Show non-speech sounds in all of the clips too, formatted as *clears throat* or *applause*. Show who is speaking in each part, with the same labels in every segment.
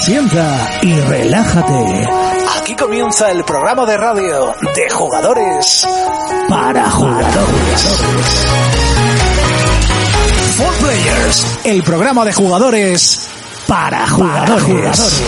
Speaker 1: Sienta y relájate. Aquí comienza el programa de radio de jugadores para jugadores. Four Players, el programa de jugadores para jugadores.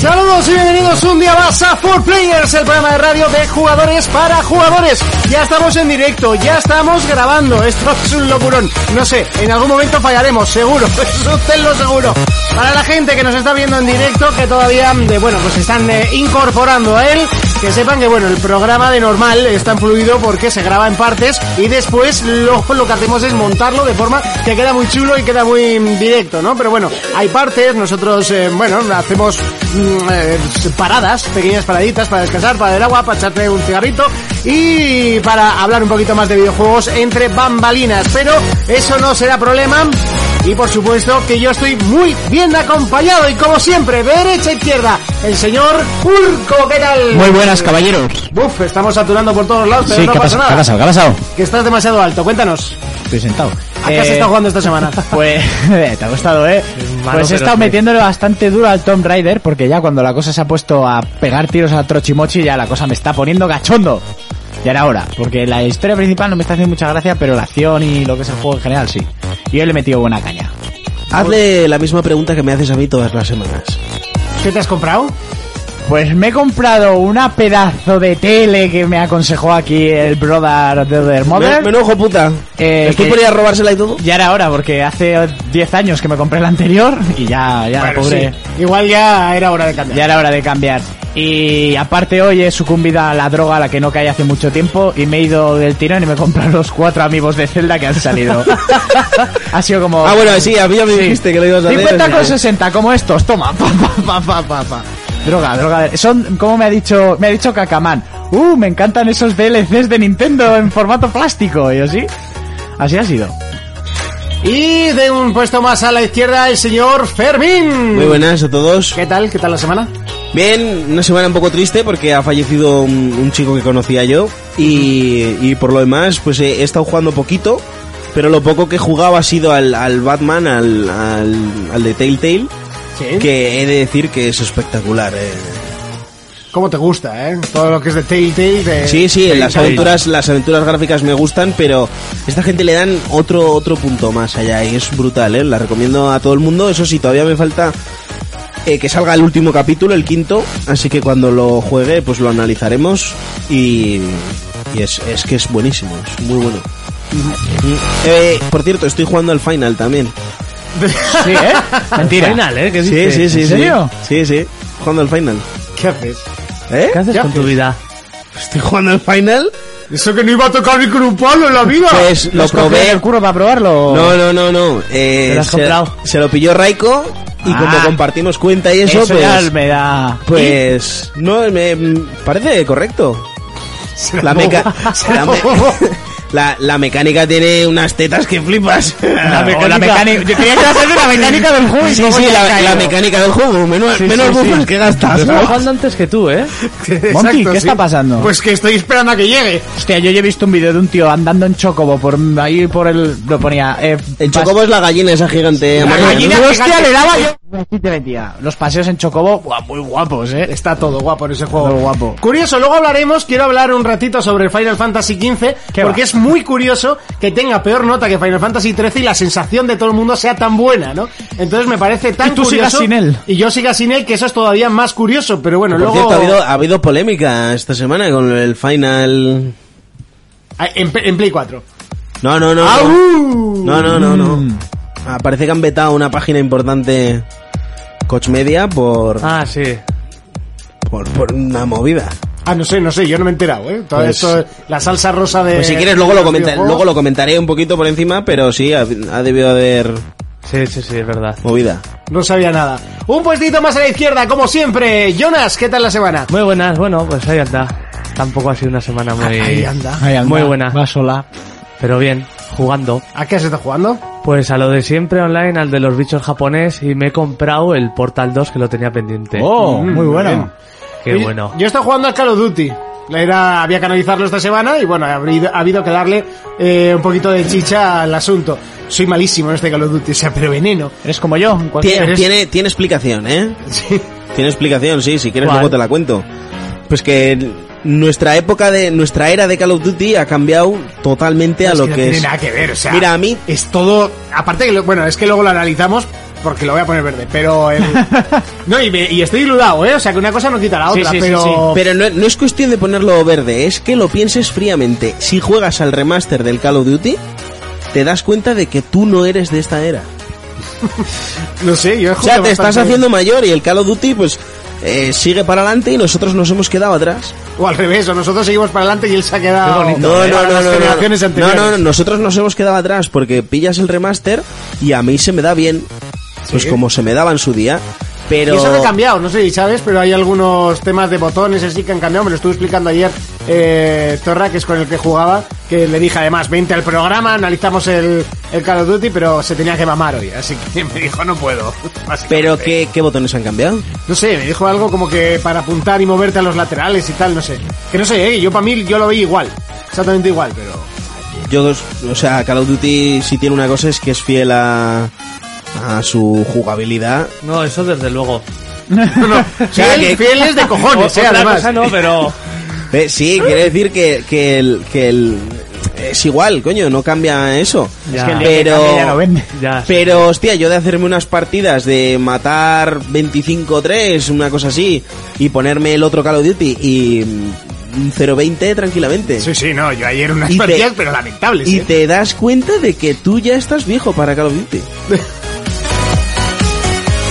Speaker 2: Saludos y bienvenidos un día más a 4 Players, el programa de radio de jugadores para jugadores. Ya estamos en directo, ya estamos grabando. Esto es un locurón. No sé, en algún momento fallaremos, seguro. *laughs* Eso tenlo seguro. Para la gente que nos está viendo en directo, que todavía, de, bueno, pues están eh, incorporando a él, que sepan que, bueno, el programa de normal está en fluido porque se graba en partes y después lo, lo que hacemos es montarlo de forma que queda muy chulo y queda muy mm, directo, ¿no? Pero bueno, hay partes, nosotros, eh, bueno, hacemos mm, eh, paradas, pequeñas paraditas para descansar, para el agua, para echarte un cigarrito y para hablar un poquito más de videojuegos entre bambalinas. Pero eso no será problema. Y por supuesto que yo estoy muy bien acompañado y como siempre, derecha e izquierda, el señor Urco, ¿qué tal?
Speaker 3: Muy buenas, caballeros.
Speaker 2: Buf, estamos saturando por todos lados, pero
Speaker 3: Sí,
Speaker 2: no
Speaker 3: ¿qué ha
Speaker 2: pasa
Speaker 3: pasado? ¿Qué ha
Speaker 2: nada.
Speaker 3: pasado? ¿Qué ha pasado?
Speaker 2: Que estás demasiado alto, cuéntanos.
Speaker 3: Estoy sentado.
Speaker 2: ¿A qué has
Speaker 3: Eh,
Speaker 2: estado jugando esta semana?
Speaker 3: Pues *laughs* te ha gustado, ¿eh?
Speaker 2: malo,
Speaker 3: pues he
Speaker 2: pero
Speaker 3: estado
Speaker 2: sí.
Speaker 3: metiéndole bastante duro al Tomb Raider porque ya cuando la cosa se ha puesto a pegar tiros a Trochimochi ya la cosa me está poniendo cachondo. Ya era hora, porque la historia principal no me está haciendo mucha gracia, pero la acción y lo que es el juego en general sí. Y hoy le he metido buena caña.
Speaker 4: *laughs* Hazle la misma pregunta que me haces a mí todas las semanas.
Speaker 2: ¿Qué te has comprado?
Speaker 3: Pues me he comprado una pedazo de tele que me aconsejó aquí el brother de The
Speaker 4: Me,
Speaker 3: Mother.
Speaker 4: me enojo, puta.
Speaker 3: Eh,
Speaker 4: Estoy
Speaker 3: que-
Speaker 4: por ir a robársela y todo.
Speaker 3: Ya era hora, porque hace 10 años que me compré la anterior y ya, ya, la
Speaker 2: Bueno,
Speaker 3: pobre.
Speaker 2: sí. Igual ya era hora de cambiar.
Speaker 3: Ya era hora de cambiar. Y aparte hoy he sucumbido a la droga a la que no caí hace mucho tiempo y me he ido del tirón y me he comprado los cuatro amigos de Zelda que han salido. ha sido como...
Speaker 4: Ah, bueno, sí, a mí ya me
Speaker 3: Sí.
Speaker 4: dijiste que lo ibas a hacer.
Speaker 3: 50
Speaker 4: así
Speaker 3: con
Speaker 4: que-
Speaker 3: 60, como estos, toma, *laughs* pa, pa, pa, pa, pa, pa. Droga, droga. Son, como me ha dicho, me ha dicho Cacamán. Uh, me encantan esos DLCs de Nintendo en formato plástico. Y así, así ha sido.
Speaker 2: Y de un puesto más a la izquierda, el señor Fermín.
Speaker 4: Muy buenas a todos.
Speaker 2: ¿Qué tal? ¿Qué tal la semana?
Speaker 4: Bien, una semana un poco triste porque ha fallecido un, un chico que conocía yo y, y por lo demás pues he, he estado jugando poquito, pero lo poco que he jugado ha sido al, al Batman, al, al, al de Telltale,
Speaker 2: Sí.
Speaker 4: que he de decir que es espectacular. eh.
Speaker 2: ¿Cómo te gusta, eh? Todo lo que es de Telltale, de...
Speaker 4: Sí, sí, las
Speaker 2: *laughs*
Speaker 4: aventuras, las aventuras gráficas me gustan, pero esta gente le dan otro, otro punto más allá y es brutal, ¿eh? La recomiendo a todo el mundo. Eso sí, todavía me falta eh, que salga el último capítulo, el quinto, así que cuando lo juegue, pues lo analizaremos y, y es, es que es buenísimo, es muy bueno. Eh, por cierto, estoy jugando al final también.
Speaker 3: Sí, *laughs* ¿eh? Mentira.
Speaker 5: Final, ¿eh? ¿Qué
Speaker 4: Sí,
Speaker 5: dices?
Speaker 4: sí, sí.
Speaker 3: ¿En
Speaker 4: sí.
Speaker 3: serio?
Speaker 4: Sí, sí. Jugando al final.
Speaker 2: ¿Qué haces?
Speaker 4: ¿Eh?
Speaker 5: ¿Qué haces
Speaker 2: ¿Qué
Speaker 5: con tu
Speaker 2: haces?
Speaker 5: vida?
Speaker 4: Estoy jugando al final.
Speaker 2: Eso que no iba a tocar ni con un palo en la vida.
Speaker 4: Pues lo
Speaker 3: ¿Los probé
Speaker 4: probé.
Speaker 3: el curro para probarlo?
Speaker 4: No, no, no, no. Eh,
Speaker 5: ¿Te lo has
Speaker 4: se,
Speaker 5: comprado?
Speaker 4: se lo pilló Raiko y
Speaker 3: Ah.
Speaker 4: como compartimos cuenta y eso,
Speaker 3: eso
Speaker 4: pues.
Speaker 3: ya me da...
Speaker 4: Pues. No, me mm, parece correcto. La, meca- *laughs* la, me- la- la mecánica tiene unas tetas que flipas.
Speaker 3: La
Speaker 4: *laughs*
Speaker 3: mecánica. La mecánica. Yo quería que ibas a decir la mecánica del juego. y
Speaker 4: Sí,
Speaker 3: cómo
Speaker 4: sí,
Speaker 3: te has
Speaker 4: la,
Speaker 3: caído.
Speaker 4: la mecánica del juego. Menos, menos bufas que gastas.
Speaker 5: Estaba jugando antes que tú, ¿eh?
Speaker 3: Monty, ¿qué está pasando?
Speaker 2: Pues que estoy esperando a que llegue.
Speaker 3: Hostia, yo ya he visto un vídeo de un tío andando en Chocobo por ahí por el... Lo ponía... Eh,
Speaker 4: El
Speaker 3: pas-
Speaker 4: chocobo es la gallina esa gigante.
Speaker 3: La
Speaker 4: amarilla, ¿no?
Speaker 3: gallina hostia, le daba yo... Así te metía. Los paseos en Chocobo, guau, muy guapos, eh.
Speaker 2: Está todo guapo en ese juego.
Speaker 3: Todo guapo.
Speaker 2: Curioso, luego hablaremos, quiero hablar un ratito sobre Final Fantasy XV,
Speaker 3: ¿Qué
Speaker 2: porque
Speaker 3: va?
Speaker 2: es muy curioso que tenga peor nota que Final Fantasy XIII y la sensación de todo el mundo sea tan buena, ¿no? Entonces me parece tan
Speaker 3: Y tú
Speaker 2: curioso...
Speaker 3: sigas sin él.
Speaker 2: Y yo siga sin él, que eso es todavía más curioso, pero bueno,
Speaker 4: Por
Speaker 2: luego...
Speaker 4: cierto, ha habido, ha habido polémica esta semana con el final.
Speaker 2: Ah, En, en Play 4.
Speaker 4: No, no, no. no.
Speaker 2: ¡Au!
Speaker 4: No, no, no, no. Ah, parece que han vetado una página importante Coach Media por,
Speaker 5: Ah, sí.
Speaker 4: por, por una movida.
Speaker 2: Ah, no sé, no sé, yo no me he enterado, ¿eh? Todo
Speaker 4: Pues-
Speaker 2: esto, la salsa rosa de...
Speaker 4: Pues si quieres luego lo,
Speaker 2: de los
Speaker 4: comenta-
Speaker 2: videojuegos.
Speaker 4: luego lo comentaré un poquito por encima, pero sí, ha, ha debido haber
Speaker 5: Sí, sí, sí, es verdad.
Speaker 4: movida.
Speaker 2: No sabía nada. Un puestito más a la izquierda, como siempre. Jonas, ¿qué tal la semana?
Speaker 5: Muy buenas, bueno, pues ahí anda. Tampoco ha sido una semana muy...
Speaker 2: Ahí anda.
Speaker 3: Ay, anda,
Speaker 5: Muy buena.
Speaker 3: Va sola.
Speaker 5: Pero bien, jugando.
Speaker 2: ¿A qué has estado jugando?
Speaker 5: Pues a lo de siempre online, al de los bichos japonés, y me he comprado el Portal 2 que lo tenía pendiente.
Speaker 3: Oh, muy
Speaker 2: muy
Speaker 3: bueno.
Speaker 2: bien.
Speaker 5: Qué
Speaker 2: Oye,
Speaker 5: bueno.
Speaker 2: Yo he estado jugando al Call of Duty. Era, había que analizarlo esta semana y bueno, ha habido, ha habido que darle eh, un poquito de chicha al asunto. Soy malísimo en este Call of Duty, o sea, pero veneno. *laughs*
Speaker 3: Eres como yo, en
Speaker 5: Pues
Speaker 3: cualquier...
Speaker 4: Tiene,
Speaker 2: eres-
Speaker 4: tiene, tiene explicación, ¿eh?
Speaker 2: Sí.
Speaker 4: Tiene explicación, sí, si quieres
Speaker 5: ¿Cuál?
Speaker 4: luego te la cuento. Pues que nuestra época de nuestra era de Call of Duty ha cambiado totalmente a
Speaker 5: Pues
Speaker 2: Es que
Speaker 4: lo que,
Speaker 2: no tiene
Speaker 4: es.
Speaker 2: nada que ver, o sea.
Speaker 4: Mira, a mí
Speaker 2: es todo. Aparte que lo- bueno, es que luego lo analizamos porque lo voy a poner verde, pero
Speaker 4: *laughs*
Speaker 2: el- no y, me- y estoy iludado, eh, o sea que una cosa no quita la
Speaker 3: Sí,
Speaker 2: otra,
Speaker 3: sí, sí,
Speaker 2: pero
Speaker 3: sí.
Speaker 4: Pero no, no es cuestión de ponerlo verde, es que lo pienses fríamente. Si juegas al remaster del Call of Duty, te das cuenta de que tú no eres de esta era.
Speaker 2: no sé, yo he
Speaker 4: O sea,
Speaker 2: jugado
Speaker 4: te estás
Speaker 2: bastante-
Speaker 4: haciendo mayor y el Call of Duty, pues, eh, sigue para adelante y nosotros nos hemos quedado atrás.
Speaker 2: o al revés, o nosotros seguimos para adelante y él se ha quedado
Speaker 4: No,
Speaker 2: eh,
Speaker 4: no,
Speaker 2: para
Speaker 4: no,
Speaker 2: las
Speaker 4: no, no.
Speaker 2: generaciones
Speaker 4: No,
Speaker 2: anteriores.
Speaker 4: no, no, nosotros nos hemos quedado atrás porque pillas el remaster y a mí se me da bien, pues
Speaker 2: Sí.
Speaker 4: como se me daba en su día, pero...
Speaker 2: Y eso no ha cambiado, no sé si sabes, pero hay algunos temas de botones así que han cambiado. Me lo estuvo explicando ayer eh, Torra, que es con el que jugaba, que le dije además, 20 al programa, analizamos el, el Call of Duty, pero se tenía que mamar hoy, así que *laughs* me dijo, no puedo. básicamente.
Speaker 4: Pero ¿qué, qué botones han cambiado?
Speaker 2: No sé, me dijo algo como que para apuntar y moverte a los laterales y tal, no sé. Que no sé, eh, yo para mí yo lo veía igual, exactamente igual, pero...
Speaker 4: Yo, o sea, Call of Duty si tiene una cosa es que es fiel a, a su jugabilidad.
Speaker 5: No, eso desde luego.
Speaker 2: No, no,
Speaker 4: sea,
Speaker 2: fiel,
Speaker 4: que-
Speaker 2: fiel es de cojones,
Speaker 5: O-
Speaker 2: eh,
Speaker 5: otra
Speaker 2: además.
Speaker 5: cosa no, pero...
Speaker 4: Eh, sí, quiere decir que, que el... Que el es igual, coño, no cambia eso.
Speaker 5: Ya. Es que el
Speaker 3: día que
Speaker 4: pero...
Speaker 3: cambie ya no vende.
Speaker 5: Ya.
Speaker 4: Pero, hostia, yo de hacerme unas partidas de matar 25-3, una cosa así, y ponerme el otro Call of Duty y mm, 0-20 tranquilamente.
Speaker 2: Sí, sí, no, yo ayer unas
Speaker 4: Y te-
Speaker 2: partidas, pero lamentables.
Speaker 4: Y
Speaker 2: eh.
Speaker 4: te das cuenta de que tú ya estás viejo para Call of
Speaker 3: *laughs*
Speaker 4: Duty.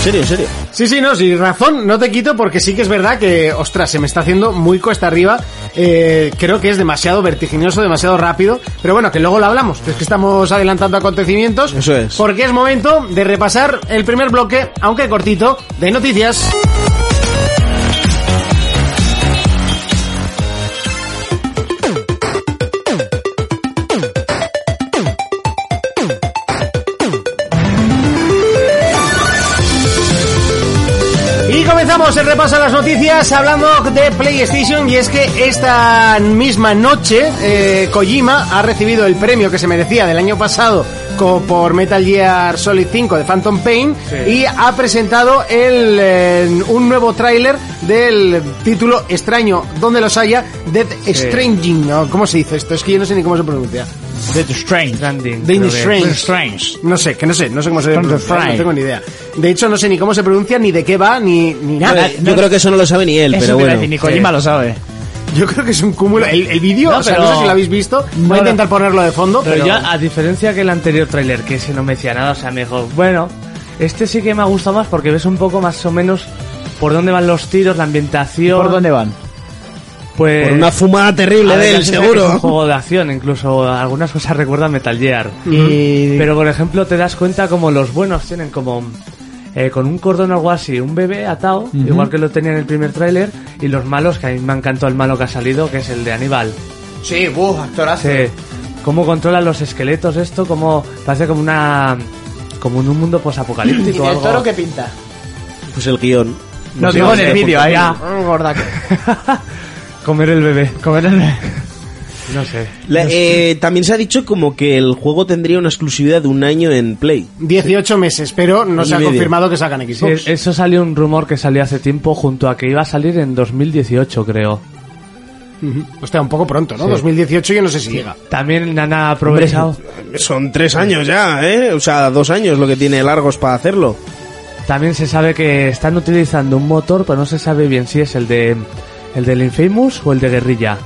Speaker 4: serio, serio.
Speaker 2: Sí, sí, no, sí, razón, no te quito porque sí que es verdad que, ostras, se me está haciendo muy cuesta arriba. eh, creo que es demasiado vertiginoso, demasiado rápido. Pero bueno, que luego lo hablamos, que es que estamos adelantando acontecimientos.
Speaker 4: Eso es.
Speaker 2: Porque es momento de repasar el primer bloque, aunque cortito, de noticias. Y comenzamos el repaso a las noticias hablando de PlayStation y es que esta misma noche eh, Kojima ha recibido el premio que se merecía del año pasado co- por Metal Gear Solid 5 de Phantom Pain y ha presentado el, eh, un nuevo tráiler del título extraño donde los haya Death Stranging ¿no? ¿cómo se dice esto? es que yo no sé ni cómo se pronuncia
Speaker 3: Death Strange.
Speaker 5: Branding,
Speaker 2: Death
Speaker 5: creo que-
Speaker 2: Strange.
Speaker 3: Death Strange.
Speaker 2: no sé, que no sé, no sé cómo se
Speaker 3: Phantom
Speaker 2: pronuncia, no
Speaker 3: Pain.
Speaker 2: tengo ni idea. De hecho, no sé ni cómo se pronuncia, ni de qué va, ni, ni nada.
Speaker 3: Pues,
Speaker 4: Yo creo que eso no lo sabe ni él,
Speaker 3: Eso te
Speaker 4: pero
Speaker 3: iba a
Speaker 4: bueno.
Speaker 3: decir, ni Kojima lo sabe.
Speaker 2: Yo creo que es un cúmulo. El, el vídeo,
Speaker 5: No,
Speaker 2: o sea,
Speaker 5: pero-
Speaker 2: no sé si lo habéis visto.
Speaker 5: No,
Speaker 2: Voy a
Speaker 5: no.
Speaker 2: intentar ponerlo de fondo, pero,
Speaker 5: Pero ya, a diferencia que el anterior tráiler, que ese no me decía nada, o sea, me dijo, bueno, este sí que me ha gustado más porque ves un poco más o menos por dónde van los tiros, la ambientación.
Speaker 3: ¿Por dónde van?
Speaker 5: Pues,
Speaker 4: Por una fumada terrible
Speaker 5: a ver,
Speaker 4: de
Speaker 5: ya
Speaker 4: él,
Speaker 5: se sabe que Es un
Speaker 4: seguro.
Speaker 5: juego de acción, incluso algunas cosas recuerdan Metal Gear.
Speaker 3: Y...
Speaker 5: Pero por ejemplo, te das cuenta como los buenos tienen como eh, con un cordón o algo así, un bebé atado, igual que lo tenía en el primer tráiler, y los malos, que a mí me ha encantado el malo que ha salido, que es el de Aníbal.
Speaker 2: Sí, buh, actorazo.
Speaker 5: Sí. Cómo controla los esqueletos esto, como parece como una como en un mundo posapocalíptico o algo.
Speaker 2: pinta?
Speaker 4: Pues el guión.
Speaker 3: Lo
Speaker 5: Sí,
Speaker 3: digo en
Speaker 5: sí,
Speaker 3: el vídeo, ahí.
Speaker 5: ya.
Speaker 3: Gordaco.
Speaker 5: Comer el bebé.
Speaker 3: Comer el-
Speaker 5: No sé.
Speaker 4: La- eh, también se ha dicho como que el juego tendría una exclusividad de un año en Play.
Speaker 2: 18 meses, pero no
Speaker 4: Y
Speaker 2: se ha
Speaker 4: medio.
Speaker 2: confirmado que sacan Xbox.
Speaker 5: Sí, eh. eso salió un rumor que salió hace tiempo junto a que iba a salir en 2018, creo.
Speaker 2: Ujú. Hostia, un poco pronto, ¿no? 2018 yo no sé si llega.
Speaker 5: También han aprovechado
Speaker 4: Son tres años ya, ¿eh? O sea, dos años lo que tiene largos para hacerlo.
Speaker 5: También se sabe que están utilizando un motor, pero no se sabe bien si es el de el del Infamous o el de Guerrilla.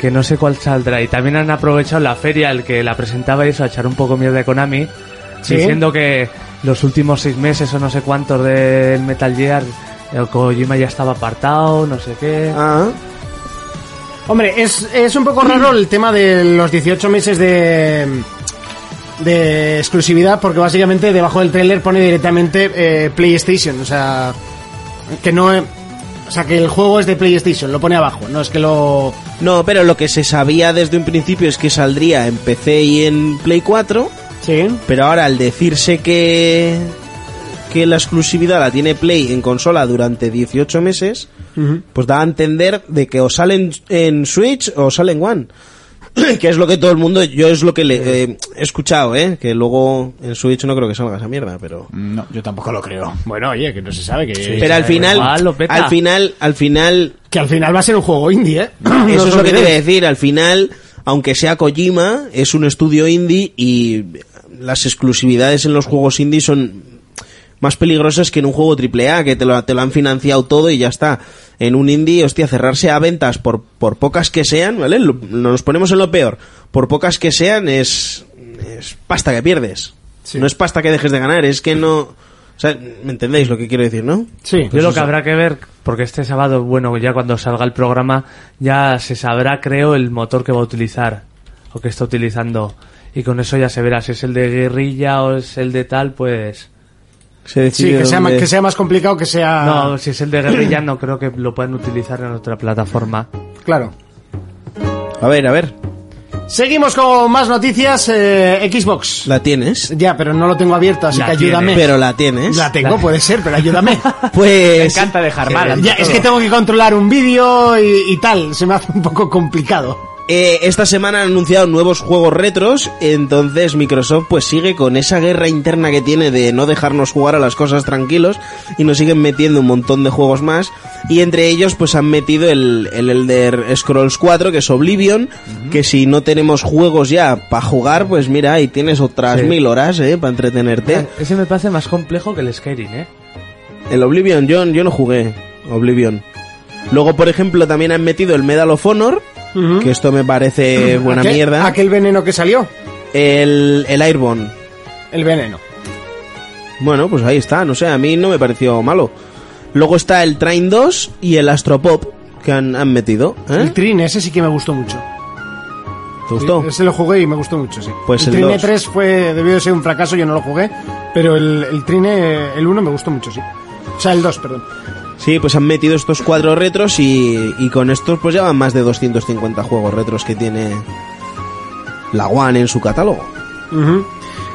Speaker 5: Que no sé cuál saldrá. Y también han aprovechado la feria, el que la presentaba y eso, a echar un poco mierda de Konami.
Speaker 2: Sí.
Speaker 5: Diciendo que los últimos seis meses o no sé cuántos del Metal Gear, el Kojima ya estaba apartado, no sé qué.
Speaker 4: Ah,
Speaker 2: Hombre, es, es un poco raro el tema de los 18 meses de de exclusividad porque básicamente debajo del tráiler pone directamente eh, PlayStation, o sea, que no eh, o sea, que el juego es de PlayStation, lo pone abajo, no es que lo
Speaker 4: No, pero lo que se sabía desde un principio es que saldría en PC y en Play 4,
Speaker 2: Sí.
Speaker 4: pero ahora al decirse que que la exclusividad la tiene Play en consola durante 18 meses, pues da a entender de que o salen en Switch o salen One. *clears throat* que es lo que todo el mundo, yo es lo que le, eh, he escuchado, ¿eh? Que luego en Switch no creo que salga esa mierda, pero...
Speaker 3: No, yo tampoco lo creo.
Speaker 2: Bueno, oye, que no se sabe que...
Speaker 4: Pero al final,
Speaker 5: igual, lo peta.
Speaker 4: al final, al final,
Speaker 2: Que al final va a ser un juego indie, ¿eh? No
Speaker 4: Eso
Speaker 2: os
Speaker 4: es lo que te
Speaker 2: olvidéis.
Speaker 4: iba a decir. Al final, aunque sea Kojima, es un estudio indie y las exclusividades en los juegos indie son más peligrosas que en un juego AAA, que te lo, te lo han financiado todo y ya está. En un indie, hostia, cerrarse a ventas por, por pocas que sean, ¿vale? Lo- nos ponemos en lo peor. Por pocas que sean es, es pasta que pierdes. No es pasta que dejes de ganar, es que no... O sea, ¿me entendéis lo que quiero decir, no?
Speaker 2: Sí.
Speaker 5: Yo lo que habrá que ver, porque este sábado, bueno, ya cuando salga el programa, ya se sabrá, creo, el motor que va a utilizar o que está utilizando. Y con eso ya se verá si es el de guerrilla o es el de tal, pues...
Speaker 4: Se
Speaker 2: Sí,
Speaker 4: decide
Speaker 2: que sea, más,
Speaker 4: dónde-
Speaker 2: que sea más complicado que sea...
Speaker 5: No, si es el de guerrilla no creo que lo puedan utilizar en otra plataforma.
Speaker 2: Claro.
Speaker 4: A ver, a ver.
Speaker 2: Seguimos con más noticias. eh, Xbox.
Speaker 4: ¿La tienes?
Speaker 2: Ya, pero no lo tengo abierto, así
Speaker 5: La
Speaker 2: que ayúdame.
Speaker 4: Pero la tienes.
Speaker 2: La tengo, puede ser, pero ayúdame.
Speaker 4: Pues.
Speaker 3: Me encanta dejar mal. ante
Speaker 2: ya, es
Speaker 3: todo.
Speaker 2: que tengo que controlar un vídeo y, y tal. Se me hace un poco complicado.
Speaker 4: eh, esta semana han anunciado nuevos juegos retros, entonces Microsoft pues sigue con esa guerra interna que tiene de no dejarnos jugar a las cosas tranquilos y nos siguen metiendo un montón de juegos más y entre ellos pues han metido el, el Elder Scrolls 4 que es Oblivion, que si no tenemos juegos ya para jugar pues mira ahí tienes otras
Speaker 5: Sí.
Speaker 4: mil horas eh, para entretenerte.
Speaker 5: Ah, Ese me parece más complejo que el Skyrim, ¿eh?
Speaker 4: El Oblivion, yo, yo no jugué Oblivion. Luego, por ejemplo, también han metido el Medal of Honor,
Speaker 3: ¿Mm?
Speaker 4: que esto me parece buena
Speaker 2: ¿Aquel-
Speaker 4: mierda.
Speaker 2: Aquel veneno que salió.
Speaker 4: El, el Airborne.
Speaker 2: El veneno.
Speaker 4: Bueno, pues ahí está, no sé, a mí no me pareció malo. Luego está el Train 2 y el Astropop que han, han metido. ¿eh?
Speaker 2: El Trin, ese sí que me gustó mucho.
Speaker 4: ¿Te gustó?
Speaker 2: Ese lo jugué y me gustó mucho, sí.
Speaker 4: Pues
Speaker 2: el,
Speaker 4: el
Speaker 2: Trine
Speaker 4: dos.
Speaker 2: 3 fue, debió de ser un fracaso, yo no lo jugué. Pero el, el Trine, el 1 me gustó mucho, sí. O sea, el 2, perdón.
Speaker 4: Sí, pues han metido estos cuatro retros y, y con estos pues ya van más de 250 juegos retros que tiene la One en su catálogo.
Speaker 2: Ujú.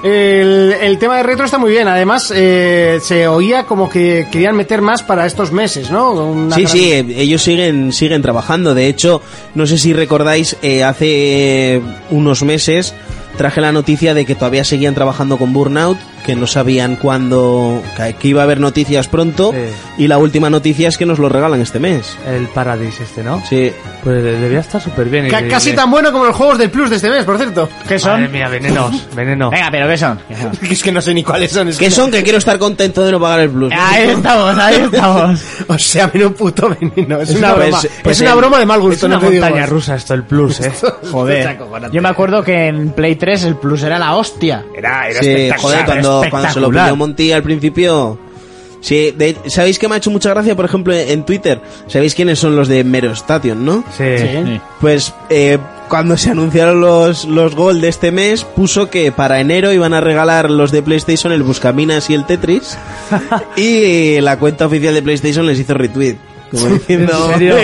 Speaker 2: el, el tema de retro está muy bien. Además, eh, se oía como que querían meter más para estos meses, ¿no? Una
Speaker 4: Sí,
Speaker 2: gran-
Speaker 4: sí, eh, ellos siguen, siguen trabajando. De hecho, no sé si recordáis, eh, hace eh, unos meses traje la noticia de que todavía seguían trabajando con Burnout, que no sabían cuándo, que- que iba a haber noticias pronto.
Speaker 5: Sí.
Speaker 4: Y la última noticia es que nos lo regalan este mes.
Speaker 5: El Paradise este, ¿no?
Speaker 4: Sí.
Speaker 5: Pues debía estar súper bien.
Speaker 2: Ca-
Speaker 5: y-
Speaker 2: casi
Speaker 5: y-
Speaker 2: tan bueno como los juegos del Plus de este mes, por cierto. *laughs*
Speaker 3: ¿Qué
Speaker 5: Madre
Speaker 3: son?
Speaker 5: mía, venenos, veneno.
Speaker 3: Venga, pero ¿qué son? ¿Qué son?
Speaker 2: es que no sé ni cuáles son. es
Speaker 4: ¿Qué
Speaker 2: que-
Speaker 4: son? Que quiero estar contento de no pagar el plus.
Speaker 2: Ah,
Speaker 3: Ahí estamos, ahí
Speaker 2: *laughs*
Speaker 3: estamos.
Speaker 2: O sea, menos puto *laughs* veneno. Es,
Speaker 4: Es
Speaker 2: una,
Speaker 4: una-
Speaker 2: broma.
Speaker 4: pues- pues
Speaker 2: es una
Speaker 4: el-
Speaker 2: broma de mal gusto.
Speaker 5: Es una
Speaker 2: no te digo
Speaker 5: montaña
Speaker 2: más.
Speaker 5: rusa esto, el plus, ¿eh?
Speaker 3: Joder. Yo me acuerdo que en Play 3 el plus era la hostia.
Speaker 2: Era, era
Speaker 4: Sí,
Speaker 2: espectacular.
Speaker 4: joder, cuando, cuando se lo
Speaker 3: espectacular.
Speaker 4: pidió Monty al principio. Sí, de- ¿sabéis que me ha hecho mucha gracia, por ejemplo, en Twitter? ¿Sabéis quiénes son los de Mero Station, no?
Speaker 5: Sí.
Speaker 3: Sí.
Speaker 4: Pues eh, cuando se anunciaron los, los Gold de este mes, puso que para enero iban a regalar los de PlayStation el Buscaminas y el
Speaker 5: *laughs*
Speaker 4: Tetris. y la cuenta oficial de PlayStation les hizo retweet. Como diciendo,
Speaker 5: ¿En serio?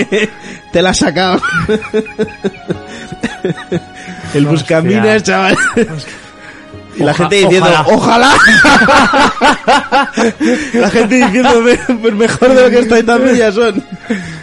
Speaker 4: te la has
Speaker 5: *laughs*
Speaker 4: sacado. el Buscaminas, chaval. Y la
Speaker 5: Oja-
Speaker 4: gente diciendo, ojalá.
Speaker 5: *laughs*
Speaker 4: *laughs* la gente diciendo, pues mejor de lo que estáis dando ya son.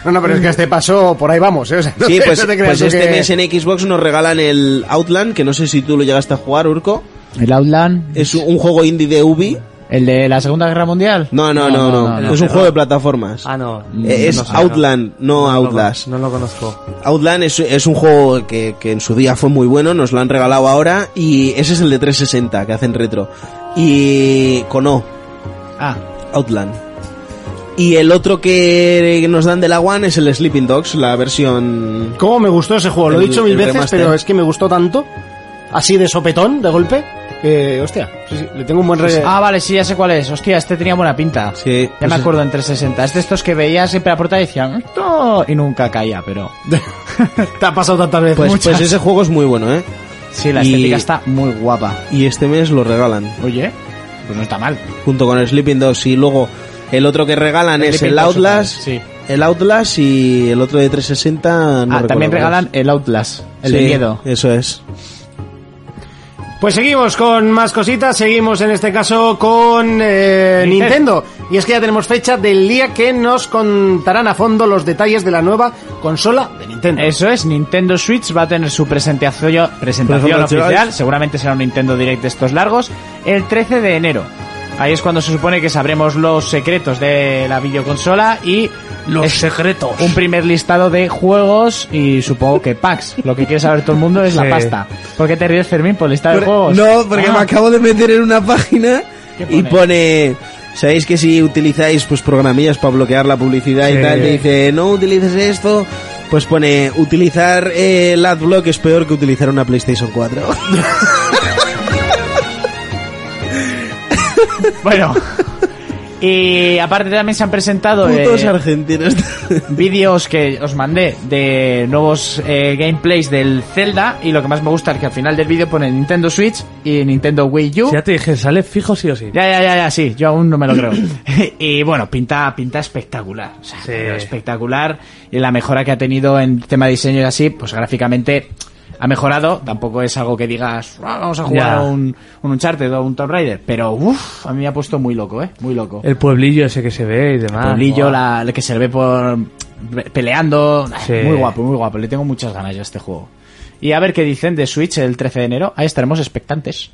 Speaker 2: No, no, pero es que este paso por ahí vamos, ¿eh? O sea, *laughs* no
Speaker 4: Sí,
Speaker 2: te-
Speaker 4: pues,
Speaker 2: no te creas
Speaker 4: pues
Speaker 2: tú
Speaker 4: este
Speaker 2: que-
Speaker 4: mes en Xbox nos regalan el Outland, que no sé si tú lo llegaste a jugar, Urco.
Speaker 3: El Outland,
Speaker 4: Es un juego indie de Ubi.
Speaker 3: el de la Segunda Guerra Mundial.
Speaker 4: No, no, no, no. es un juego de plataformas.
Speaker 5: Ah, no.
Speaker 4: Eh, es
Speaker 5: No sé, no.
Speaker 4: Outland, no,
Speaker 5: No lo-
Speaker 4: Outlast.
Speaker 5: No lo conozco.
Speaker 4: Outland es, es un juego que, que en su día fue muy bueno, nos lo han regalado ahora y ese es el de 360 que hacen retro. Y con O,
Speaker 3: Ah,
Speaker 4: Outland. Y el otro que nos dan de la One es el Sleeping Dogs, la versión
Speaker 2: ¿Cómo me gustó ese juego? Lo he
Speaker 4: El-
Speaker 2: dicho mil
Speaker 4: el
Speaker 2: veces,
Speaker 4: remaster.
Speaker 2: pero es que me gustó tanto, así de sopetón, de golpe, que, hostia, sí, sí, le tengo un buen
Speaker 4: Pues,
Speaker 2: re...
Speaker 3: Ah, vale, sí, ya sé cuál es. Hostia, este tenía buena pinta.
Speaker 4: Sí,
Speaker 3: Ya
Speaker 4: pues
Speaker 3: me
Speaker 4: es-
Speaker 3: acuerdo en 360. Es de estos que veía siempre la portada y decían, "Esto", Y nunca caía, pero.
Speaker 2: Te ha pasado tantas veces.
Speaker 4: Pues,
Speaker 3: Muchas.
Speaker 4: pues ese juego es muy bueno, ¿eh?
Speaker 3: Sí, la
Speaker 4: Y-
Speaker 3: estética está muy guapa.
Speaker 4: Y este mes lo regalan.
Speaker 3: Oye, pues no está mal.
Speaker 4: junto con el Sleeping Dogs y luego el otro que regalan es
Speaker 3: Sleeping
Speaker 4: el
Speaker 3: Dogs otra
Speaker 4: Outlast,
Speaker 3: vez, sí.
Speaker 4: el Outlast y el otro de 360 no
Speaker 3: ah,
Speaker 4: recuerdo
Speaker 3: también
Speaker 4: cuál es.
Speaker 3: regalan el Outlast, el de
Speaker 4: Sí,
Speaker 3: miedo.
Speaker 4: Eso es.
Speaker 2: Pues seguimos con más cositas, seguimos en este caso con eh, Nintendo. Y es que ya tenemos fecha del día que nos contarán a fondo los detalles de la nueva consola de
Speaker 4: Eh,
Speaker 2: Nintendo.
Speaker 3: Eso es, Nintendo Switch va a tener su presentación, presentación
Speaker 4: Presentación.
Speaker 3: oficial, seguramente será un Nintendo Direct de estos largos, el 13 de enero. Ahí es cuando se supone que sabremos los secretos de la videoconsola y
Speaker 5: Los
Speaker 3: es
Speaker 5: secretos.
Speaker 3: un primer listado de juegos y supongo que packs. Lo que quiere saber todo el mundo es
Speaker 5: Sí.
Speaker 3: la pasta. ¿Por qué te ríes, Fermín, por el listado de
Speaker 4: Por-
Speaker 3: juegos?
Speaker 4: No, porque
Speaker 3: Ah.
Speaker 4: me acabo de meter en una página
Speaker 3: ¿Qué
Speaker 4: y
Speaker 3: pone?
Speaker 4: pone... Sabéis que si utilizáis pues programillas para bloquear la publicidad
Speaker 5: Sí.
Speaker 4: y tal, te dice, no utilices esto, pues pone, utilizar eh, el AdBlock es peor que utilizar una PlayStation 4.
Speaker 3: Bueno. Y aparte también se han presentado
Speaker 4: *laughs* Putos
Speaker 3: eh,
Speaker 4: argentinos.
Speaker 3: vídeos que os mandé de nuevos eh, gameplays del Zelda y lo que más me gusta es que al final del vídeo pone Nintendo Switch y Nintendo Wii U.
Speaker 5: Ya te dije, sale fijo sí o sí.
Speaker 3: Ya, ya, ya, ya, sí, yo aún no me lo
Speaker 5: *clears throat*
Speaker 3: creo. y bueno, pinta, pinta espectacular. O sea,
Speaker 5: Sí.
Speaker 3: pero espectacular. Y la mejora que ha tenido en tema de diseño y así, pues gráficamente ha mejorado. Tampoco es algo que digas, "Ah, vamos a jugar
Speaker 5: Ya.
Speaker 3: a un, un Uncharted o un Tomb Raider. Pero uff, a mí me ha puesto muy loco, eh, muy loco.
Speaker 5: El pueblillo ese que se ve y demás.
Speaker 3: Pueblillo,
Speaker 5: Buah.
Speaker 3: la, la que se le ve por pe- peleando.
Speaker 5: Sí.
Speaker 3: Muy guapo, muy guapo. Le tengo muchas ganas yo a este juego. Y a ver qué dicen de Switch el 13 de enero. Ahí estaremos expectantes.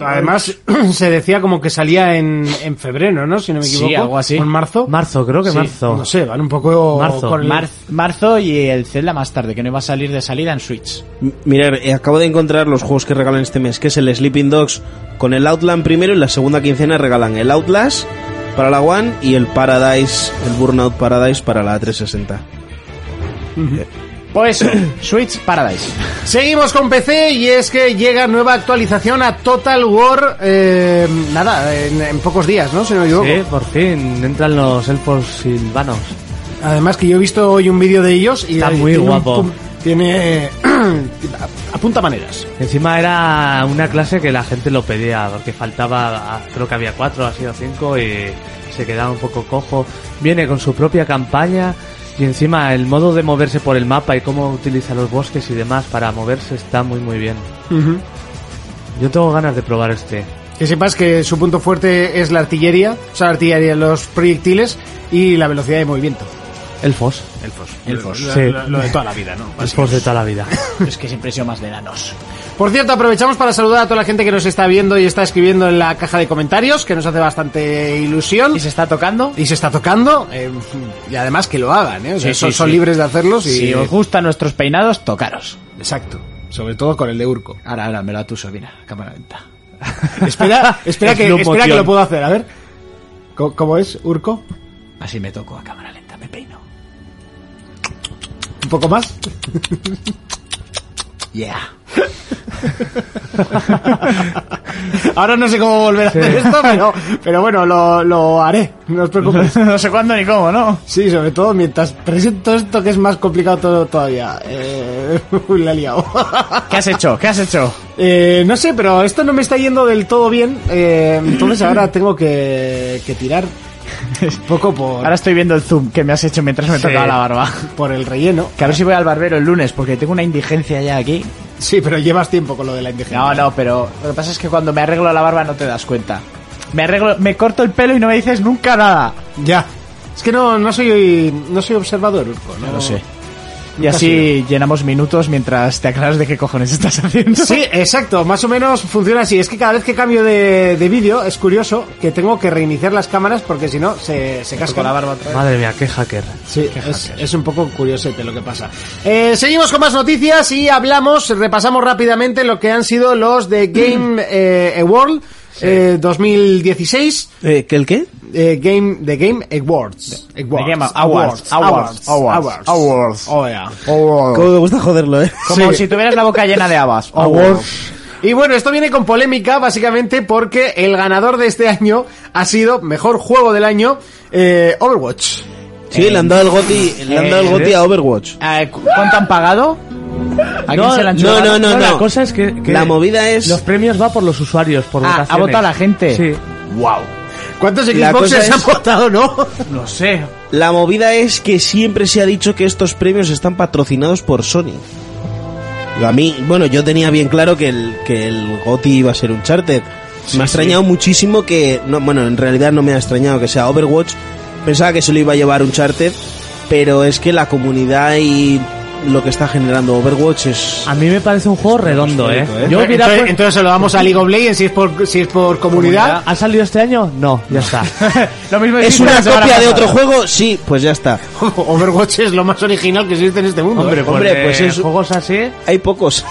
Speaker 2: Además, *clears throat* se decía como que salía en, en febrero, ¿no? Si no me
Speaker 3: Sí,
Speaker 2: equivoco.
Speaker 3: algo así.
Speaker 2: ¿O en marzo?
Speaker 5: Marzo, creo que
Speaker 3: Sí,
Speaker 5: marzo.
Speaker 2: No sé, van un poco...
Speaker 5: Marzo,
Speaker 2: con el-
Speaker 3: Mar- marzo y el Zelda más tarde, que no iba a salir de salida en Switch.
Speaker 4: Mirar, eh, acabo de encontrar los juegos que regalan este mes, que es el Sleeping Dogs con el Outland primero y la segunda quincena regalan el Outlast para la One y el Paradise, el Burnout Paradise para la 360.
Speaker 3: Por eso, Pues, Switch Paradise.
Speaker 2: Seguimos con PC y es que llega nueva actualización a Total War, eh, nada, en, en pocos días, ¿no? Si no me equivoco.
Speaker 5: Sí, por fin entran los elfos silvanos.
Speaker 2: Además que yo he visto hoy un vídeo de ellos y
Speaker 5: Está
Speaker 2: eh,
Speaker 5: muy
Speaker 2: tiene un
Speaker 5: guapo.
Speaker 2: pum- tiene *clears throat* apunta maneras.
Speaker 5: Encima era una clase que la gente lo pedía, porque faltaba, ah, creo que había cuatro, ha sido cinco, y se quedaba un poco cojo. Viene con su propia campaña, y encima el modo de moverse por el mapa y cómo utiliza los bosques y demás para moverse está muy muy bien. Yo tengo ganas de probar este.
Speaker 2: Que sepas que su punto fuerte es la artillería, o sea, la artillería, los proyectiles y la velocidad de movimiento.
Speaker 5: Elfos.
Speaker 3: Elfos.
Speaker 2: Lo,
Speaker 5: Sí.
Speaker 2: lo- lo de toda la vida, ¿no?
Speaker 5: Elfos de toda
Speaker 3: *laughs*
Speaker 5: la vida.
Speaker 3: Es que siempre he sido más de enanos.
Speaker 2: Por cierto, aprovechamos para saludar a toda la gente que nos está viendo y está escribiendo en la caja de comentarios, que nos hace bastante ilusión.
Speaker 3: ¿Y se está tocando?
Speaker 2: *coughs* y se está tocando eh, y además que lo hagan ¿eh? O sea,
Speaker 3: Sí,
Speaker 2: son,
Speaker 3: sí,
Speaker 2: son
Speaker 3: sí.
Speaker 2: libres de hacerlos y
Speaker 3: Si os gustan nuestros peinados, tocaros.
Speaker 2: exacto sobre todo con el de Urco
Speaker 3: Ahora, ahora, me lo tu sobrina, cámara lenta.
Speaker 2: espera espera que
Speaker 5: Slow
Speaker 2: espera que
Speaker 5: motion.
Speaker 2: lo puedo hacer a ver ¿Cómo, cómo es Urco
Speaker 3: Así me toco a cámara lenta, me peino.
Speaker 2: un poco más
Speaker 3: Yeah.
Speaker 2: ahora no sé cómo volver a hacer esto pero, pero bueno lo, lo haré no os preocupéis
Speaker 3: *laughs* no sé cuándo ni cómo, ¿no?
Speaker 2: sí sobre todo mientras presento esto que es más complicado todo, todavía eh, *laughs* uy, la he liado
Speaker 3: ¿Qué has hecho? ¿Qué has hecho?
Speaker 2: Eh, no sé, pero esto no me está yendo del todo bien. eh, entonces
Speaker 3: *laughs*
Speaker 2: ahora tengo que, que tirar un poco por,
Speaker 3: Ahora estoy viendo el zoom que me has hecho mientras me
Speaker 5: Sí.
Speaker 3: tocaba la barba.
Speaker 2: por el relleno.
Speaker 3: Que a ver si voy al barbero el lunes, porque tengo una indigencia ya aquí.
Speaker 2: Sí, pero llevas tiempo con lo de la
Speaker 3: No,
Speaker 2: indigencia.
Speaker 3: no, pero lo que pasa es que cuando me arreglo la barba no te das cuenta. Me arreglo, me corto el pelo y no me dices nunca nada.
Speaker 2: Ya. Es que no, no soy no soy observador, Urco. No
Speaker 3: lo sé. Y
Speaker 2: Nunca ha
Speaker 3: así llenamos minutos mientras te aclaras de qué cojones estás haciendo.
Speaker 2: Sí, exacto, más o menos funciona así. Es que cada vez que cambio de, de vídeo es curioso que tengo que reiniciar las cámaras porque si no se, se casca la barba otra vez.
Speaker 5: Madre mía, qué hacker.
Speaker 2: Sí, es, es un poco curiosete lo que pasa. Eh, seguimos con más noticias y hablamos, repasamos rápidamente lo que han sido los de Game eh, Award eh, 2016.
Speaker 4: Eh, ¿Que el qué?
Speaker 2: eh, Game, The Game Awards. Awards.
Speaker 3: Game Awards. Awards. Awards. Awards.
Speaker 2: Oh, yeah.
Speaker 4: Cómo me gusta joderlo, eh.
Speaker 3: Como
Speaker 2: Sí. Oh,
Speaker 3: si tuvieras la boca llena de habas. Oh,
Speaker 2: Y bueno, esto viene con polémica básicamente porque el ganador de este año ha sido, mejor juego del año, eh, Overwatch.
Speaker 4: Sí, le han dado el goti, le han dado el goti a Overwatch.
Speaker 3: Eh, ¿cu- ¿Cuánto han pagado? ¿A quién se la han
Speaker 4: no,
Speaker 3: chupado?
Speaker 4: no, no,
Speaker 5: la
Speaker 4: no.
Speaker 5: cosa es que, que
Speaker 4: La movida es-
Speaker 5: Los premios va por los usuarios, por
Speaker 3: Ah, ¿ha
Speaker 5: votaciones.
Speaker 3: votado la gente?
Speaker 5: Sí.
Speaker 2: ¿Cuántos
Speaker 4: La
Speaker 2: Xboxes
Speaker 4: cosa
Speaker 2: han
Speaker 4: es-
Speaker 2: votado, no?
Speaker 3: No sé.
Speaker 4: La movida es que siempre se ha dicho que estos premios están patrocinados por Sony. A mí, bueno, yo tenía bien claro que el, que el GOTI iba a ser un charter. me ha extrañado muchísimo que, no, bueno, en realidad no me ha extrañado que sea Overwatch. Pensaba que se lo iba a llevar un charter, pero es que la comunidad y lo que está generando Overwatch es...
Speaker 5: A mí me parece un juego redondo, ¿eh?
Speaker 4: histórico, ¿eh?
Speaker 5: Yo hubiera
Speaker 2: entonces,
Speaker 5: pu-
Speaker 2: entonces se lo damos a League of Legends si es por, si es por comunidad.
Speaker 5: ¿Ha salido este año? No,
Speaker 2: *laughs*
Speaker 5: ya está.
Speaker 3: Lo mismo
Speaker 4: ¿Es
Speaker 3: dijiste
Speaker 4: una
Speaker 3: la semana
Speaker 4: copia de
Speaker 3: pasada.
Speaker 4: otro juego? Sí, pues ya está.
Speaker 2: *laughs* Overwatch es lo más original que existe en este mundo. ¿eh?
Speaker 4: Hombre,
Speaker 5: Porque
Speaker 4: pues es-
Speaker 5: Juegos así,
Speaker 4: Hay pocos.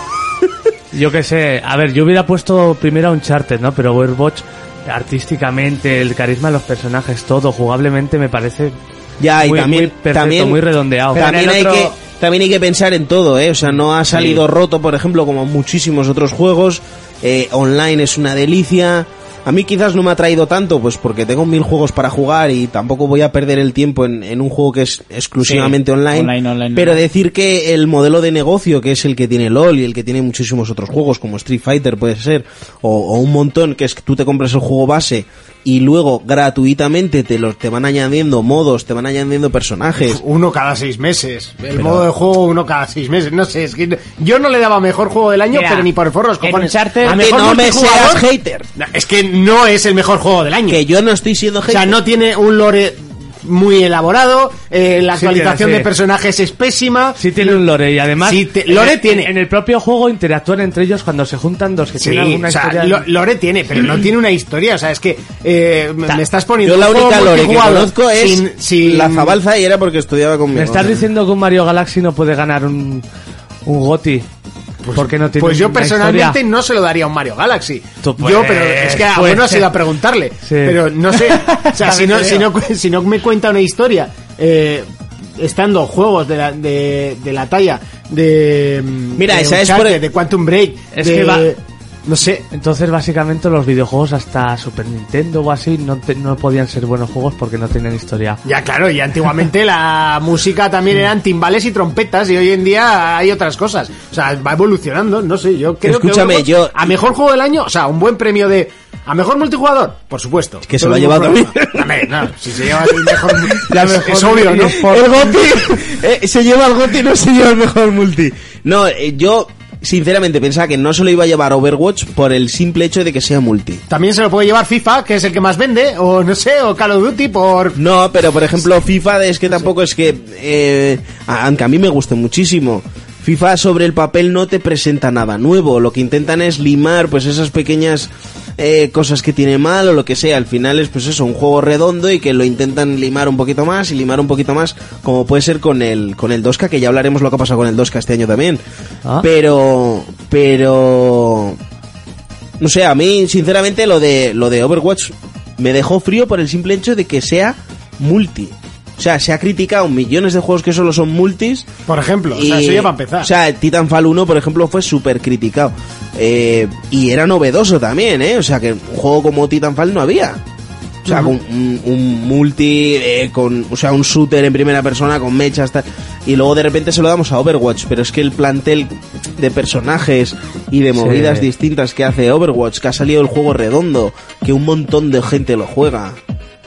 Speaker 5: yo qué sé. A ver, yo hubiera puesto primero a Uncharted, ¿no? Pero Overwatch, artísticamente, el carisma de los personajes, todo, jugablemente, me parece...
Speaker 4: Ya, y
Speaker 5: muy,
Speaker 4: también,
Speaker 5: muy perfecto,
Speaker 4: también,
Speaker 5: muy redondeado.
Speaker 3: Pero
Speaker 4: También
Speaker 3: en
Speaker 4: hay,
Speaker 3: el otro-
Speaker 4: que, también hay que pensar en todo, ¿eh? O sea, no ha salido roto, por ejemplo, como muchísimos otros juegos. Eh, online es una delicia. A mí quizás no me ha traído tanto, pues porque tengo mil juegos para jugar y tampoco voy a perder el tiempo en, en un juego que es exclusivamente
Speaker 3: Sí,
Speaker 4: online.
Speaker 3: online, online,
Speaker 4: pero
Speaker 3: online.
Speaker 4: decir que el modelo de negocio, que es el que tiene LOL y el que tiene muchísimos otros juegos, como Street Fighter puede ser, o, o un montón, que es que tú te compras el juego base y luego gratuitamente te, los, te van añadiendo modos, te van añadiendo personajes.
Speaker 2: Uno cada seis meses. El modo de juego, uno cada seis meses. No sé, es que yo no le daba mejor juego del año,
Speaker 3: Mira,
Speaker 2: pero ni por forros,
Speaker 3: en
Speaker 2: cojones.
Speaker 3: Uncharted-
Speaker 2: A
Speaker 4: Que
Speaker 2: mejor
Speaker 4: no me
Speaker 2: multijugador-
Speaker 4: seas hater.
Speaker 2: No, Es que no es el mejor juego del año.
Speaker 4: Que yo no estoy siendo
Speaker 2: O
Speaker 4: hater.
Speaker 2: sea, no tiene un lore muy elaborado, eh, la
Speaker 5: Sí,
Speaker 2: actualización
Speaker 5: tiene, sí.
Speaker 2: de personajes es pésima.
Speaker 5: Sí tiene un lore y además...
Speaker 2: Sí te- lore
Speaker 5: en el-
Speaker 2: tiene.
Speaker 5: En el propio juego interactúan entre ellos cuando se juntan dos que
Speaker 2: Sí,
Speaker 5: tienen alguna
Speaker 2: o sea,
Speaker 5: historia...
Speaker 2: lo- lore tiene, pero no tiene una historia. O sea, es que eh, me- me estás poniendo.
Speaker 4: Yo la
Speaker 2: un
Speaker 4: única
Speaker 2: juego
Speaker 4: lore que
Speaker 2: multijugador
Speaker 4: conozco es
Speaker 2: sin- sin-
Speaker 4: la Zabalza y era porque estudiaba conmigo.
Speaker 5: ¿Me estás diciendo que un Mario Galaxy no puede ganar un, un GOTI? porque no tiene
Speaker 2: Pues yo
Speaker 5: una
Speaker 2: personalmente
Speaker 5: historia?
Speaker 2: no se lo daría a un Mario Galaxy.
Speaker 5: Tú
Speaker 2: yo,
Speaker 5: puedes,
Speaker 2: pero es que a
Speaker 5: puedes.
Speaker 2: bueno ha sido a preguntarle.
Speaker 5: Sí.
Speaker 2: Pero no sé.
Speaker 5: *laughs*
Speaker 2: O sea, si,
Speaker 5: También
Speaker 2: no,
Speaker 5: te
Speaker 2: si,
Speaker 5: digo.
Speaker 2: no, cu- si no me cuenta una historia, eh, estando juegos de la, de, de la talla de. mm,
Speaker 4: Mira,
Speaker 2: de
Speaker 4: esa es
Speaker 2: Uncharted,
Speaker 4: por el-
Speaker 2: De Quantum Break.
Speaker 5: e- Es
Speaker 2: de-
Speaker 5: que va-
Speaker 2: No sé.
Speaker 5: Entonces, básicamente, los videojuegos hasta Super Nintendo o así no, te- no podían ser buenos juegos porque no tenían historia.
Speaker 2: Ya, claro, y antiguamente la música también eran timbales y trompetas, y hoy en día hay otras cosas. O sea, va evolucionando, no sé, yo creo
Speaker 4: Escúchame,
Speaker 2: que.
Speaker 4: yo-
Speaker 2: A mejor juego del año, o sea, un buen premio de. A mejor multijugador, por supuesto.
Speaker 4: que se
Speaker 2: Todo
Speaker 4: lo ha
Speaker 2: ningún
Speaker 4: llevado
Speaker 2: problema. Hombre, no, si se lleva el mejor. *laughs*
Speaker 4: *laughs*
Speaker 2: es, es obvio, ¿no?
Speaker 4: El Goti *laughs* eh, se lleva el Goti, no se lleva el mejor multi. No, eh, yo sinceramente pensaba que no se lo iba a llevar Overwatch por el simple hecho de que sea multi.
Speaker 2: También se lo puede llevar FIFA, que es el que más vende, o no sé, o Call of Duty por.
Speaker 4: No, pero por ejemplo FIFA es que tampoco es que... eh, a- aunque a mí me guste muchísimo. FIFA sobre el papel no te presenta nada nuevo. Lo que intentan es limar pues esas pequeñas eh, cosas que tiene mal o lo que sea. Al final es pues eso, un juego redondo y que lo intentan limar un poquito más y limar un poquito más como puede ser con el, con el 2K, que ya hablaremos lo que ha pasado con el 2K este año también.
Speaker 5: Ah.
Speaker 4: Pero... Pero... No sé, a mí, sinceramente, lo de, lo de Overwatch me dejó frío por el simple hecho de que sea multi. O sea, se ha criticado millones de juegos que solo son multis.
Speaker 2: Por ejemplo, o sea,
Speaker 4: y-
Speaker 2: eso ya para empezar.
Speaker 4: O sea, Titanfall 1, por ejemplo, fue súper criticado. Eh, y era novedoso también, ¿eh? O sea, que un juego como Titanfall no había. O sea, un, un- un multi, eh, con, o sea, un shooter en primera persona con mechas. tal. Y luego de repente se lo damos a Overwatch. Pero es que el plantel de personajes y de movidas
Speaker 5: Sí.
Speaker 4: distintas que hace Overwatch, que ha salido el juego redondo, que un montón de gente lo juega.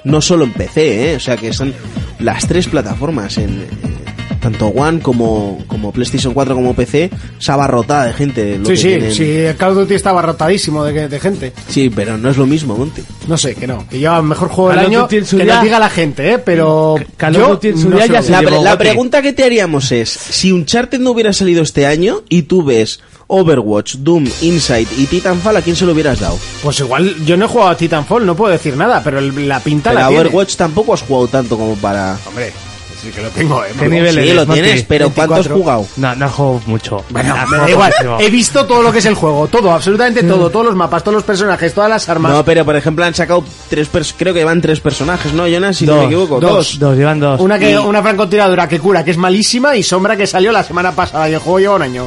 Speaker 4: No solo en PC, ¿eh? o sea que son las tres plataformas, en eh, tanto One como, como PlayStation 4 como PC, se abarrotada de gente. Lo
Speaker 2: sí,
Speaker 4: que
Speaker 2: sí,
Speaker 4: tienen.
Speaker 2: sí, el Call of Duty estaba rotadísimo de, de gente.
Speaker 4: Sí, pero no es lo mismo, Monty.
Speaker 2: No sé, que no. Que lleva el mejor juego del
Speaker 5: Call of
Speaker 2: año.
Speaker 5: Duty en su
Speaker 2: Que
Speaker 5: día-
Speaker 2: lo diga la gente, ¿eh? Pero.
Speaker 5: Call of
Speaker 2: yo
Speaker 5: Duty en su
Speaker 2: no
Speaker 5: día
Speaker 2: se
Speaker 5: ya
Speaker 2: lo
Speaker 5: se
Speaker 4: La,
Speaker 5: llevó
Speaker 4: pre- la
Speaker 5: Gotti.
Speaker 4: pregunta que te haríamos es, si Uncharted no hubiera salido este año y tú ves Overwatch, Doom, Inside y Titanfall, ¿a quién se lo hubieras dado?
Speaker 2: Pues igual, yo no he jugado a Titanfall, no puedo decir nada, pero el- la pinta
Speaker 4: Pero
Speaker 2: la
Speaker 4: a
Speaker 2: tiene.
Speaker 4: Overwatch tampoco has jugado tanto como para...
Speaker 2: Hombre, sí que lo tengo, eh.
Speaker 5: ¿Qué
Speaker 2: Bueno,
Speaker 5: nivel
Speaker 4: Sí,
Speaker 5: eres,
Speaker 4: lo
Speaker 5: Monty?
Speaker 4: tienes, pero ¿cuánto has
Speaker 2: 24?
Speaker 4: jugado?
Speaker 5: No, no juego mucho.
Speaker 2: Bueno,
Speaker 5: Ah,
Speaker 2: me da
Speaker 5: juego *laughs*
Speaker 2: igual. Eh,
Speaker 5: muchísimo.
Speaker 2: He visto todo lo que es el juego, todo, absolutamente todo, todos los mapas, todos los personajes, todas las armas.
Speaker 4: No, pero por ejemplo han sacado tres pers- creo que van tres personajes, ¿no, Jonas? Si no me equivoco, dos.
Speaker 5: Dos, llevan dos.
Speaker 2: Una que
Speaker 4: Y-
Speaker 2: una francotiradora que cura, que es malísima, y Sombra que salió la semana pasada y el juego lleva un año.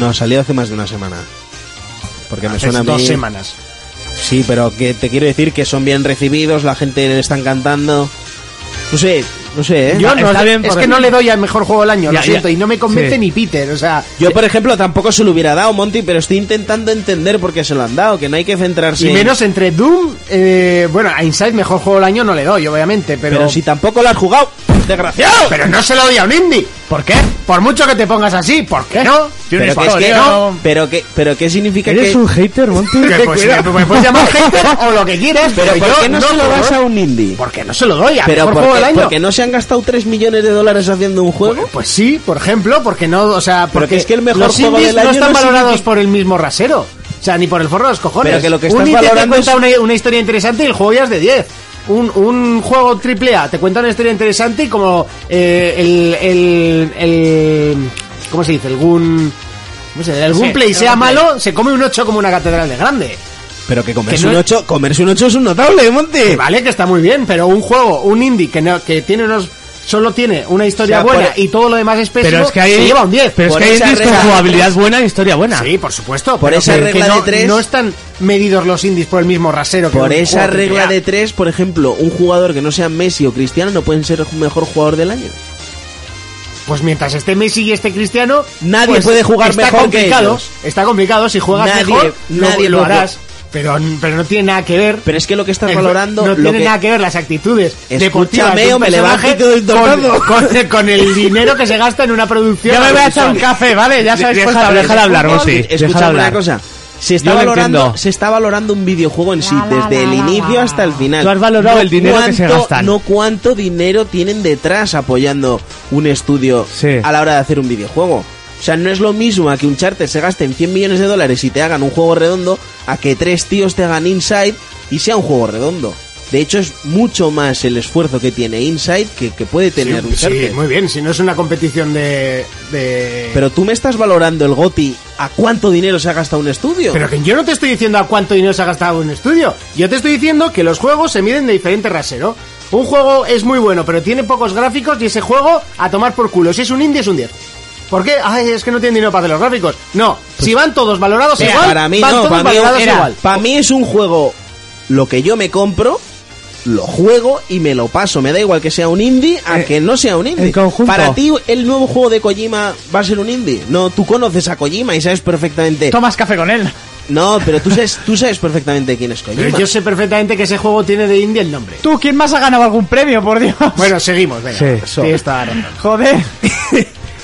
Speaker 4: No, salió hace más de una semana. Porque me
Speaker 2: Hace
Speaker 4: suena a mí.
Speaker 2: dos semanas.
Speaker 4: Sí, pero que te quiero decir que son bien recibidos, la gente le están cantando. No sé, no sé, ¿eh?
Speaker 2: Yo no,
Speaker 5: está bien
Speaker 2: es
Speaker 5: por-
Speaker 2: que no le doy al mejor juego del año,
Speaker 5: Ya,
Speaker 2: lo siento,
Speaker 5: ya.
Speaker 2: y no me convence
Speaker 5: Sí.
Speaker 2: ni Peter, o sea,
Speaker 4: Yo, por ejemplo, tampoco se lo hubiera dado, Monty, pero estoy intentando entender por qué se lo han dado, que no hay que centrarse
Speaker 2: y
Speaker 4: en-
Speaker 2: menos entre Doom, eh, bueno, a Inside mejor juego del año no le doy, obviamente,
Speaker 4: Pero si tampoco lo has jugado, desgraciado.
Speaker 2: Pero no se lo doy a un indie.
Speaker 3: ¿Por qué?
Speaker 2: Por mucho que te pongas así, ¿por qué no?
Speaker 4: Pero que es que no, pero que, pero que significa
Speaker 5: ¿Eres
Speaker 4: que...
Speaker 5: un hater, Monty?
Speaker 2: Que, pues,
Speaker 4: cuidado.
Speaker 2: me- me puedes llamar hater o lo que quieras, pero,
Speaker 4: Pero ¿por
Speaker 2: yo
Speaker 4: qué no, se lo
Speaker 2: doy.
Speaker 4: das a un indie?
Speaker 2: ¿Por qué no se lo doy? ¿A
Speaker 4: Pero
Speaker 2: mejor
Speaker 4: porque,
Speaker 2: juego del año?
Speaker 4: porque no se han gastado 3 millones de dólares haciendo un juego.
Speaker 2: Pues, pues sí, por ejemplo, porque no, o sea, porque
Speaker 4: es que el mejor
Speaker 2: los
Speaker 4: juego
Speaker 2: indies
Speaker 4: del año
Speaker 2: no están
Speaker 4: no
Speaker 2: valorados
Speaker 4: significa-
Speaker 2: por el mismo rasero, o sea, ni por el forro de los cojones.
Speaker 4: Pero que lo que
Speaker 2: un
Speaker 4: estás
Speaker 2: indie te
Speaker 4: valorando
Speaker 2: cuenta
Speaker 4: es-
Speaker 2: una, una historia interesante y el juego ya es de 10. Un, un juego triple A te cuenta una historia interesante y como eh, el, el, el- ¿cómo se dice? Algún no sé, el gunplay sea malo, se come un 8 como una catedral de grande.
Speaker 4: pero que comerse
Speaker 2: no
Speaker 4: un
Speaker 2: es-
Speaker 4: 8, comerse un 8 es un notable, Monte.
Speaker 2: Que vale, que está muy bien, pero un juego, un indie que no, que tiene unos solo tiene una historia
Speaker 4: O sea,
Speaker 2: buena
Speaker 4: por-
Speaker 2: y todo lo demás es pésimo,
Speaker 5: Pero es que hay,
Speaker 2: se lleva un 10.
Speaker 5: pero es
Speaker 4: Por
Speaker 5: que hay
Speaker 4: esa
Speaker 5: indies con
Speaker 4: regla-
Speaker 5: jugabilidad buena y historia buena.
Speaker 2: Sí, por supuesto.
Speaker 4: Por
Speaker 2: pero
Speaker 4: esa
Speaker 2: que-
Speaker 4: regla
Speaker 2: que no,
Speaker 4: de tres-
Speaker 2: No están medidos los indies por el mismo rasero que
Speaker 4: Por
Speaker 2: un
Speaker 4: esa
Speaker 2: juego que
Speaker 4: regla
Speaker 2: crea.
Speaker 4: de 3, por ejemplo, un jugador que no sea Messi o Cristiano no pueden ser mejor jugador del año.
Speaker 2: Pues mientras esté Messi y este Cristiano.
Speaker 4: Nadie
Speaker 2: pues,
Speaker 4: puede jugar
Speaker 2: está
Speaker 4: mejor que
Speaker 2: complicado,
Speaker 4: ellos.
Speaker 2: Está complicado. Si juegas
Speaker 4: Nadie-
Speaker 2: mejor, lo-
Speaker 4: nadie
Speaker 2: lo,
Speaker 4: puede.
Speaker 2: harás. Pero, pero no tiene nada que ver.
Speaker 4: Pero es que lo que estás
Speaker 2: El-
Speaker 4: valorando...
Speaker 2: no
Speaker 4: lo
Speaker 2: tiene
Speaker 4: que-
Speaker 2: nada que ver las actitudes
Speaker 4: Escúchame
Speaker 2: deportivas de
Speaker 4: o
Speaker 2: un
Speaker 4: me levanto y
Speaker 2: personaje
Speaker 4: te doy un tortazo.
Speaker 2: con, con- con el
Speaker 4: *laughs*
Speaker 2: dinero que se gasta en una producción
Speaker 5: Yo me voy a echar un
Speaker 2: audiovisual.
Speaker 5: café, ¿vale? Ya sabes,
Speaker 4: Deja-
Speaker 5: pues, hablar,
Speaker 4: deja de
Speaker 5: hablar,
Speaker 4: fútbol,
Speaker 5: Monty.
Speaker 4: Escúchame
Speaker 5: Deja de hablar.
Speaker 4: una cosa. Se está,
Speaker 5: Yo lo
Speaker 4: valorando,
Speaker 5: entiendo.
Speaker 4: se está valorando un videojuego en sí, desde el inicio hasta el final.
Speaker 5: Tú has valorado el dinero que se
Speaker 4: cuánto-
Speaker 5: gastan.
Speaker 4: No cuánto dinero tienen detrás apoyando un estudio
Speaker 5: Sí.
Speaker 4: a la hora de hacer un videojuego. O sea, no es lo mismo a que un charter se gaste en 100 millones de dólares y te hagan un juego redondo, a que tres tíos te hagan Inside y sea un juego redondo. De hecho, es mucho más el esfuerzo que tiene Inside que, que puede tener
Speaker 2: Sí,
Speaker 4: un
Speaker 2: sí,
Speaker 4: charter.
Speaker 2: muy bien. Si no es una competición de. de-
Speaker 4: Pero tú me estás valorando el GOTI a cuánto dinero se ha gastado un estudio.
Speaker 2: Pero que yo no te estoy diciendo a cuánto dinero se ha gastado un estudio. Yo te estoy diciendo que los juegos se miden de diferente rasero. Un juego es muy bueno, pero tiene pocos gráficos y ese juego a tomar por culo. Si es un indie es un 10. ¿Por qué? Ay, es que no tienen dinero para hacer los gráficos. No, si van todos valorados
Speaker 4: Mira,
Speaker 2: igual,
Speaker 4: Pues para mí
Speaker 2: van
Speaker 4: no,
Speaker 2: todos
Speaker 4: para mí,
Speaker 2: valorados
Speaker 4: era,
Speaker 2: igual.
Speaker 4: para mí es un juego lo que yo me compro, lo juego y me lo paso. Me da igual que sea un indie a
Speaker 5: Eh,
Speaker 4: que no sea un indie.
Speaker 5: en conjunto.
Speaker 4: Para ti el nuevo juego de Kojima va a ser un indie. No, tú conoces a Kojima y sabes perfectamente.
Speaker 3: Tomas café con él.
Speaker 4: No, pero tú sabes, tú sabes perfectamente quién es Kojima.
Speaker 2: Pero yo sé perfectamente que ese juego tiene de indie el nombre.
Speaker 3: Tú, ¿quién más ha ganado algún premio, por Dios?
Speaker 2: Bueno, seguimos, venga.
Speaker 5: Sí.
Speaker 2: Sí, está roto.
Speaker 3: Joder.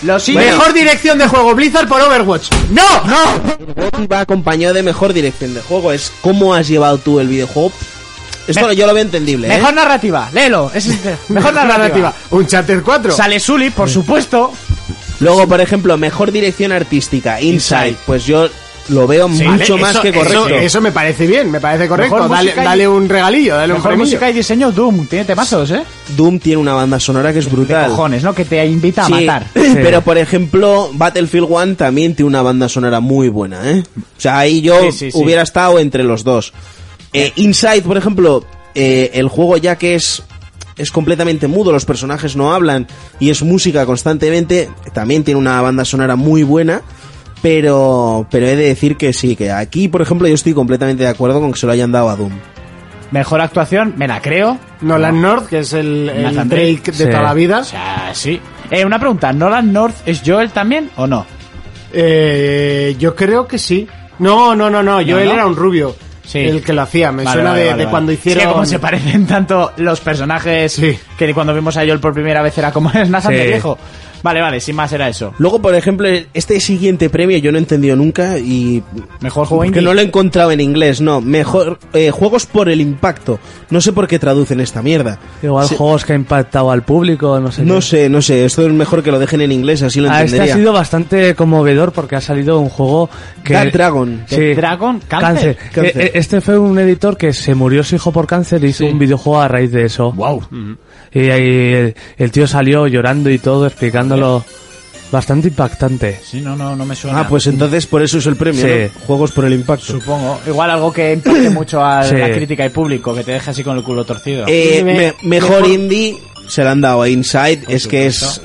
Speaker 3: Los
Speaker 2: Mejor dirección de juego, Blizzard por Overwatch. ¡No! ¡No!
Speaker 4: Y va acompañado de mejor dirección de juego. Es cómo has llevado tú el videojuego. Esto yo lo veo entendible. ¿eh?
Speaker 3: Mejor narrativa, léelo. Es
Speaker 2: *laughs*
Speaker 3: mejor narrativa.
Speaker 2: Un Charter 4.
Speaker 3: Sale Sully, por supuesto.
Speaker 4: Luego, por ejemplo, mejor dirección artística, Inside.
Speaker 3: Inside.
Speaker 4: Pues yo lo veo mucho
Speaker 2: Vale,
Speaker 4: más
Speaker 2: eso-
Speaker 4: que correcto.
Speaker 2: Eso, eso me parece bien, me parece correcto.
Speaker 3: Mejor
Speaker 2: Dale,
Speaker 3: música y-
Speaker 2: dale un regalillo, dale un
Speaker 3: Mejor
Speaker 2: premio.
Speaker 3: música y diseño, Doom. Tiene temazos, ¿eh?
Speaker 4: Doom tiene una banda sonora que es
Speaker 3: De
Speaker 4: brutal.
Speaker 3: cojones, ¿no? Que te invita a
Speaker 4: Sí,
Speaker 3: matar.
Speaker 4: *laughs* Pero por ejemplo, Battlefield 1 también tiene una banda sonora muy buena, ¿eh? O sea, ahí yo
Speaker 3: Sí, sí, sí.
Speaker 4: hubiera estado entre los dos. Eh, Inside, por ejemplo, eh, el juego ya que es es completamente mudo, los personajes no hablan y es música constantemente, también tiene una banda sonora muy buena. Pero, pero he de decir que sí, que aquí, por ejemplo, yo estoy completamente de acuerdo con que se lo hayan dado a Doom.
Speaker 3: Mejor actuación, me la creo.
Speaker 2: Nolan North, que es el, el
Speaker 3: Nathan Drake,
Speaker 2: Drake de
Speaker 5: sí.
Speaker 2: toda la vida.
Speaker 3: O sea, sí. Eh, una pregunta, ¿Nolan North es Joel también o no?
Speaker 2: Eh, yo creo que sí. No, no, no, no. Yo él
Speaker 3: ¿no?
Speaker 2: era un rubio.
Speaker 3: Sí.
Speaker 2: El que lo hacía. Me
Speaker 3: Vale,
Speaker 2: suena
Speaker 3: vale,
Speaker 2: de,
Speaker 3: vale,
Speaker 2: de
Speaker 3: vale.
Speaker 2: cuando
Speaker 3: Es que
Speaker 2: hicieron.
Speaker 3: como se parecen *laughs* tanto los personajes
Speaker 2: Sí.
Speaker 3: que cuando vimos a Joel por primera vez era como *laughs* es Nathan
Speaker 5: Sí.
Speaker 3: de viejo. Vale, vale, sin más era eso.
Speaker 4: Luego, por ejemplo, este siguiente premio yo no he entendido nunca y
Speaker 3: Mejor juego
Speaker 4: Porque
Speaker 3: indie.
Speaker 4: no lo he encontrado en inglés, no. Mejor eh, juegos por el impacto. No sé por qué traducen esta mierda.
Speaker 5: Igual
Speaker 4: Sí.
Speaker 5: juegos que ha impactado al público, no sé.
Speaker 4: No
Speaker 5: qué.
Speaker 4: sé, no sé. Esto es mejor que lo dejen en inglés, así lo
Speaker 5: Ah, este
Speaker 4: entendería.
Speaker 5: ha sido bastante conmovedor porque ha salido un juego que...
Speaker 4: Dark Dragon.
Speaker 5: Sí.
Speaker 3: Dead eh, Dragon, cáncer.
Speaker 5: Cáncer.
Speaker 4: Cáncer.
Speaker 5: Eh, eh, Este fue un editor que se murió su hijo por cáncer y hizo un videojuego a raíz de eso.
Speaker 3: Wow.
Speaker 5: Y ahí el, el tío salió llorando y todo, explicándolo. Bastante impactante.
Speaker 3: Sí, no, no, no me suena.
Speaker 4: Ah, pues entonces por eso es el premio,
Speaker 5: Sí.
Speaker 4: ¿no? Juegos por el impacto.
Speaker 3: Supongo. Igual algo que impacte mucho a
Speaker 5: Sí.
Speaker 3: la crítica y público, que te deje así con el culo torcido.
Speaker 4: Eh,
Speaker 2: Dime,
Speaker 4: me- mejor indie se lo han dado a Inside. Es que es...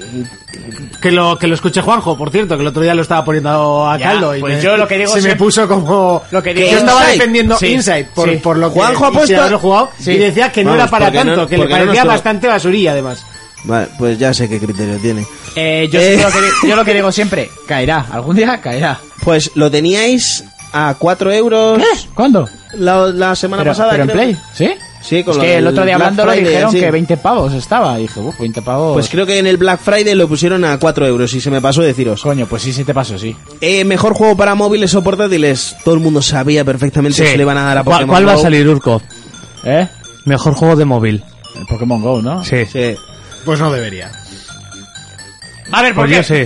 Speaker 2: Que lo, que lo escuche Juanjo, por cierto, que el otro día lo estaba poniendo a
Speaker 3: Ya,
Speaker 2: caldo. Y
Speaker 3: pues
Speaker 2: me-
Speaker 3: yo lo que digo
Speaker 2: Se me
Speaker 3: siempre-
Speaker 2: puso como.
Speaker 3: Lo que
Speaker 2: que
Speaker 3: digo-
Speaker 2: yo estaba
Speaker 4: Inside.
Speaker 2: defendiendo
Speaker 3: Sí,
Speaker 2: Inside por,
Speaker 3: sí.
Speaker 2: por lo que.
Speaker 4: Juanjo ha
Speaker 2: y sin
Speaker 4: puesto-
Speaker 2: haberlo jugado.
Speaker 3: Sí.
Speaker 2: Y decía que no
Speaker 4: Vamos,
Speaker 2: era para
Speaker 4: porque no-
Speaker 2: tanto, que le
Speaker 4: porque no nos
Speaker 2: parecía
Speaker 4: to-
Speaker 2: bastante basurilla además.
Speaker 4: Vale, pues ya sé qué criterio tiene.
Speaker 3: Eh, yo,
Speaker 4: eh.
Speaker 3: Lo que, di- yo lo que digo siempre, caerá. Algún día caerá.
Speaker 4: Pues lo teníais a 4 euros
Speaker 3: ¿Cuándo?
Speaker 4: la, la semana
Speaker 3: Pero,
Speaker 4: pasada.
Speaker 3: pero en
Speaker 4: creo.
Speaker 3: Play, ¿sí?
Speaker 4: Sí, con
Speaker 3: Es
Speaker 4: lo
Speaker 3: que el
Speaker 4: del
Speaker 3: otro día
Speaker 4: Black
Speaker 3: hablando lo
Speaker 4: Friday,
Speaker 3: dijeron
Speaker 4: sí.
Speaker 3: que 20 pavos estaba. Y dije, uff, 20 pavos.
Speaker 4: Pues creo que en el Black Friday lo pusieron a 4 euros y se me pasó deciros.
Speaker 3: coño, pues sí, sí te pasó, sí.
Speaker 4: Eh, mejor juego para móviles o portátiles. Todo el mundo sabía perfectamente que le van a dar a
Speaker 5: ¿Cuál,
Speaker 4: Pokémon
Speaker 5: cuál va a
Speaker 4: Go.
Speaker 5: salir, Urco?
Speaker 3: ¿Eh?
Speaker 5: Mejor juego de móvil.
Speaker 3: El Pokémon Go, ¿no?
Speaker 5: Sí.
Speaker 4: Sí.
Speaker 2: Pues no debería.
Speaker 3: A ver,
Speaker 5: Pues yo sí.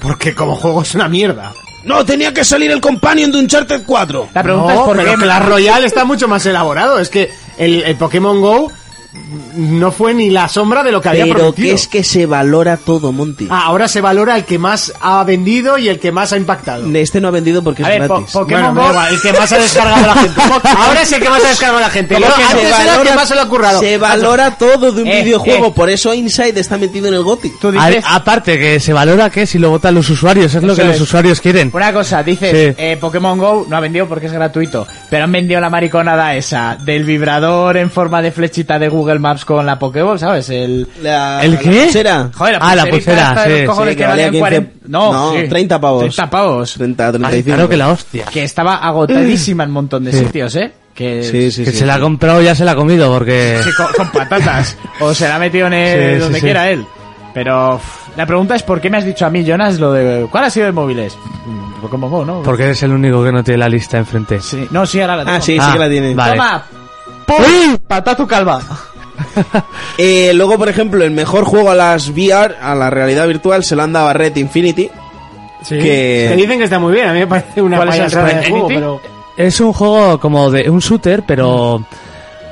Speaker 2: Porque como juego es una mierda.
Speaker 4: No, tenía que salir el Companion de Uncharted 4.
Speaker 3: La pregunta
Speaker 2: no,
Speaker 3: es por
Speaker 2: pero
Speaker 3: qué.
Speaker 2: Clash Royale está mucho más elaborado. Es que el, el Pokémon GO no fue ni la sombra de lo que había
Speaker 4: Pero
Speaker 2: prometido.
Speaker 4: que es que se valora todo, Monty.
Speaker 2: Ah, ahora se valora el que más ha vendido y el que más ha impactado.
Speaker 4: Este no ha vendido porque
Speaker 3: A
Speaker 4: es
Speaker 3: ver, po-
Speaker 4: gratis.
Speaker 2: Bueno,
Speaker 3: Pokémon
Speaker 2: me da
Speaker 3: Go.
Speaker 2: igual, el que más ha descargado la *laughs* gente. Ahora es el que más ha descargado la gente. Luego,
Speaker 4: se
Speaker 2: antes era el que más se lo ha currado.
Speaker 4: se valora todo de un
Speaker 3: Eh,
Speaker 4: videojuego,
Speaker 3: eh.
Speaker 4: por eso Inside está metido en el GOTY.
Speaker 3: Tú
Speaker 5: A-
Speaker 3: dices.
Speaker 5: aparte que se valora que si lo votan los usuarios, es lo que
Speaker 3: Eso
Speaker 5: los
Speaker 3: es.
Speaker 5: usuarios quieren.
Speaker 3: Una cosa, dices,
Speaker 5: Sí.
Speaker 3: eh, Pokémon Go no ha vendido porque es gratuito, pero han vendido la mariconada esa del vibrador en forma de flechita de Google Maps con la Pokéball, ¿sabes? El.
Speaker 4: La-
Speaker 5: ¿El
Speaker 4: la
Speaker 5: qué?
Speaker 4: pulsera.
Speaker 3: Joder, la
Speaker 5: Ah, la
Speaker 3: pulserita
Speaker 5: pulsera,
Speaker 3: esta de los
Speaker 5: sí,
Speaker 3: cojones
Speaker 4: sí,
Speaker 3: que
Speaker 4: que valía
Speaker 3: valían
Speaker 4: 15
Speaker 3: 40 No,
Speaker 4: no, 30 pavos.
Speaker 3: 30 pavos.
Speaker 4: 30,
Speaker 5: Ah,
Speaker 4: 35.
Speaker 5: claro que la hostia.
Speaker 3: Que estaba agotadísima en un montón de sitios, ¿eh? Que,
Speaker 4: Sí, sí,
Speaker 5: que
Speaker 4: sí.
Speaker 5: se la ha comprado ya se la ha comido porque...
Speaker 3: Sí, con, con patatas. O se la ha metido en el-
Speaker 5: Sí, sí,
Speaker 3: donde
Speaker 5: sí.
Speaker 3: quiera él. Pero uf, la pregunta es por qué me has dicho a mí, Jonas, lo de... ¿Cuál ha sido de móviles? Mm, Pokémon Go, ¿no?
Speaker 5: Porque eres el único que no tiene la lista enfrente.
Speaker 3: Sí. No, sí, ahora la tengo.
Speaker 4: Ah, sí, sí
Speaker 5: Ah,
Speaker 4: que la tiene.
Speaker 5: vale.
Speaker 3: Toma. Patá tu calva.
Speaker 4: Eh, luego, por ejemplo, el mejor juego a las VR, a la realidad virtual, se lo han dado a Red Infinity.
Speaker 2: Que
Speaker 4: Que
Speaker 2: dicen que está muy bien. A mí me parece una
Speaker 3: ¿Cuál es el
Speaker 2: payasada de
Speaker 3: Red
Speaker 2: juego,
Speaker 3: Entity?
Speaker 2: pero...
Speaker 5: Es un juego como de un shooter, pero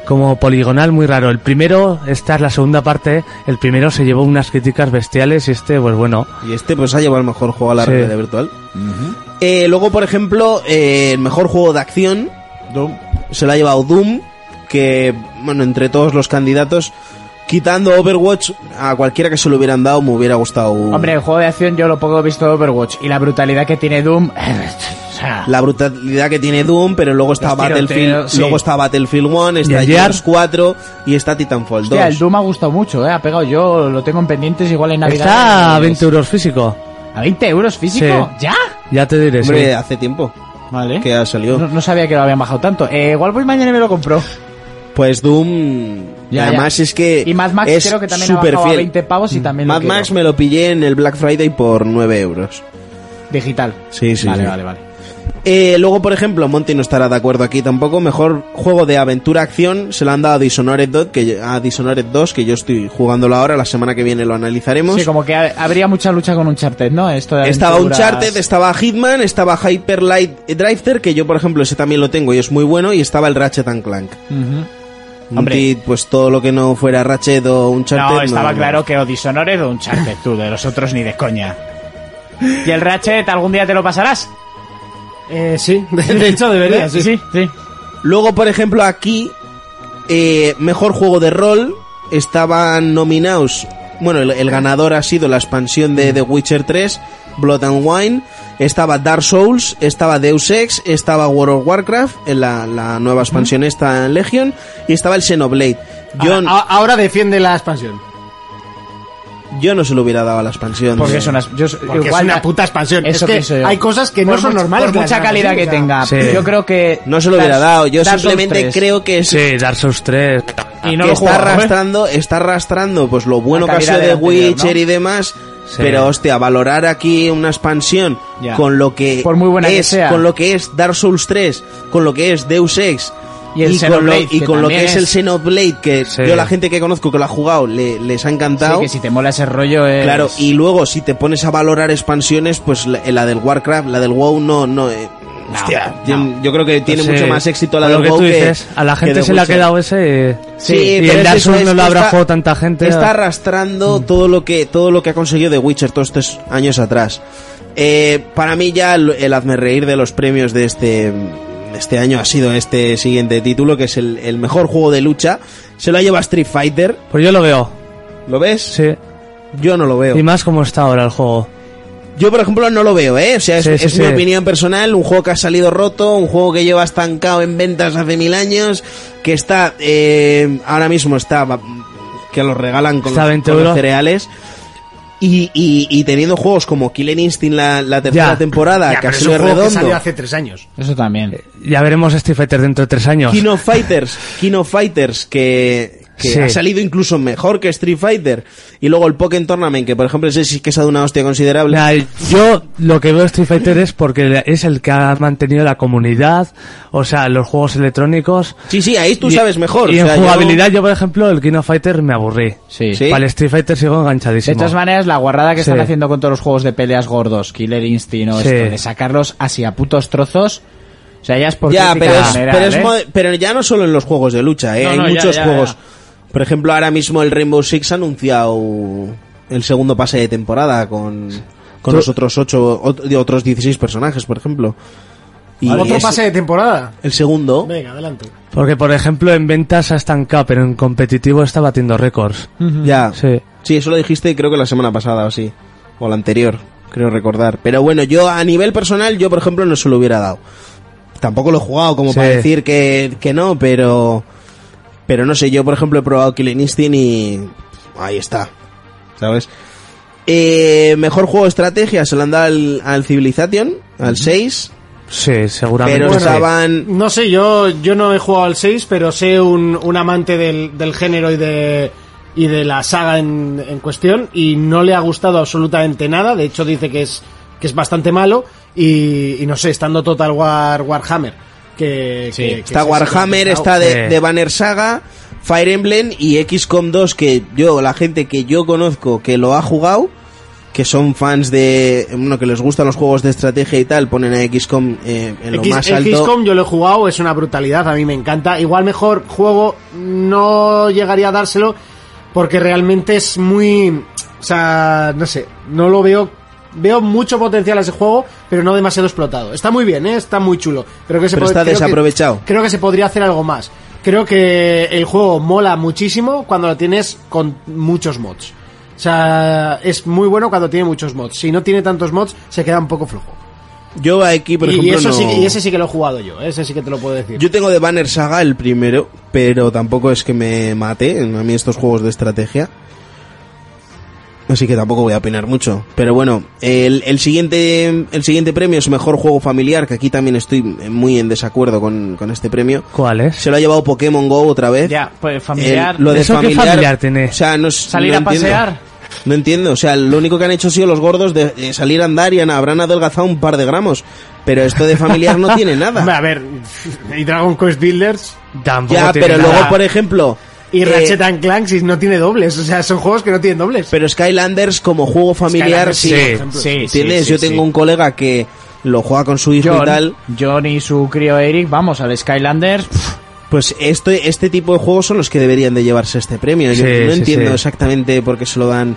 Speaker 5: como poligonal muy raro. El primero, esta es la segunda parte, el primero se llevó unas críticas bestiales y este, pues bueno,
Speaker 4: Y este pues ha llevado el mejor juego a la
Speaker 5: Sí.
Speaker 4: realidad virtual. Eh, luego, por ejemplo, eh, el mejor juego de acción se lo ha llevado Doom, que, bueno, entre todos los candidatos, quitando Overwatch, a cualquiera que se lo hubieran dado me hubiera gustado.
Speaker 3: Hombre, el juego de acción yo lo poco he visto de Overwatch. Y la brutalidad que tiene Doom... eh, o sea,
Speaker 4: La brutalidad que tiene Doom, pero luego está
Speaker 3: Los tiroteos,
Speaker 4: Battlefield,
Speaker 3: sí.
Speaker 4: luego está Battlefield 1, está
Speaker 5: el Gears.
Speaker 4: Gears 4 y está Titanfall 2.
Speaker 3: hostia, el Doom ha gustado mucho, ¿eh? Ha pegado yo, lo tengo en pendientes igual en Navidad. Pues,
Speaker 5: está a 20 euros físico.
Speaker 3: ¿A 20 euros físico?
Speaker 5: Sí.
Speaker 3: ¿Ya?
Speaker 5: Ya te diré, sí.
Speaker 4: Hombre, hace tiempo
Speaker 3: Vale.
Speaker 4: que ha salido.
Speaker 3: No, no sabía que lo habían bajado tanto. Eh, igual voy mañana y me lo compro.
Speaker 4: Pues Doom.
Speaker 3: Ya,
Speaker 4: además
Speaker 3: ya.
Speaker 4: es que.
Speaker 3: Y Mad Max
Speaker 4: es
Speaker 3: creo que también ha
Speaker 4: superfiel.
Speaker 3: bajado a 20 pavos y también lo
Speaker 4: Mad
Speaker 3: quiero.
Speaker 4: Max me lo pillé en el Black Friday por 9 euros.
Speaker 3: Digital.
Speaker 4: Sí, sí,
Speaker 3: Vale,
Speaker 4: sí.
Speaker 3: vale, vale.
Speaker 4: Eh, luego, por ejemplo, Monty no estará de acuerdo aquí tampoco. Mejor juego de aventura-acción se lo han dado a Dishonored 2, que yo, a Dishonored 2, que yo estoy jugándolo ahora. La semana que viene lo analizaremos.
Speaker 3: Sí, como que ha- habría mucha lucha con Uncharted, ¿no? Esto de
Speaker 4: Estaba
Speaker 3: aventuras-
Speaker 4: Uncharted, estaba Hitman, estaba Hyper Light Drifter, que yo por ejemplo ese también lo tengo y es muy bueno, y estaba el Ratchet and Clank.
Speaker 3: Ujú.
Speaker 4: Monty, pues todo lo que no fuera Ratchet o Uncharted.
Speaker 3: No, estaba
Speaker 4: no.
Speaker 3: claro que o Dishonored o Uncharted, tú, de los otros ni de coña. ¿Y el Ratchet algún día te lo pasarás?
Speaker 2: Eh, sí, *laughs* de hecho debería, sí.
Speaker 3: sí. sí.
Speaker 4: Luego, por ejemplo, aquí, eh, mejor juego de rol, estaban nominados. Bueno, el, el ganador ha sido la expansión de The Witcher 3, Blood and Wine. Estaba Dark Souls, estaba Deus Ex, estaba World of Warcraft, en la, la nueva expansión esta en Legion, y estaba el Xenoblade. Yo,
Speaker 3: Ah,
Speaker 2: Ahora, a- ahora defiende la expansión.
Speaker 4: yo no se lo hubiera dado a la expansión.
Speaker 3: Porque
Speaker 4: de-
Speaker 3: es una, yo-
Speaker 2: Porque
Speaker 3: igual-
Speaker 2: es una puta expansión.
Speaker 3: Eso
Speaker 2: es
Speaker 3: pienso
Speaker 2: que
Speaker 3: yo.
Speaker 2: hay cosas que
Speaker 3: Por
Speaker 2: no son
Speaker 3: mucha-
Speaker 2: normales.
Speaker 3: Por mucha calidad que tenga.
Speaker 5: Sí.
Speaker 3: Yo creo que...
Speaker 4: No se lo hubiera
Speaker 3: Dark-
Speaker 4: dado, yo
Speaker 3: Dark Souls
Speaker 4: simplemente
Speaker 3: 3.
Speaker 4: creo que es...
Speaker 5: Sí, Dark Souls 3.
Speaker 3: Y no
Speaker 4: que
Speaker 3: lo
Speaker 4: está
Speaker 3: jugaba, ¿eh?
Speaker 4: arrastrando, está arrastrando pues lo bueno que
Speaker 3: La
Speaker 4: ha
Speaker 3: calidad
Speaker 4: sido de
Speaker 3: del anterior,
Speaker 4: Witcher
Speaker 3: ¿no?
Speaker 4: y demás,
Speaker 5: Sí.
Speaker 4: pero hostia, valorar aquí una expansión
Speaker 3: Ya.
Speaker 4: con lo que
Speaker 3: Por muy buena
Speaker 4: es,
Speaker 3: que sea.
Speaker 4: con lo que es Dark Souls 3, con lo que es Deus Ex
Speaker 3: Y el
Speaker 4: con lo,
Speaker 3: Xenoblade,
Speaker 4: y
Speaker 3: que
Speaker 4: con lo que
Speaker 3: también
Speaker 4: es el
Speaker 3: es-
Speaker 4: Xenoblade que
Speaker 5: Sí.
Speaker 4: yo la gente que conozco que lo ha jugado le- les ha
Speaker 3: Sí,
Speaker 4: encantado.
Speaker 3: que si te mola ese rollo es...
Speaker 4: Claro, y luego si te pones a valorar expansiones, pues la, la del Warcraft, la del WoW no no eh, Hostia, yo, yo creo que
Speaker 3: Pues,
Speaker 4: tiene
Speaker 3: eh,
Speaker 4: mucho más éxito la
Speaker 5: de
Speaker 4: del
Speaker 5: lo que
Speaker 4: WoW
Speaker 5: tú dices.
Speaker 4: que-
Speaker 5: A la
Speaker 4: que
Speaker 5: gente
Speaker 4: The
Speaker 5: se le ha
Speaker 4: Witcher.
Speaker 5: quedado ese. eh,
Speaker 4: Sí,
Speaker 5: y
Speaker 4: pero
Speaker 5: el
Speaker 4: es
Speaker 5: Dark
Speaker 4: eso,
Speaker 5: Souls
Speaker 4: es
Speaker 5: no lo
Speaker 4: que
Speaker 5: habrá
Speaker 4: está-
Speaker 5: jugado tanta gente. Mm.
Speaker 4: Está arrastrando todo lo que todo lo que ha conseguido de Witcher todos estos años atrás. Eh, para mí ya el, el hazme reír de los premios de este de este año ha sido este siguiente título que es el, el mejor juego de lucha. Se lo lleva Street Fighter,
Speaker 5: Pues yo lo veo.
Speaker 4: ¿lo ves?
Speaker 5: Sí.
Speaker 4: Yo no lo veo.
Speaker 5: Y más como está ahora el juego.
Speaker 4: Yo por ejemplo no lo veo, ¿eh? O sea, es,
Speaker 5: Sí, sí,
Speaker 4: es mi
Speaker 5: sí.
Speaker 4: opinión personal, un juego que ha salido roto, un juego que lleva estancado en ventas hace mil años, que está eh, ahora mismo está que los regalan con,
Speaker 5: Está a
Speaker 4: los,
Speaker 5: 20
Speaker 4: con los
Speaker 5: euros.
Speaker 4: cereales. Y, y- y teniendo juegos como Killing Instinct la, la tercera
Speaker 5: Ya.
Speaker 4: temporada,
Speaker 2: Ya, pero es
Speaker 4: Casino
Speaker 2: un juego Ah, que
Speaker 4: Redondo,
Speaker 2: salió hace tres años.
Speaker 3: Eso también.
Speaker 5: Ya veremos Street Fighter dentro de tres años.
Speaker 4: Kino Fighters, Kino Fighters, que, que
Speaker 5: Sí.
Speaker 4: ha salido incluso mejor que Street Fighter. Y luego el Pokémon Tournament, que por ejemplo ese sí que se ha dado una hostia considerable.
Speaker 5: Nah, yo lo que veo Street Fighter es porque es el que ha mantenido la comunidad, o sea, los juegos electrónicos.
Speaker 4: Sí, sí, ahí tú
Speaker 5: Y-
Speaker 4: sabes mejor.
Speaker 5: Y
Speaker 4: o
Speaker 5: en
Speaker 4: sea, yo-
Speaker 5: jugabilidad, yo... por ejemplo, el King of Fighter me aburrí.
Speaker 3: Sí.
Speaker 4: Sí.
Speaker 5: Para el Street Fighter sigo
Speaker 3: De
Speaker 5: enganchadísimo.
Speaker 3: todas maneras, la guarrada que
Speaker 5: Sí.
Speaker 3: están haciendo con todos los juegos de peleas gordos, Killer Instinct o
Speaker 5: Sí.
Speaker 3: esto, de sacarlos hacia putos trozos, o sea, ya es por
Speaker 4: Ya,
Speaker 3: crítica
Speaker 4: pero, es-
Speaker 3: general,
Speaker 4: pero, es
Speaker 3: ¿eh?
Speaker 4: mod- pero ya no solo en los juegos de lucha, ¿eh?
Speaker 3: No,
Speaker 4: hay
Speaker 3: no, ya,
Speaker 4: muchos
Speaker 3: ya,
Speaker 4: juegos. Por ejemplo, ahora mismo el Rainbow Six ha anunciado el segundo pase de temporada con, con los otros ocho, ot- de otros 16 personajes, por ejemplo. Y
Speaker 2: ¿Otro
Speaker 4: es-
Speaker 2: pase de temporada?
Speaker 4: El segundo.
Speaker 2: Venga, adelante.
Speaker 5: Porque, por ejemplo, en ventas ha estancado, pero en competitivo está batiendo récords.
Speaker 4: Ya.
Speaker 5: Sí.
Speaker 4: Sí, eso lo dijiste creo que la semana pasada o sí. O la anterior, creo recordar. Pero bueno, yo a nivel personal, yo por ejemplo no se lo hubiera dado. Tampoco lo he jugado como
Speaker 5: Sí.
Speaker 4: para decir que, que no, pero... Pero no sé, yo por ejemplo he probado Killing Instinct y... Ahí está. ¿Sabes? Eh, mejor juego de estrategia se lo han dado al, al Civilization, al 6.
Speaker 5: Sí, seguramente.
Speaker 4: Pero
Speaker 5: sí.
Speaker 4: estaban...
Speaker 2: Mm, No sé, yo, yo no he jugado al 6, pero sé un, un amante del, del género y de, y de la saga en, en cuestión y no le ha gustado absolutamente nada. De hecho, dice que es, que es bastante malo y, y no sé, estando Total War Warhammer. Que, que- que
Speaker 4: Está
Speaker 2: es ese
Speaker 4: Warhammer,
Speaker 2: complicado.
Speaker 4: está de,
Speaker 5: Sí.
Speaker 4: de Banner Saga, Fire Emblem y XCOM 2, que yo, la gente que yo conozco que lo ha jugado, que son fans de, bueno, que les gustan los juegos de estrategia y tal, ponen a XCOM eh, en lo
Speaker 2: X-
Speaker 4: más
Speaker 2: el
Speaker 4: alto.
Speaker 2: XCOM yo lo he jugado, es una brutalidad, a mí me encanta. Igual mejor juego no llegaría a dárselo porque realmente es muy... O sea, no sé, no lo veo... Veo mucho potencial a ese juego, pero no demasiado explotado. Está muy bien, ¿eh? está muy chulo. Creo que se
Speaker 4: Pero
Speaker 2: pod-
Speaker 4: está
Speaker 2: creo que-
Speaker 4: desaprovechado.
Speaker 2: creo que se podría hacer algo más. Creo que el juego mola muchísimo cuando lo tienes con muchos mods. O sea, es muy bueno cuando tiene muchos mods. Si no tiene tantos mods, se queda un poco flojo.
Speaker 4: Yo aquí, por
Speaker 2: Y,
Speaker 4: ejemplo,
Speaker 2: eso
Speaker 4: no-
Speaker 2: sí, que- y ese sí que lo he jugado yo, ¿eh? ese sí que te lo puedo decir.
Speaker 4: Yo tengo de Banner Saga el primero, pero tampoco es que me mate a mí estos juegos de estrategia. Así que tampoco voy a opinar mucho. Pero bueno, el, el siguiente, el siguiente premio es Mejor Juego Familiar, que aquí también estoy muy en desacuerdo con, con este premio.
Speaker 5: ¿Cuál es?
Speaker 4: Se lo ha llevado Pokémon GO otra vez.
Speaker 3: Ya, pues familiar.
Speaker 4: El- lo de
Speaker 5: ¿Eso qué
Speaker 4: familiar,
Speaker 5: familiar tiene?
Speaker 4: O sea, no es-
Speaker 3: Salir a
Speaker 4: no entiendo.
Speaker 3: pasear.
Speaker 4: No entiendo, o sea, lo único que han hecho ha sido los gordos de, de salir a andar y han- habrán adelgazado un par de gramos. Pero esto de familiar no tiene
Speaker 3: *laughs*
Speaker 4: nada.
Speaker 2: Hombre, a ver, y Dragon Quest Builders
Speaker 5: Tampoco
Speaker 4: Ya,
Speaker 5: tiene
Speaker 4: pero
Speaker 5: nada.
Speaker 4: luego, por ejemplo.
Speaker 2: y
Speaker 4: eh,
Speaker 2: Ratchet and Clank si no tiene dobles, o sea, son juegos que no tienen dobles.
Speaker 4: pero Skylanders como juego familiar,
Speaker 2: Skylanders,
Speaker 3: Sí,
Speaker 4: sí.
Speaker 5: sí.
Speaker 3: sí,
Speaker 4: ¿Entiendes?
Speaker 3: sí,
Speaker 4: Yo
Speaker 3: sí.
Speaker 4: tengo un colega que lo juega con su hijo y
Speaker 3: John,
Speaker 4: tal.
Speaker 3: John y su crío Eric, vamos al Skylanders. pff,
Speaker 4: Pues esto, este tipo de juegos son los que deberían de llevarse este premio. Yo
Speaker 5: Sí,
Speaker 4: no
Speaker 5: sí,
Speaker 4: entiendo
Speaker 5: sí.
Speaker 4: exactamente por qué se lo dan.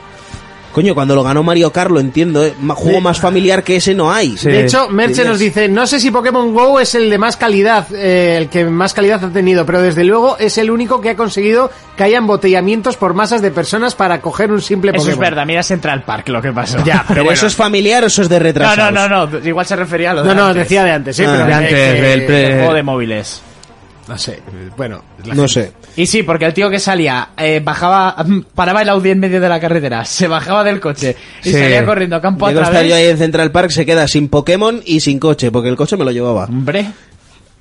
Speaker 4: Coño, cuando lo ganó Mario Kart lo entiendo. ¿eh? Ma- Juego más familiar que ese no hay.
Speaker 5: Sí.
Speaker 2: de hecho, Merche
Speaker 4: Tienes-
Speaker 2: nos dice, no sé si Pokémon GO es el de más calidad, eh, el que más calidad ha tenido, pero desde luego es el único que ha conseguido que haya embotellamientos por masas de personas para coger un simple
Speaker 3: Eso
Speaker 2: Pokémon.
Speaker 3: es verdad, mira Central Park lo que pasó. *laughs*
Speaker 2: Ya,
Speaker 4: Pero eso es familiar o eso es de
Speaker 3: No,
Speaker 4: retrasados.
Speaker 3: no, no, no, igual se refería a lo de
Speaker 2: No, no,
Speaker 3: antes.
Speaker 2: decía de antes, sí,
Speaker 4: Ah,
Speaker 2: pero
Speaker 5: de
Speaker 2: eh,
Speaker 5: antes,
Speaker 2: que-
Speaker 5: del pre-
Speaker 3: El juego de móviles.
Speaker 2: No sé, eh, bueno, la
Speaker 4: No sé.
Speaker 3: Y sí, porque el tío que salía, eh, bajaba, paraba el Audi en medio de la carretera, se bajaba del coche y
Speaker 5: Sí.
Speaker 3: salía corriendo a campo a
Speaker 4: Llega a estar
Speaker 3: través.
Speaker 4: yo ahí en Central Park, se queda sin Pokémon y sin coche, porque el coche me lo llevaba.
Speaker 3: Hombre,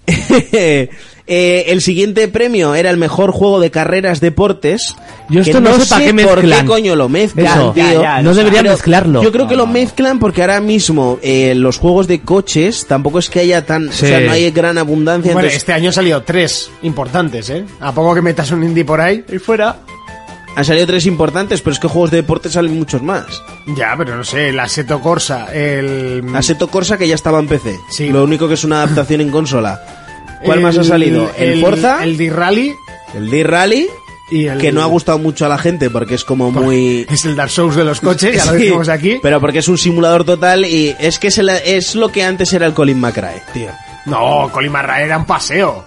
Speaker 4: *laughs* Eh, el siguiente premio era el mejor juego de carreras deportes.
Speaker 5: Yo esto
Speaker 4: que
Speaker 5: no sé para qué
Speaker 4: por qué
Speaker 5: mezclan.
Speaker 4: coño lo mezclan,
Speaker 5: Eso.
Speaker 4: tío.
Speaker 3: Ya, ya, No
Speaker 5: deberían
Speaker 4: Pero
Speaker 5: mezclarlo.
Speaker 4: Yo creo que
Speaker 3: No,
Speaker 4: lo
Speaker 3: no.
Speaker 4: mezclan porque ahora mismo eh, los juegos de coches tampoco es que haya tan,
Speaker 5: Sí.
Speaker 4: o sea, no hay gran abundancia.
Speaker 2: Bueno,
Speaker 4: entonces
Speaker 2: este año han salido tres importantes, ¿eh? A poco que metas un indie por ahí.
Speaker 3: y fuera.
Speaker 4: Han salido tres importantes, pero es que juegos de deportes salen muchos más.
Speaker 2: Ya, pero no sé, el Aseto Corsa, el.
Speaker 4: Aseto Corsa que ya estaba en PC.
Speaker 2: Mm. Sí.
Speaker 4: Lo único que es una adaptación en consola. ¿Cuál
Speaker 2: el-
Speaker 4: más ha salido? El, Forza,
Speaker 2: El
Speaker 4: el,
Speaker 2: D-Rally
Speaker 4: D-Rally,
Speaker 2: y el.
Speaker 4: que no
Speaker 2: *laughs*
Speaker 4: ha gustado mucho a la gente porque es como muy...
Speaker 2: Es el Dark Souls de los *laughs* coches, ya lo
Speaker 4: *laughs* Sí,
Speaker 2: dijimos aquí.
Speaker 4: Pero porque es un simulador total y es que es, el- es lo que antes era el Colin McRae, tío.
Speaker 2: No, Colimarra era un paseo.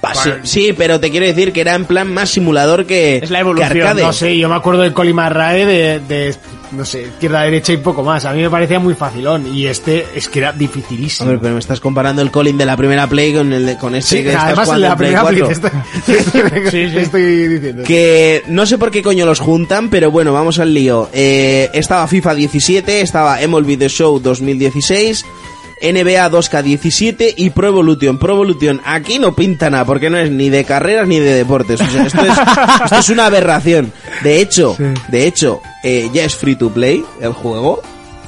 Speaker 4: Pase-
Speaker 2: Vale.
Speaker 4: Sí, pero te quiero decir que era en plan más simulador que
Speaker 3: Es la evolución,
Speaker 4: que arcade.
Speaker 2: No sé, yo me acuerdo del Colimarrae de, de no sé, izquierda, derecha y poco más. A mí me parecía muy facilón y este es que era dificilísimo.
Speaker 4: Hombre, pero me estás comparando el Colin de la primera Play con el de- con este
Speaker 2: Sí,
Speaker 4: que estás
Speaker 2: además
Speaker 4: jugando
Speaker 2: la
Speaker 4: en Play
Speaker 2: primera Play
Speaker 4: 4.
Speaker 2: te
Speaker 4: *laughs*
Speaker 2: estoy, *laughs*
Speaker 5: Sí, sí.
Speaker 2: te estoy diciendo.
Speaker 4: Que no sé por qué coño los juntan, pero bueno, vamos al lío. Eh, estaba FIFA 17, estaba MLB The Show 2016, NBA 2K17 y Pro Evolution. Pro Evolution aquí no pinta nada, porque no es ni de carreras ni de deportes. O sea, esto es, esto es una aberración. De hecho, de hecho, eh, ya es free to play el juego.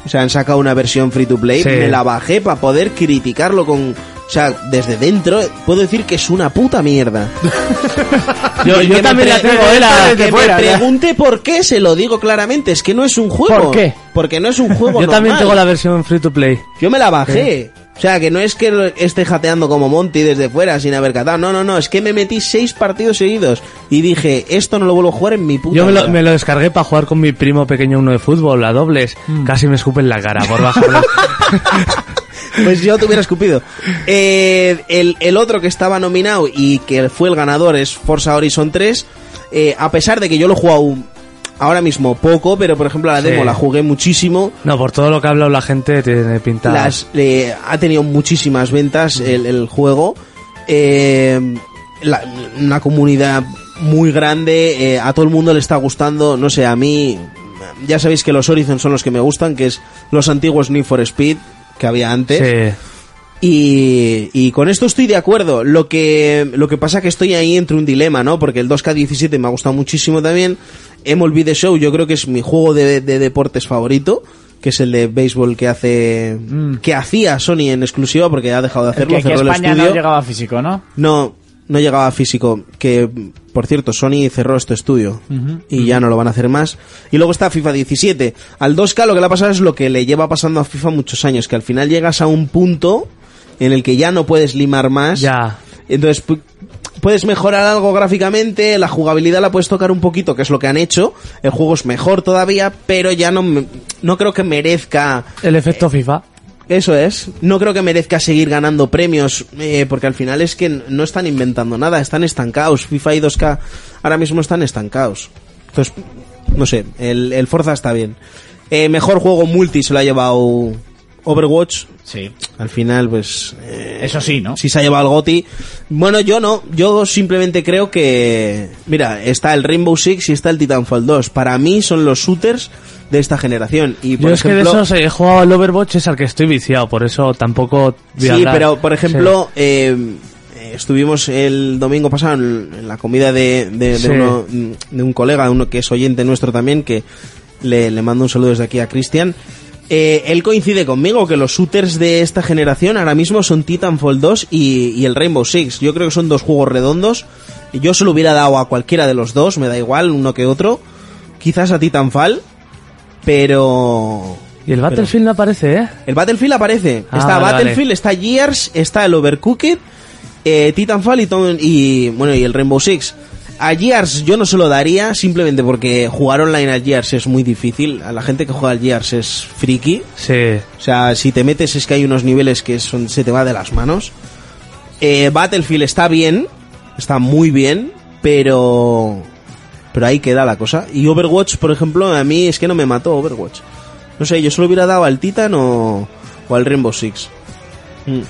Speaker 4: O sea, han sacado una versión free to play.
Speaker 5: Sí.
Speaker 4: Me la bajé para poder criticarlo con... O sea, desde dentro puedo decir que es una puta mierda.
Speaker 5: Yo,
Speaker 4: El que
Speaker 5: yo
Speaker 4: me
Speaker 5: también la
Speaker 4: pre-
Speaker 5: tengo,
Speaker 4: que
Speaker 5: eh, la-
Speaker 4: me
Speaker 5: que me pre-
Speaker 4: pregunte por qué, se lo digo claramente. Es que no es un juego.
Speaker 5: ¿Por qué?
Speaker 4: Porque no es un juego
Speaker 5: *laughs* Yo también
Speaker 4: normal.
Speaker 5: tengo la versión free to play.
Speaker 4: Yo me la bajé. O sea, que no es que lo- esté jateando como Monty desde fuera sin haber catado. No, no, no. Es que me metí seis partidos seguidos. Y dije, esto no lo vuelvo a jugar en mi puta
Speaker 5: Yo me lo,
Speaker 4: vida.
Speaker 5: me lo descargué para jugar con mi primo pequeño uno de fútbol, a dobles. Casi me escupe en la cara por bajarlo. *laughs*
Speaker 4: *laughs* Pues yo te hubiera escupido. Eh, el, el otro que estaba nominado y que fue el ganador es Forza Horizon 3. Eh, a pesar de que yo lo he jugado un- ahora mismo poco, pero por ejemplo la
Speaker 5: Sí.
Speaker 4: demo la jugué muchísimo.
Speaker 5: no, por todo lo que ha hablado la gente, tiene pinta.
Speaker 4: Las, eh, ha tenido muchísimas ventas el, el juego. Eh, la- una comunidad muy grande. eh, a todo el mundo le está gustando. No sé, a mí. Ya sabéis que los Horizon son los que me gustan, que es los antiguos Need for Speed que había antes.
Speaker 5: Sí.
Speaker 4: Y, y con esto estoy de acuerdo. Lo que, lo que pasa que estoy ahí entre un dilema, ¿no? Porque el 2K17 me ha gustado muchísimo también. MLB The Show yo creo que es mi juego de, de deportes favorito, que es el de béisbol que hace, que hacía Sony en exclusiva porque ha dejado de
Speaker 3: Mm. El que aquí
Speaker 4: hacerlo,
Speaker 3: a
Speaker 4: cerró el
Speaker 3: España no
Speaker 4: estudio.
Speaker 3: llegaba físico, ¿no?
Speaker 4: No, no llegaba físico. Que, por cierto, Sony cerró este estudio. Y ya no lo van a hacer más. Y luego está FIFA 17. Al 2K lo que le ha pasado es lo que le lleva pasando a FIFA muchos años. Que al final llegas a un punto en el que ya no puedes limar más.
Speaker 5: Ya.
Speaker 4: Entonces, pu- puedes mejorar algo gráficamente, la jugabilidad la puedes tocar un poquito, que es lo que han hecho. El juego es mejor todavía, pero ya no, me- no creo que merezca
Speaker 5: El efecto FIFA.
Speaker 4: eso es. No creo que merezca seguir ganando premios, eh, porque al final es que no están inventando nada, están estancados. FIFA y 2K ahora mismo están estancados. Entonces, no sé, el, el Forza está bien. Eh, mejor juego multi se lo ha llevado Overwatch.
Speaker 3: Sí.
Speaker 4: Al final, pues... eh,
Speaker 3: Eso sí, ¿no?
Speaker 4: si se ha llevado el Goti. Bueno, yo no. Yo simplemente creo que. Mira, está el Rainbow Six y está el Titanfall 2. Para mí son los shooters de esta generación. Y por
Speaker 5: Yo es que de
Speaker 4: ejemplo,
Speaker 5: esos eh, he jugado al Overwatch, es al que estoy viciado, por eso tampoco. voy a
Speaker 4: Sí,
Speaker 5: hablar.
Speaker 4: pero por
Speaker 5: Sí.
Speaker 4: ejemplo, eh, eh, estuvimos el domingo pasado en, en la comida de, de- de
Speaker 5: Sí.
Speaker 4: uno, de un colega, uno que es oyente nuestro también, que le, le mando un saludo desde aquí a Cristian. Eh, él coincide conmigo que los shooters de esta generación ahora mismo son Titanfall 2 y, y el Rainbow Six. Yo creo que son dos juegos redondos. Yo se lo hubiera dado a cualquiera de los dos, me da igual, uno que otro. Quizás a Titanfall, pero...
Speaker 5: Y el Battlefield no aparece, ¿eh?
Speaker 4: El Battlefield aparece.
Speaker 5: Ah,
Speaker 4: está
Speaker 5: vale,
Speaker 4: Battlefield,
Speaker 5: vale.
Speaker 4: está Gears, está el Overcooked, eh, Titanfall y, todo- y bueno y el Rainbow Six. A Gears yo no se lo daría simplemente porque jugar online a Gears es muy difícil. A la gente que juega al Gears es friki.
Speaker 5: Sí.
Speaker 4: O sea, si te metes es que hay unos niveles que son, se te va de las manos. Eh, Battlefield está bien, está muy bien, pero pero ahí queda la cosa. Y Overwatch, por ejemplo, a mí es que no me mató Overwatch. No sé, yo se lo hubiera dado al Titan o, o al Rainbow Six. Mm.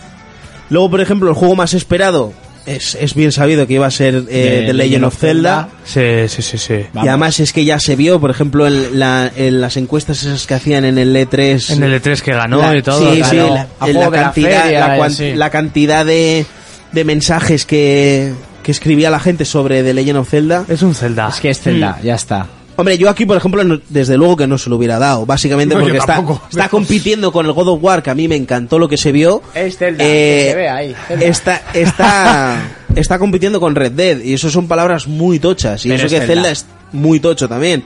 Speaker 4: Luego, por ejemplo, el juego más esperado es, es bien sabido que iba a ser eh,
Speaker 3: The
Speaker 4: The Legend of Zelda.
Speaker 5: Sí, sí, sí, sí.
Speaker 3: Vamos.
Speaker 4: Y además es que ya se vio, por ejemplo, en, la- en las encuestas esas que hacían en el E E3.
Speaker 5: En el E3 que
Speaker 3: Ah,
Speaker 5: ganó
Speaker 4: La-
Speaker 5: y todo.
Speaker 4: Sí,
Speaker 5: ganó.
Speaker 4: sí,
Speaker 3: claro.
Speaker 4: la,
Speaker 3: A
Speaker 4: la
Speaker 3: juego de la
Speaker 4: cantidad,
Speaker 3: feria
Speaker 4: la
Speaker 3: y
Speaker 4: cuan-
Speaker 3: así.
Speaker 4: la cantidad de, de mensajes que, que escribía la gente sobre The Legend of Zelda.
Speaker 5: Es un Zelda.
Speaker 3: Es que es
Speaker 4: Mm.
Speaker 3: Zelda, ya está.
Speaker 4: Hombre, yo aquí, por ejemplo, no- desde luego que no se lo hubiera dado. Básicamente
Speaker 2: No, yo
Speaker 4: porque está,
Speaker 2: tampoco.
Speaker 4: está compitiendo con el God of War, que a mí me encantó lo que se vio. Eh,
Speaker 3: Es Zelda, que se ve ahí, Zelda.
Speaker 4: Está, está, está compitiendo con Red Dead. Y eso son palabras muy tochas. Y
Speaker 3: Pero
Speaker 4: eso
Speaker 3: es
Speaker 4: que
Speaker 3: Zelda.
Speaker 4: Zelda es muy tocho también.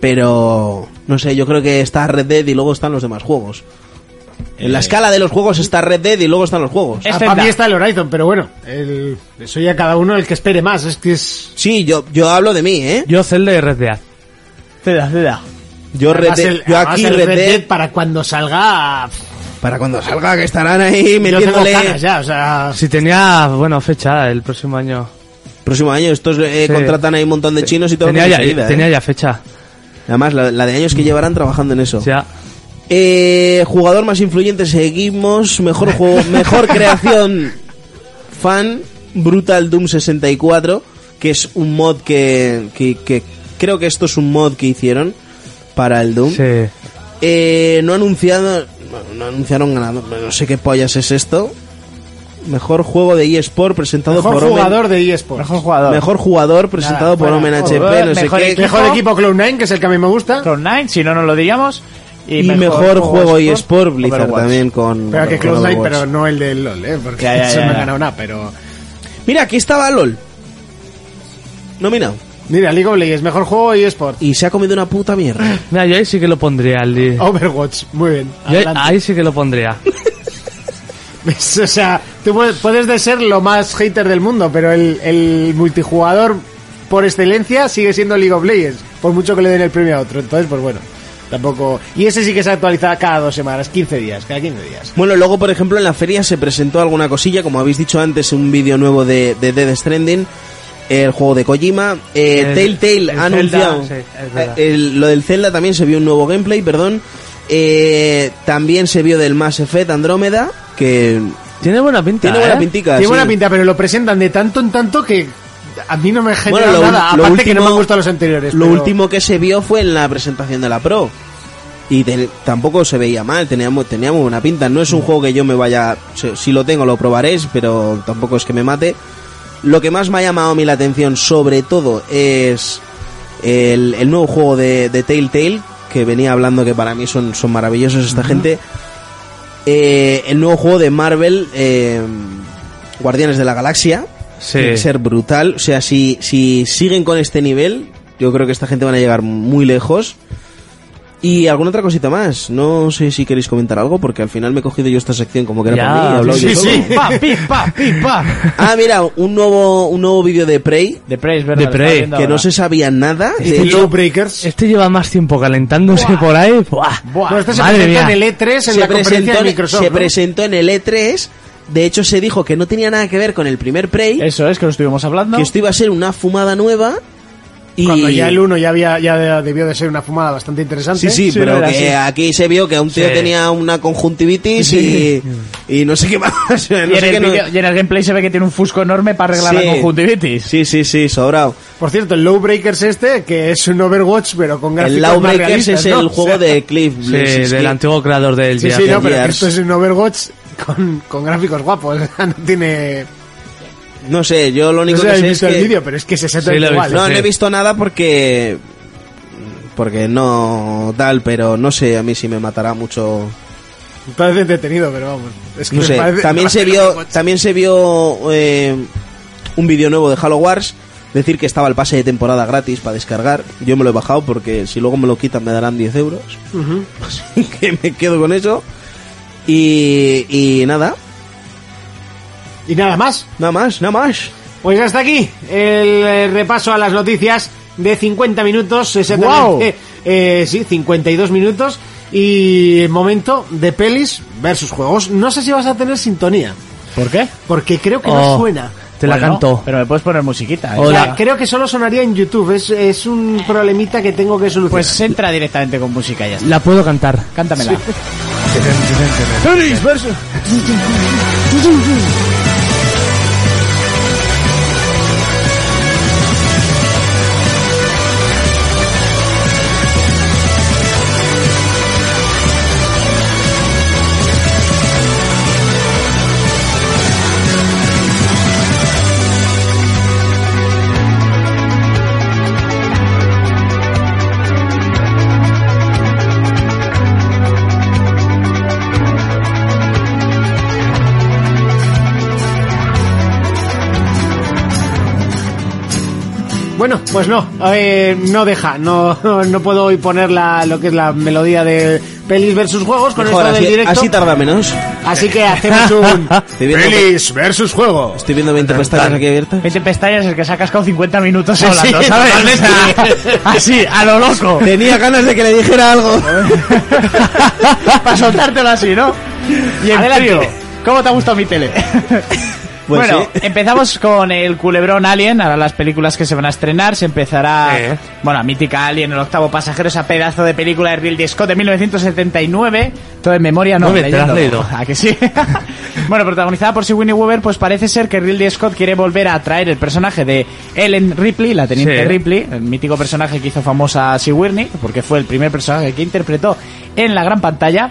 Speaker 4: Pero, no sé, yo creo que está Red Dead y luego están los demás juegos. En la escala de los juegos está Red Dead y luego están los juegos.
Speaker 3: Es
Speaker 2: Ah,
Speaker 3: Zelda.
Speaker 2: para mí está el Horizon, pero bueno, el, eso ya cada uno el que espere más, es que es...
Speaker 4: Sí, yo, yo hablo de mí, ¿eh?
Speaker 5: Yo Zelda y Red Dead.
Speaker 3: Zelda, Zelda.
Speaker 4: Yo, Red
Speaker 2: Además,
Speaker 4: Dead-
Speaker 2: el-
Speaker 4: yo
Speaker 2: además
Speaker 4: aquí
Speaker 2: el
Speaker 4: Red Dead,
Speaker 2: para cuando salga...
Speaker 4: para cuando salga, que estarán ahí
Speaker 2: Yo tengo
Speaker 4: metiéndole...
Speaker 2: ganas ya, o sea...
Speaker 5: Si tenía, bueno, fecha el próximo año.
Speaker 4: Próximo año, estos eh,
Speaker 5: Sí.
Speaker 4: contratan ahí un montón de chinos y todo.
Speaker 5: Tenía
Speaker 4: muy
Speaker 5: ya,
Speaker 4: enseguida, ¿eh?
Speaker 5: tenía ya fecha.
Speaker 4: Además, la, la de años que llevarán trabajando en eso.
Speaker 5: O sea,
Speaker 4: Eh, jugador más influyente, seguimos. Mejor juego, mejor creación. Fan, Brutal Doom 64, que es un mod que, que, que- creo que esto es un mod que hicieron para el Doom.
Speaker 5: sí.
Speaker 4: Eh, no anunciado, no, no anunciaron ganador, no sé qué pollas es esto. Mejor juego de eSport presentado
Speaker 2: Mejor
Speaker 4: por Omen-
Speaker 2: jugador de eSports.
Speaker 3: Mejor jugador.
Speaker 4: mejor jugador
Speaker 3: Nada,
Speaker 4: presentado por
Speaker 3: fuera.
Speaker 4: Omen HP,
Speaker 3: Joder,
Speaker 4: no sé
Speaker 3: mejor
Speaker 4: qué.
Speaker 2: Mejor equipo Cloud9, que es el que a mí me gusta.
Speaker 3: Cloud 9, si no nos lo diríamos. Y,
Speaker 4: Y mejor juego eSport,
Speaker 3: eSport,
Speaker 4: Blizzard
Speaker 3: Overwatch.
Speaker 4: también con.
Speaker 2: Pero que
Speaker 4: con
Speaker 2: Cloud9,
Speaker 4: Overwatch.
Speaker 2: pero no el del LOL, ¿eh? Porque
Speaker 3: Ya, ya,
Speaker 2: eso
Speaker 3: ya,
Speaker 2: no ha
Speaker 3: ya.
Speaker 2: ganado nada, pero...
Speaker 4: Mira, aquí estaba LOL. Nominado.
Speaker 2: Mira, League of Legends, mejor juego y eSport.
Speaker 4: Y se ha comido una puta mierda.
Speaker 5: Mira, yo ahí sí que lo pondría, Aldi.
Speaker 2: Overwatch, muy bien.
Speaker 5: Yo ahí-
Speaker 2: adelante.
Speaker 5: ahí sí que lo pondría.
Speaker 2: Pues, O sea, tú puedes- puedes de ser lo más hater del mundo, pero el, el multijugador por excelencia sigue siendo League of Legends, por mucho que le den el premio a otro. Entonces, pues bueno, tampoco... Y ese sí que se actualiza cada dos semanas, 15 días, cada 15 días.
Speaker 4: *laughs* Bueno, luego, por ejemplo, en la feria se presentó alguna cosilla, como habéis dicho antes, un vídeo nuevo de, de Dead Stranding, el juego de Kojima. Eh,
Speaker 5: El-
Speaker 4: Telltale
Speaker 5: el
Speaker 4: ha anunciado.
Speaker 5: Zelda, sí, es verdad.
Speaker 4: eh, el- lo del Zelda también se vio un nuevo gameplay, perdón. Eh, también se vio del Mass Effect Andrómeda, que
Speaker 5: Tiene buena pinta.
Speaker 4: tiene buena
Speaker 5: ¿eh?
Speaker 4: pintica.
Speaker 2: Tiene
Speaker 4: sí.
Speaker 2: buena pinta, pero lo presentan de tanto en tanto que a mí no me genera
Speaker 4: Bueno, lo ul-
Speaker 2: nada.
Speaker 4: lo
Speaker 2: Aparte que no me
Speaker 4: último-
Speaker 2: han gustado los anteriores.
Speaker 4: Lo
Speaker 2: pero-
Speaker 4: último que se vio fue en la presentación de la Pro. Y te- tampoco se veía mal, tenía muy, tenía muy buena pinta. No es un juego que yo me vaya... Si, si lo tengo lo probaré, pero tampoco es que me mate. Lo que más me ha llamado a mí la atención sobre todo es el, el nuevo juego de, de Telltale, que venía hablando que para mí son, son maravillosos esta gente. Eh, el nuevo juego de Marvel, eh, Guardianes de la Galaxia.
Speaker 5: Sí.
Speaker 4: Tiene que ser brutal. O sea, si, si siguen con este nivel, yo creo que esta gente van a llegar muy lejos. Y alguna otra cosita más. No sé si queréis comentar algo, porque al final me he cogido yo esta sección como que era
Speaker 5: Ya,
Speaker 4: para mí. y he hablado
Speaker 5: sí,
Speaker 4: yo solo.
Speaker 5: sí.
Speaker 3: *laughs* Pa, pi, pa, pi, pa.
Speaker 4: Ah, mira, un nuevo, un nuevo vídeo de Prey,
Speaker 3: De Prey, es verdad.
Speaker 5: De
Speaker 3: lo estaba
Speaker 5: Prey,
Speaker 3: viendo
Speaker 4: que no
Speaker 3: ahora.
Speaker 4: se sabía nada. De
Speaker 2: Y
Speaker 4: hecho,
Speaker 2: Lawbreakers.
Speaker 5: Este lleva más tiempo calentándose por ahí. Buah,
Speaker 2: Bueno, este se
Speaker 5: madre
Speaker 2: presenta
Speaker 5: mía.
Speaker 2: en el E3 en
Speaker 4: se,
Speaker 2: la conferencia
Speaker 4: presentó,
Speaker 2: de
Speaker 4: en-
Speaker 2: Microsoft.
Speaker 4: se
Speaker 2: ¿no?
Speaker 4: presentó en el E3. De hecho, se dijo que no tenía nada que ver con el primer Prey,
Speaker 3: Eso es, que lo estuvimos hablando.
Speaker 4: que esto iba a ser una fumada nueva. Y...
Speaker 2: Cuando ya el 1 ya había ya debió de ser una fumada bastante interesante.
Speaker 4: Sí, sí,
Speaker 3: Sí,
Speaker 4: pero
Speaker 3: no era
Speaker 4: que
Speaker 3: así.
Speaker 4: aquí se vio que a un tío
Speaker 5: Sí.
Speaker 4: tenía una conjuntivitis y, y no sé qué más. *laughs* o sea, no
Speaker 3: y, en
Speaker 4: sé qué
Speaker 3: el
Speaker 4: no-
Speaker 3: vídeo- y en el gameplay se ve que tiene un fusco enorme para arreglar
Speaker 4: Sí.
Speaker 3: la conjuntivitis.
Speaker 4: Sí, sí, sí, sobrado.
Speaker 2: Por cierto, el Lawbreakers este, que es un Overwatch, pero con gráficos
Speaker 4: El
Speaker 2: más
Speaker 4: Lawbreakers
Speaker 2: realistas,
Speaker 4: es el
Speaker 2: ¿no? O
Speaker 4: juego
Speaker 2: sea,
Speaker 4: de Cliff
Speaker 5: Sí,
Speaker 4: Bleszinski.
Speaker 5: del antiguo creador del
Speaker 2: *laughs* Sí,
Speaker 5: Gears.
Speaker 2: sí, no, pero que
Speaker 4: Gears.
Speaker 2: esto es un Overwatch con, con gráficos guapos. *laughs* no tiene...
Speaker 4: No sé, yo lo
Speaker 2: No
Speaker 4: único
Speaker 2: sé si
Speaker 4: que
Speaker 2: habéis
Speaker 4: sé es
Speaker 2: visto el
Speaker 4: que...
Speaker 2: vídeo, pero es que se
Speaker 5: Sí,
Speaker 2: exactamente
Speaker 5: lo he
Speaker 2: igual.
Speaker 5: visto.
Speaker 4: No, no he
Speaker 5: Sí.
Speaker 4: visto nada porque... Porque no tal, pero no sé, a mí sí me matará mucho.
Speaker 2: Me Parece entretenido, pero vamos. Es que
Speaker 4: No
Speaker 2: me
Speaker 4: sé,
Speaker 2: parece-
Speaker 4: también
Speaker 2: me
Speaker 4: se
Speaker 2: parece
Speaker 4: vio,
Speaker 2: Overwatch.
Speaker 4: también se vio eh, un vídeo nuevo de Halo Wars. Decir que estaba el pase de temporada gratis para descargar. Yo me lo he bajado porque si luego me lo quitan me darán 10 euros.
Speaker 2: Ujú.
Speaker 4: *laughs* Así que me quedo con eso. Y, y nada,
Speaker 2: Y nada más.
Speaker 4: nada más, nada más.
Speaker 2: Pues hasta aquí el eh, repaso a las noticias de 50 minutos,
Speaker 3: ¡Guau!
Speaker 2: exactamente. *laughs* eh, sí, 52 minutos. Y el momento de pelis versus juegos. No sé si vas a tener sintonía,
Speaker 3: ¿Por qué?
Speaker 2: porque creo que
Speaker 5: Oh,
Speaker 2: no suena.
Speaker 5: Te la
Speaker 3: Bueno,
Speaker 5: canto.
Speaker 3: Pero me puedes poner musiquita. ¿eh?
Speaker 2: O sea,
Speaker 5: Hola.
Speaker 2: creo que solo sonaría en YouTube. Es, es un problemita que tengo que solucionar.
Speaker 3: Pues entra directamente con música y ya está.
Speaker 5: La puedo cantar.
Speaker 3: Cántamela.
Speaker 2: Bueno, pues no, eh, no deja, no, *laughs* no puedo hoy poner la, lo que es la melodía de pelis versus juegos con
Speaker 4: Mejor,
Speaker 2: esto del
Speaker 4: así,
Speaker 2: directo.
Speaker 4: así tarda menos.
Speaker 2: Así que hacemos
Speaker 3: *laughs*
Speaker 2: un
Speaker 4: Estoy viendo-
Speaker 2: versus juego.
Speaker 4: Estoy viendo 20 pestañas aquí abiertas.
Speaker 3: 20 pestañas el que se ha cascado 50 minutos hablando,
Speaker 2: Sí,
Speaker 3: ¿sabes?
Speaker 2: totalmente.
Speaker 3: O sea, *laughs* así, a lo loco.
Speaker 4: *laughs*
Speaker 3: *laughs*
Speaker 4: Tenía ganas de que le dijera algo.
Speaker 3: Para soltártelo así, ¿no? Y en
Speaker 2: Adelante.
Speaker 5: *laughs*
Speaker 3: frío. ¿Cómo te ha gustado mi tele?
Speaker 4: Pues
Speaker 3: bueno,
Speaker 4: sí.
Speaker 3: empezamos con el culebrón Alien, ahora las películas que se van a estrenar, se empezará,
Speaker 5: Eh.
Speaker 3: bueno, mítica Alien, el octavo pasajero, esa pedazo de película de Ridley Scott de 1979, todo en memoria, no,
Speaker 5: Hombre, te la has
Speaker 3: leyendo.
Speaker 5: leído.
Speaker 3: ¿A que sí? *laughs* bueno, protagonizada por Sigourney Weaver, pues parece ser que Ridley Scott quiere volver a traer el personaje de Ellen Ripley, la teniente
Speaker 5: Sí.
Speaker 3: Ripley, el mítico personaje que hizo famosa a Sigourney, porque fue el primer personaje que interpretó en la gran pantalla,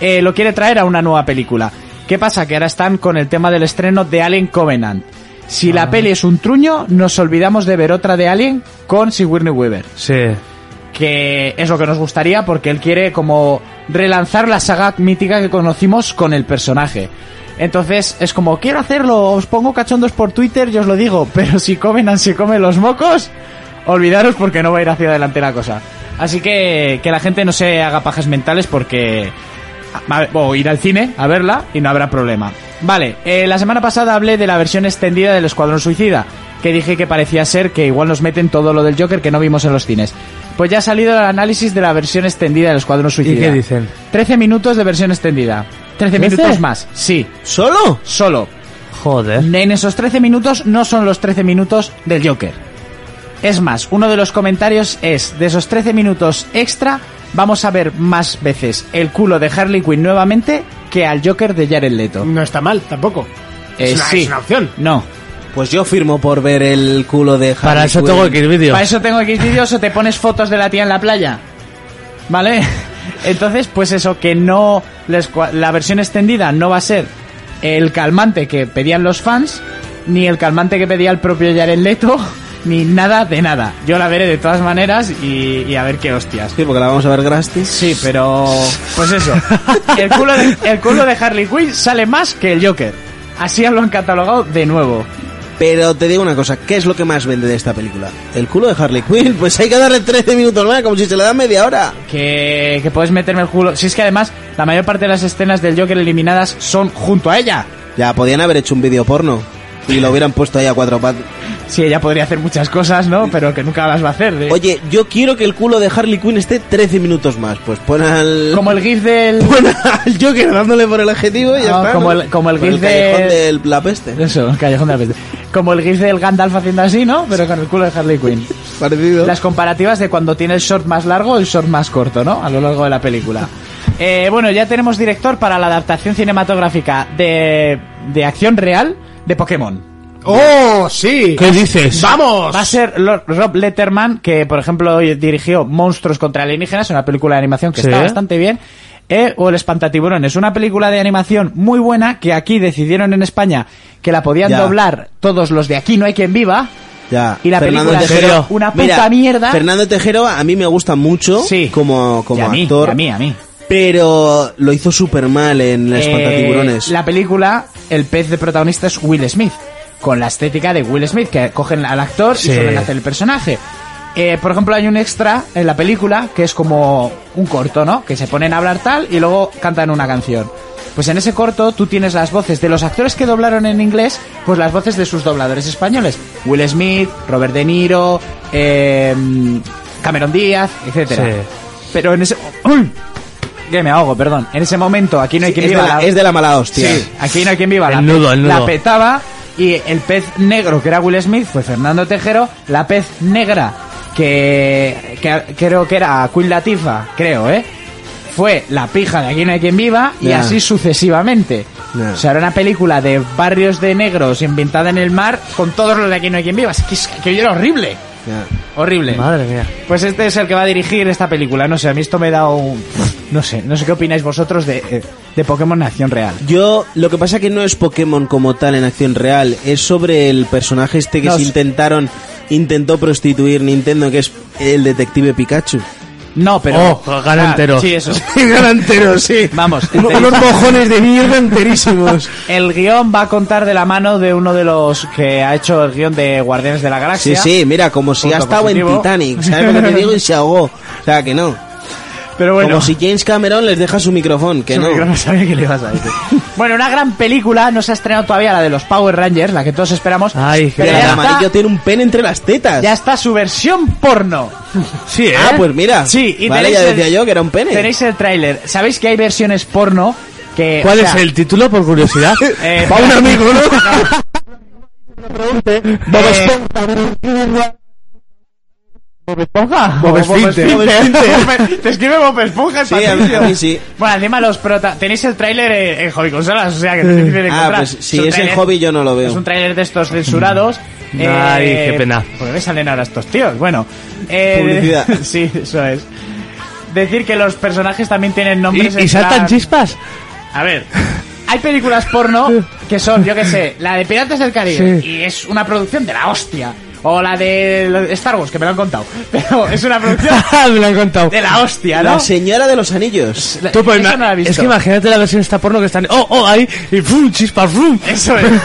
Speaker 3: eh, lo quiere traer a una nueva película. ¿Qué pasa? Que ahora están con el tema del estreno de Alien Covenant. Si la peli es un truño, nos olvidamos de ver otra de Alien con Sigourney Weaver
Speaker 5: Sí.
Speaker 3: que es lo que nos gustaría porque él quiere como relanzar la saga mítica que conocimos con el personaje. Entonces es como, quiero hacerlo, os pongo cachondos por Twitter y os lo digo, *laughs* pero si Covenant se come los mocos, olvidaros porque no va a ir hacia adelante la cosa. Así que que la gente no se haga pajas mentales porque... a- a- o ir al cine a verla y no habrá problema. Vale, eh, la semana pasada hablé de la versión extendida del Escuadrón Suicida, que dije que parecía ser que igual nos meten todo lo del Joker que no vimos en los cines. Pues ya ha salido el análisis de la versión extendida del Escuadrón Suicida.
Speaker 5: qué dicen?
Speaker 3: 13 minutos de versión extendida. 13
Speaker 5: ¿Trece?
Speaker 3: minutos más, sí,
Speaker 4: *laughs* ¿Solo?
Speaker 3: solo.
Speaker 5: Joder.
Speaker 3: En esos 13 minutos no son los 13 minutos del Joker. Es más, uno de los comentarios es, de esos 13 minutos extra, vamos a ver más veces el culo de Harley Quinn nuevamente que al Joker de Jared Leto.
Speaker 2: No está mal, tampoco.
Speaker 3: Eh,
Speaker 2: es, una,
Speaker 3: sí.
Speaker 2: es una opción.
Speaker 3: No.
Speaker 4: Pues yo firmo por ver el culo de Harley
Speaker 5: Para eso
Speaker 4: Quinn.
Speaker 5: tengo que ir vídeo.
Speaker 3: Para eso tengo X vídeos o te pones fotos de la tía en la playa. ¿Vale? *laughs* Entonces, pues eso, que no. la escua- La versión extendida no va a ser el calmante que pedían los fans, ni el calmante que pedía el propio Jared Leto, *laughs* ni nada de nada. Yo la veré de todas maneras y, y a ver qué hostias.
Speaker 4: Sí, porque la vamos a ver gratis.
Speaker 3: Sí, pero. Pues eso. El culo, de, el culo de Harley Quinn sale más que el Joker. Así lo han catalogado de nuevo.
Speaker 4: Pero te digo una cosa, ¿qué es lo que más vende de esta película? El culo de Harley Quinn, *laughs* pues hay que darle 13 minutos más, como si se le da media hora.
Speaker 3: que, que puedes meterme el culo. Si es que además la mayor parte de las escenas del Joker eliminadas son junto a ella.
Speaker 4: Ya, podían haber hecho un vídeo porno y lo hubieran puesto ahí a cuatro patas.
Speaker 3: Sí, ella podría hacer muchas cosas, ¿no? Pero que nunca las va a hacer. ¿eh?
Speaker 4: Oye, yo quiero que el culo de Harley Quinn esté 13 minutos más. Pues pon al...
Speaker 3: como el gif del...
Speaker 4: *laughs* Pon al Joker dándole por el adjetivo y ya
Speaker 3: No,
Speaker 4: está.
Speaker 3: como
Speaker 4: ¿no?
Speaker 3: el- como el
Speaker 4: Por
Speaker 3: gif de-
Speaker 4: callejón del- la peste.
Speaker 3: Eso, el callejón de la peste. Como el gif del Gandalf haciendo así, ¿no? Pero con el culo de Harley Quinn.
Speaker 4: Parecido.
Speaker 3: Las comparativas de cuando tiene el short más largo o el short más corto, ¿no? A lo largo de la película. Eh, bueno, ya tenemos director para la adaptación cinematográfica de, de acción real de Pokémon.
Speaker 2: ¡Oh, sí!
Speaker 5: ¿Qué dices?
Speaker 2: ¡Vamos!
Speaker 3: Va a ser Lord- Rob Letterman, que por ejemplo dirigió Monstruos contra alienígenas, una película de animación que
Speaker 5: Sí.
Speaker 3: está bastante bien. eh, o El Espantatiburón, es una película de animación muy buena que aquí decidieron en España que la podían
Speaker 4: Ya.
Speaker 3: doblar todos los de Aquí no hay quien viva.
Speaker 4: Ya.
Speaker 3: Y la película es
Speaker 4: Tejero.
Speaker 3: una puta
Speaker 4: Mira,
Speaker 3: mierda.
Speaker 4: Fernando Tejero a mí me gusta mucho
Speaker 3: Sí.
Speaker 4: como,
Speaker 3: Y
Speaker 4: como
Speaker 3: a mí,
Speaker 4: actor.
Speaker 3: y a mí, a mí.
Speaker 4: Pero lo hizo súper mal en El
Speaker 3: Eh,
Speaker 4: Espantatiburones.
Speaker 3: la película, el pez de protagonista es Will Smith, con la estética de Will Smith, que cogen al actor
Speaker 5: Sí.
Speaker 3: y suelen hacer el personaje. Eh, por ejemplo, hay un extra en la película que es como un corto, ¿no? Que se ponen a hablar tal y luego cantan una canción. Pues en ese corto tú tienes las voces de los actores que doblaron en inglés, pues las voces de sus dobladores españoles. Will Smith, Robert De Niro, eh, Cameron Díaz, etcétera.
Speaker 5: Sí.
Speaker 3: Pero en ese... ¡Uy! Que me ahogo, perdón. En ese momento aquí no hay
Speaker 4: Sí,
Speaker 3: quien
Speaker 4: es, de
Speaker 3: viva
Speaker 4: la,
Speaker 3: la-
Speaker 4: es de la mala hostia.
Speaker 3: Sí, aquí no hay quien viva. La,
Speaker 5: El nudo, el nudo.
Speaker 3: la petaba y el pez negro que era Will Smith fue Fernando Tejero. La pez negra que, que creo que era Queen Latifa, creo, ¿eh? Fue la pija de Aquí no hay quien viva y
Speaker 4: Ya.
Speaker 3: así sucesivamente.
Speaker 4: Ya.
Speaker 3: O sea, era una película de barrios de negros ambientada en el mar con todos los de Aquí no hay quien viva. Es que, es que era horrible.
Speaker 4: Ya.
Speaker 3: Horrible.
Speaker 5: Madre mía.
Speaker 3: Pues este es el que va a dirigir esta película. No sé, a mí esto me da un... No sé, no sé qué opináis vosotros de, eh, de Pokémon Acción Real.
Speaker 4: Yo, lo que pasa que no es Pokémon como tal en acción real, es sobre el personaje este que
Speaker 3: No,
Speaker 4: se
Speaker 3: es-
Speaker 4: intentaron, intentó prostituir Nintendo, que es el detective Pikachu.
Speaker 3: No, pero...
Speaker 4: pues
Speaker 3: Ah,
Speaker 5: Oh, gana entero.
Speaker 3: Sí,
Speaker 4: *laughs*
Speaker 3: eso.
Speaker 4: Delantero, sí.
Speaker 3: Vamos.
Speaker 4: Uno-
Speaker 3: el-
Speaker 4: unos mojones de mierda enterísimos.
Speaker 3: *laughs* El guión va a contar de la mano de uno de los que ha hecho el guión de Guardianes de la
Speaker 4: Sí,
Speaker 3: Galaxia.
Speaker 4: sí, mira, como si
Speaker 3: Punto
Speaker 4: ha estado en
Speaker 3: positivo. *laughs*
Speaker 4: Titanic, ¿sabes lo que te digo? Y se ahogó. O sea, que no.
Speaker 3: Pero bueno...
Speaker 4: Como si James Cameron les deja su micrófono, que no.
Speaker 3: Yo no sabía que le ibas a decir. bueno, una gran película. No se ha estrenado todavía la de los Power Rangers, la que todos esperamos.
Speaker 5: Ay,
Speaker 3: pero
Speaker 5: qué
Speaker 4: Mira, el
Speaker 3: ya
Speaker 4: amarillo
Speaker 3: está,
Speaker 4: tiene un pene entre las tetas.
Speaker 3: ya está su versión porno.
Speaker 5: Sí, ¿eh?
Speaker 4: Ah, pues mira.
Speaker 3: Sí, y
Speaker 4: vale,
Speaker 3: tenéis
Speaker 4: ya
Speaker 3: el-
Speaker 4: decía yo que era un pene.
Speaker 3: Tenéis el tráiler. Sabéis que hay versiones porno que.
Speaker 5: ¿Cuál
Speaker 3: o sea,
Speaker 5: es el título, por curiosidad?
Speaker 3: Eh,
Speaker 5: Va un amigo, ¿no?
Speaker 6: pregunte, Bob Esponja también tiene-
Speaker 3: Bob Esponja.
Speaker 2: Bob Esfínter.
Speaker 3: Esponja.
Speaker 2: Bob
Speaker 5: *laughs*
Speaker 3: Te escribe Bob Esponja en
Speaker 4: Sí, a mí, a
Speaker 3: *laughs*
Speaker 4: mí sí.
Speaker 3: Bueno, encima los prota... Tenéis el tráiler en, en Hobby Consolas, o sea
Speaker 5: Eh.
Speaker 3: que tenéis difícil de
Speaker 4: Ah,
Speaker 3: encontrar.
Speaker 4: pues si
Speaker 3: un
Speaker 4: es en
Speaker 3: tráiler-
Speaker 4: Hobby yo no lo veo.
Speaker 3: Es un tráiler de estos censurados.
Speaker 5: *laughs* Ay, qué pena.
Speaker 3: Porque me salen ahora estos tíos. Bueno. eh,
Speaker 4: Publicidad.
Speaker 3: *laughs* sí, eso es. Decir que los personajes también tienen nombres...
Speaker 5: *laughs* ¿Y,
Speaker 3: en
Speaker 5: y saltan
Speaker 3: plan-
Speaker 5: chispas? *laughs*
Speaker 3: A ver, *laughs* hay películas porno que son, yo qué sé, la de Piratas del Caribe
Speaker 5: Sí.
Speaker 3: y es una producción de la hostia. O la de Star Wars, que me lo han contado. *laughs* Pero es una producción
Speaker 5: *laughs* Ah, me lo han contado.
Speaker 3: de la hostia, ¿no?
Speaker 4: La señora de los anillos.
Speaker 3: La-
Speaker 5: Tú, pues,
Speaker 3: Eh, eso
Speaker 5: na-
Speaker 3: no la he visto.
Speaker 5: Es que imagínate la versión esta porno que están. ¡Oh, oh! Ahí. Y ¡fum! Chispas, ¡fum!
Speaker 3: Eso es. *laughs*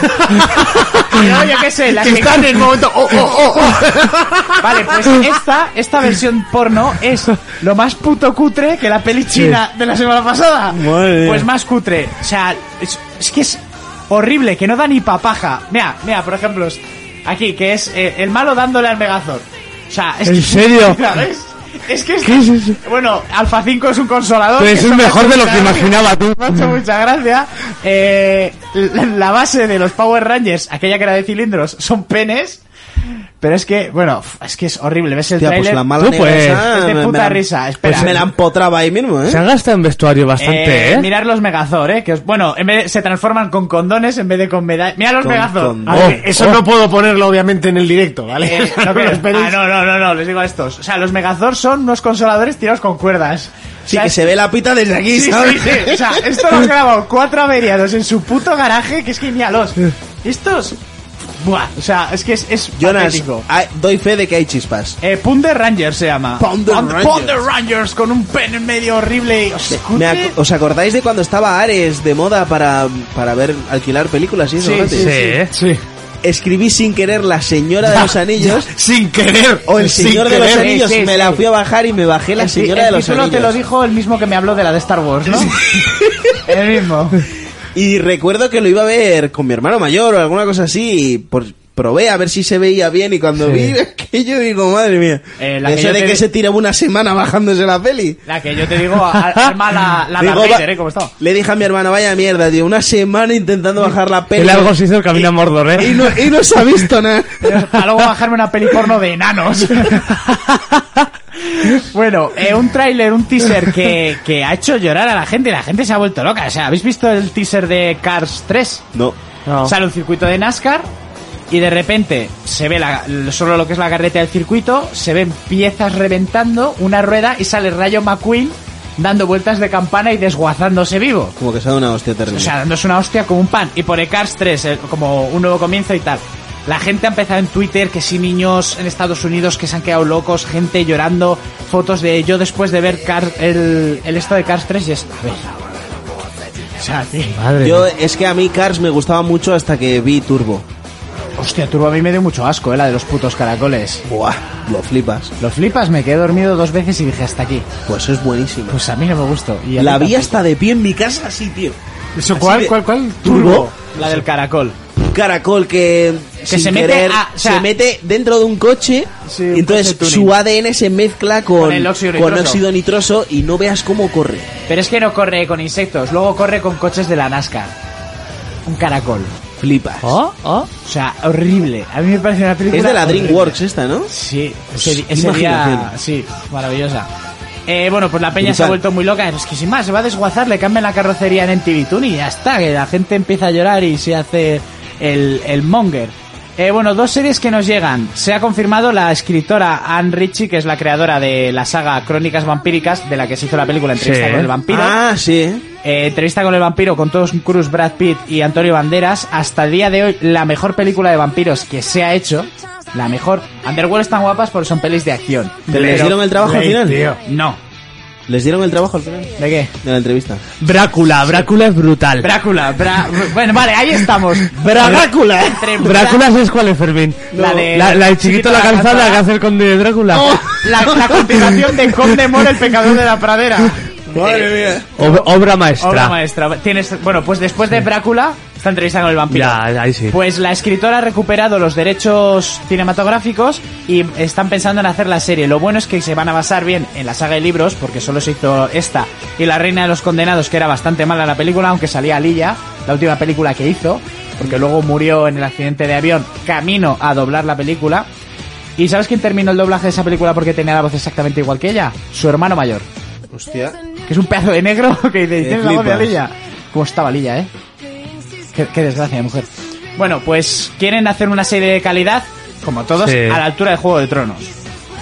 Speaker 3: Pero yo qué sé, las que
Speaker 2: Están en el momento. ¡Oh, oh, oh, oh!
Speaker 3: *laughs* Vale, pues esta, esta versión porno es lo más puto cutre que la peli china de la semana pasada.
Speaker 5: Madre
Speaker 3: Pues
Speaker 5: mía.
Speaker 3: más cutre. O sea, es, es que es horrible, que no da ni papaja. Mira, mira, por ejemplo, es- aquí, que es eh, el malo dándole al Megazord. O sea, es
Speaker 5: ¿En
Speaker 3: que- *laughs*
Speaker 5: serio?
Speaker 3: ¿Sabes? Es que es,
Speaker 5: ¿Qué es eso?
Speaker 3: Bueno, Alfa 5 es un consolador.
Speaker 5: Pero
Speaker 3: que
Speaker 5: eso es
Speaker 3: eso me ha
Speaker 5: mejor
Speaker 3: hecho
Speaker 5: de lo
Speaker 3: mucha
Speaker 5: que
Speaker 3: gracia.
Speaker 5: imaginaba, tú.
Speaker 3: Me ha hecho mucha gracia. Eh, la, la base de los Power Rangers, aquella que era de cilindros, son penes. Pero es que, bueno, f- es que es horrible. ¿Ves el
Speaker 4: Tía,
Speaker 3: tráiler?
Speaker 4: pues la mala
Speaker 5: Tú,
Speaker 4: negra
Speaker 5: pues,
Speaker 4: esa,
Speaker 3: es de
Speaker 4: me- me
Speaker 3: puta
Speaker 4: la-
Speaker 3: risa, espera.
Speaker 4: Pues me la empotraba ahí mismo,
Speaker 5: Se
Speaker 4: ¿eh?
Speaker 5: han gastado en vestuario
Speaker 3: Eh,
Speaker 5: bastante, ¿eh?
Speaker 3: Mirar los Megazord, eh. Que os- bueno, en vez de- se transforman con condones en vez de con medallas. Mira los
Speaker 4: Con
Speaker 3: Megazord. Ah,
Speaker 4: condones.
Speaker 2: A ver, eso no puedo ponerlo, obviamente, en el directo, ¿vale?
Speaker 3: Oh,
Speaker 2: *laughs*
Speaker 4: *laughs*
Speaker 3: Eh, no,
Speaker 2: No me
Speaker 3: pero-
Speaker 2: lo esperéis.
Speaker 3: *laughs* ah, no, no, no, no, les digo a estos. O sea, los Megazord son unos consoladores tirados con cuerdas. O
Speaker 4: Sí,
Speaker 3: sea,
Speaker 4: que se ve la pita desde aquí,
Speaker 3: Sí,
Speaker 4: ¿sabes?
Speaker 3: sí, sí. O sea, esto lo han grabado cuatro averiados en su puto garaje, que es que míralos. Estos. Buah, o sea, es que es, es
Speaker 4: *laughs* Jonas,
Speaker 3: patético.
Speaker 4: ah, doy fe de que hay chispas.
Speaker 3: Eh, Punder Ranger se llama.
Speaker 4: Pounder
Speaker 3: Pound-
Speaker 4: Rangers.
Speaker 3: Pounder Rangers con un pen en medio horrible. y- Hostia,
Speaker 4: Me
Speaker 3: cutre.
Speaker 4: ac- ¿Os acordáis de cuando estaba Ares de moda para, para ver alquilar películas y eso?
Speaker 3: Sí,
Speaker 4: gente?
Speaker 5: sí, ¿eh?
Speaker 2: Sí.
Speaker 4: Escribí sin querer La Señora de los Anillos
Speaker 2: Sin querer.
Speaker 4: o El
Speaker 2: sin
Speaker 4: Señor de los
Speaker 2: querer.
Speaker 4: Anillos.
Speaker 3: Sí, sí,
Speaker 4: me la fui a bajar y me bajé La
Speaker 3: El ti-
Speaker 4: Señora
Speaker 3: el
Speaker 4: de los
Speaker 3: título
Speaker 4: Anillos.
Speaker 3: te lo dijo el mismo que me habló de la de Star Wars, ¿no? *laughs* el mismo.
Speaker 4: Y recuerdo que lo iba a ver con mi hermano mayor o alguna cosa así. Y por- probé a ver si se veía bien. Y cuando vi *laughs* aquello, digo, madre mía.
Speaker 3: Eh, la que
Speaker 4: eso
Speaker 3: yo
Speaker 4: de
Speaker 3: te
Speaker 4: que
Speaker 3: di-
Speaker 4: se tiraba una semana bajándose la peli.
Speaker 3: La que yo te digo, a- arma la, la
Speaker 4: Digo,
Speaker 3: Darth
Speaker 4: va-
Speaker 3: Vader, ¿eh? ¿Cómo está?
Speaker 4: Le dije a mi hermano, vaya mierda, tío. Una semana intentando bajar la peli.
Speaker 5: El algo se hizo el camino a Mordor, ¿eh?
Speaker 4: Y no, y no se ha visto nada.
Speaker 3: Pero para luego bajarme una peli porno de enanos. bueno, eh, un tráiler, un teaser que, que ha hecho llorar a la gente. La gente se ha vuelto loca. O sea, ¿habéis visto el teaser de Cars 3?
Speaker 4: No.
Speaker 5: No.
Speaker 3: Sale un circuito de NASCAR y de repente se ve la- solo lo que es la carreta del circuito, se ven piezas reventando, una rueda y sale Rayo McQueen dando vueltas de campana y desguazándose vivo.
Speaker 4: Como que se ha dado una hostia terrible.
Speaker 3: O sea, dándose una hostia como un pan. Y por Cars 3, eh, como un nuevo comienzo y tal. La gente ha empezado en Twitter que sí niños en Estados Unidos que se han quedado locos, gente llorando, fotos de yo después de ver Car- el, el esto de Cars 3 y es... A ver. O sea, tío,
Speaker 5: Madre
Speaker 4: Yo,
Speaker 5: mía.
Speaker 4: es que a mí Cars me gustaba mucho hasta que vi Turbo.
Speaker 3: hostia, Turbo a mí me dio mucho asco, eh, la de los putos caracoles.
Speaker 4: Buah, lo flipas.
Speaker 3: Lo flipas, me quedé dormido dos veces y dije hasta aquí.
Speaker 4: Pues es buenísimo.
Speaker 3: Pues a mí no me gustó. Y a
Speaker 4: La
Speaker 3: mí
Speaker 4: vi
Speaker 3: tampoco.
Speaker 4: hasta de pie en mi casa, así, tío.
Speaker 2: ¿Eso
Speaker 4: Así
Speaker 2: cuál,
Speaker 4: de-
Speaker 2: cuál, cuál?
Speaker 3: Turbo, la del caracol.
Speaker 4: Caracol que, sin
Speaker 3: se mete
Speaker 4: querer,
Speaker 3: a- o sea-
Speaker 4: se mete dentro de un coche.
Speaker 3: Sí, un
Speaker 4: y entonces
Speaker 3: coche tuning.
Speaker 4: su ADN se mezcla con,
Speaker 3: Con el óxido nitroso.
Speaker 4: con óxido nitroso y no veas cómo corre.
Speaker 3: Pero es que no corre con insectos, luego corre con coches de la NASCAR. Un caracol.
Speaker 4: Flipas.
Speaker 3: ¿Oh? ¿Oh? O sea, horrible. A mí me parece una película.
Speaker 4: Es de la
Speaker 3: horrible.
Speaker 4: DreamWorks Pues esta, ¿no?
Speaker 3: Sí, ese, di-
Speaker 4: Qué
Speaker 3: ese día.
Speaker 4: imaginación.
Speaker 3: Sí, maravillosa. Eh, bueno, pues la peña se ha
Speaker 4: Brutal.
Speaker 3: vuelto muy loca. Es que sin más, se va a desguazar, le cambian la carrocería en MTV Tune y ya está. Que la gente empieza a llorar y se hace el, el monger. Eh, bueno, dos series que nos llegan. Se ha confirmado la escritora Anne Ritchie, que es la creadora de la saga Crónicas Vampíricas, de la que se hizo la película Entrevista
Speaker 5: Sí.
Speaker 3: con el Vampiro.
Speaker 4: Ah, sí.
Speaker 3: Eh, entrevista con el vampiro con Tom Cruise, Brad Pitt y Antonio Banderas. Hasta el día de hoy, la mejor película de vampiros que se ha hecho. La mejor. Underworld están guapas porque son pelis de acción.
Speaker 4: Pero les dieron el trabajo al
Speaker 2: Blade,
Speaker 4: final.
Speaker 2: tío.
Speaker 3: No.
Speaker 4: Les dieron el trabajo al final.
Speaker 3: ¿De qué?
Speaker 4: De la entrevista.
Speaker 5: Drácula, Drácula es brutal.
Speaker 3: Drácula. Bra- bueno, vale, ahí estamos.
Speaker 5: Drácula.
Speaker 3: Entre Bra-
Speaker 5: Drácula, ¿sabes cuál es, Fermín?
Speaker 3: La de- Oh.
Speaker 5: La, la del chiquito la calzada que hace el conde de Drácula.
Speaker 3: La, la continuación de Conde Moro, el pecador de la pradera.
Speaker 4: Madre mía.
Speaker 5: Ob- obra maestra.
Speaker 3: Obra maestra. Tienes, bueno, pues después de Drácula, esta entrevista con el vampiro.
Speaker 5: Ya, ahí sí.
Speaker 3: Pues la escritora ha recuperado los derechos cinematográficos y están pensando en hacer la serie. Lo bueno es que se van a basar bien en la saga de libros, porque solo se hizo esta y La Reina de los Condenados, que era bastante mala la película, aunque salía Lilla, la última película que hizo. porque luego murió en el accidente de avión camino a doblar la película. ¿Y sabes quién terminó el doblaje de esa película porque tenía la voz exactamente igual que ella? Su hermano mayor,
Speaker 4: Hostia.
Speaker 3: que es un pedazo de negro *laughs* que dice,
Speaker 4: Te
Speaker 3: "Tienes la voz de
Speaker 4: flipas".
Speaker 3: Lilla. ¿Cómo estaba Lilla, eh? Qué, qué desgracia de mujer. Bueno, pues quieren hacer una serie de calidad, como todos,
Speaker 5: Sí.
Speaker 3: a la altura de Juego de Tronos.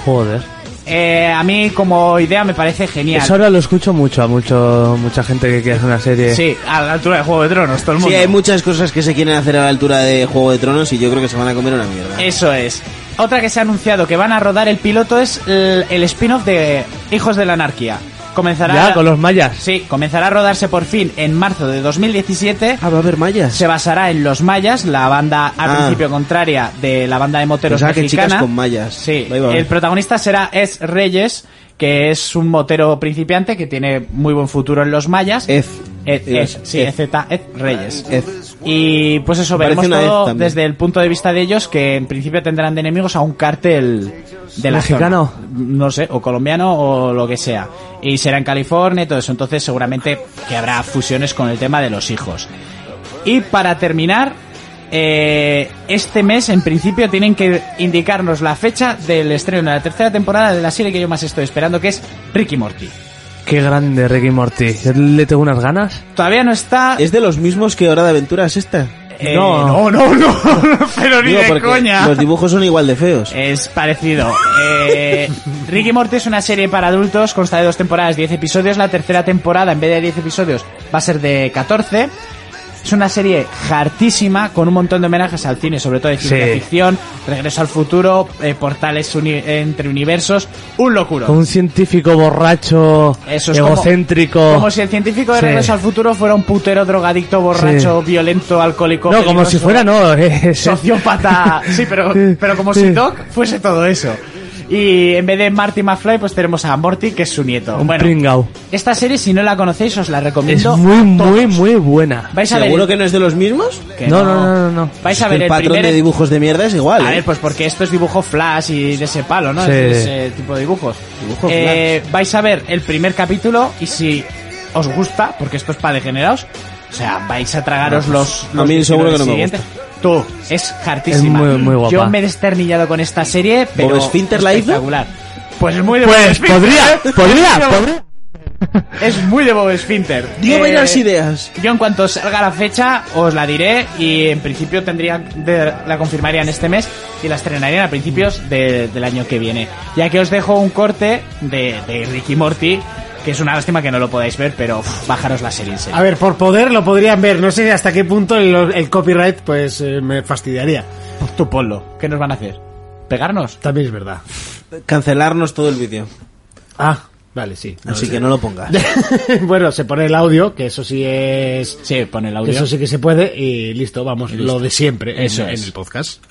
Speaker 5: Joder.
Speaker 3: Eh, a mí como idea me parece genial.
Speaker 5: Eso ahora lo escucho mucho a mucho, mucha gente que quiere hacer una serie.
Speaker 3: Sí, a la altura de Juego de Tronos, todo el mundo.
Speaker 4: Sí, hay muchas cosas que se quieren hacer a la altura de Juego de Tronos y yo creo que se van a comer una mierda.
Speaker 3: Eso es. Otra que se ha anunciado que van a rodar el piloto es el, el spin-off de Hijos de la Anarquía. Comenzará
Speaker 5: Ya, con los mayas.
Speaker 3: Sí, comenzará a rodarse por fin en marzo de 2017.
Speaker 4: Ah, va a haber mallas.
Speaker 3: Se basará en Los Mayas, la banda al
Speaker 4: Ah.
Speaker 3: principio contraria de la banda de moteros
Speaker 4: Pensaba que
Speaker 3: mexicana.
Speaker 4: chicas con mallas.
Speaker 3: Sí,
Speaker 4: Ahí va.
Speaker 3: el protagonista será Es Reyes, que es un motero principiante que tiene muy buen futuro en Los Mayas.
Speaker 4: Ez.
Speaker 3: Ed, Ed,
Speaker 4: Ibas.
Speaker 3: sí,
Speaker 4: Ez.
Speaker 3: EZ, Ed Reyes.
Speaker 4: Ez.
Speaker 3: Y pues eso,
Speaker 4: Parece
Speaker 3: veremos
Speaker 4: una Ed
Speaker 3: todo
Speaker 4: también.
Speaker 3: desde el punto de vista de ellos, que en principio tendrán de enemigos a un cártel de la
Speaker 5: ¿Mexicano?
Speaker 3: zona. no sé, o colombiano o lo que sea. Y será en California y todo eso, entonces seguramente que habrá fusiones con el tema de los hijos. Y para terminar, eh, este mes en principio tienen que indicarnos la fecha del estreno de la tercera temporada de la serie que yo más estoy esperando, que es Ricky Morty.
Speaker 5: Qué grande Ricky Morty. Yo le tengo unas ganas.
Speaker 3: Todavía no está...
Speaker 4: ¿Es de los mismos que Hora de Aventura es esta?
Speaker 3: Eh, no,
Speaker 5: No.
Speaker 3: no,
Speaker 5: *laughs*
Speaker 3: no, pero
Speaker 4: Digo, porque Los dibujos son igual de feos.
Speaker 3: Es parecido. Eh, Ricky Morty es una serie para adultos, consta de dos temporadas, 10 episodios. La tercera temporada, en vez de 10 episodios, va a ser de 14. Es una serie hartísima, con un montón de homenajes al cine, sobre todo de ciencia
Speaker 5: Sí.
Speaker 3: ficción, regreso al futuro, eh, portales uni- entre universos, un locuro.
Speaker 5: Con un científico borracho,
Speaker 3: Eso es
Speaker 5: egocéntrico.
Speaker 3: Como, como si el científico de
Speaker 5: Sí.
Speaker 3: regreso al futuro fuera un putero drogadicto, borracho, violento, alcohólico.
Speaker 5: no, como
Speaker 3: peligroso
Speaker 5: si fuera, no. *laughs* eh, es-
Speaker 3: sociópata. *laughs* Sí, pero, pero como si Doc fuese todo eso. Y en vez de Marty McFly, pues tenemos a Morty, que es su nieto.
Speaker 5: Un
Speaker 3: bueno,
Speaker 5: pringao.
Speaker 3: esta serie, si no la conocéis, os la
Speaker 5: Es
Speaker 3: recomiendo.
Speaker 5: muy, muy, muy buena.
Speaker 3: Vais a ver.
Speaker 4: ¿Seguro que no es de los mismos?
Speaker 3: que
Speaker 5: No, no, no, no, no.
Speaker 3: Vais a
Speaker 4: Es que
Speaker 3: ver
Speaker 4: el
Speaker 3: el
Speaker 4: patrón
Speaker 3: primer.
Speaker 4: de dibujos de mierda es igual.
Speaker 3: A
Speaker 4: ¿eh?
Speaker 3: ver, pues porque esto es dibujo flash y de ese palo, ¿no?
Speaker 5: Sí.
Speaker 3: Es de ese tipo de dibujos.
Speaker 4: Dibujo
Speaker 3: Eh, vais a ver el primer capítulo y si os gusta, porque esto es para degenerados, o sea, vais a tragaros los,
Speaker 4: pues, a
Speaker 3: los
Speaker 4: mí
Speaker 3: 19
Speaker 4: seguro que no me
Speaker 3: siguientes. Tú, es hartísima.
Speaker 5: Es muy, muy guapa.
Speaker 3: Yo me he desternillado con esta serie, pero
Speaker 4: ¿Bob Esfínter la hizo?
Speaker 3: espectacular. Pues es muy de Bob
Speaker 5: Pues
Speaker 3: Esfínter,
Speaker 5: podría,
Speaker 3: ¿eh?
Speaker 5: podría, podría.
Speaker 3: Es muy de Bob Esfínter.
Speaker 4: *laughs* Dios,
Speaker 3: Eh,
Speaker 4: vaya las ideas.
Speaker 3: yo en cuanto salga la fecha os la diré y en principio tendría de- la confirmarían este mes y la estrenarían a principios de- del año que viene. Ya que os dejo un corte de, de Ricky Morty, que es una lástima que no lo podáis ver, pero uf, bajaros la serie en serio.
Speaker 2: A ver, por poder lo podrían ver. No sé hasta qué punto el, el copyright pues eh, me fastidiaría.
Speaker 3: Tú ponlo, ¿qué nos van a hacer? ¿Pegarnos?
Speaker 2: También es verdad.
Speaker 4: Cancelarnos todo el vídeo.
Speaker 2: Ah, vale, sí.
Speaker 4: Así que no lo *laughs* pongas.
Speaker 2: *laughs* bueno, se pone el audio, que eso sí es...
Speaker 3: Sí, pon el audio.
Speaker 2: Eso sí que se puede y listo, vamos, lo de siempre en-
Speaker 3: Eso
Speaker 2: en,
Speaker 3: es.
Speaker 2: el podcast.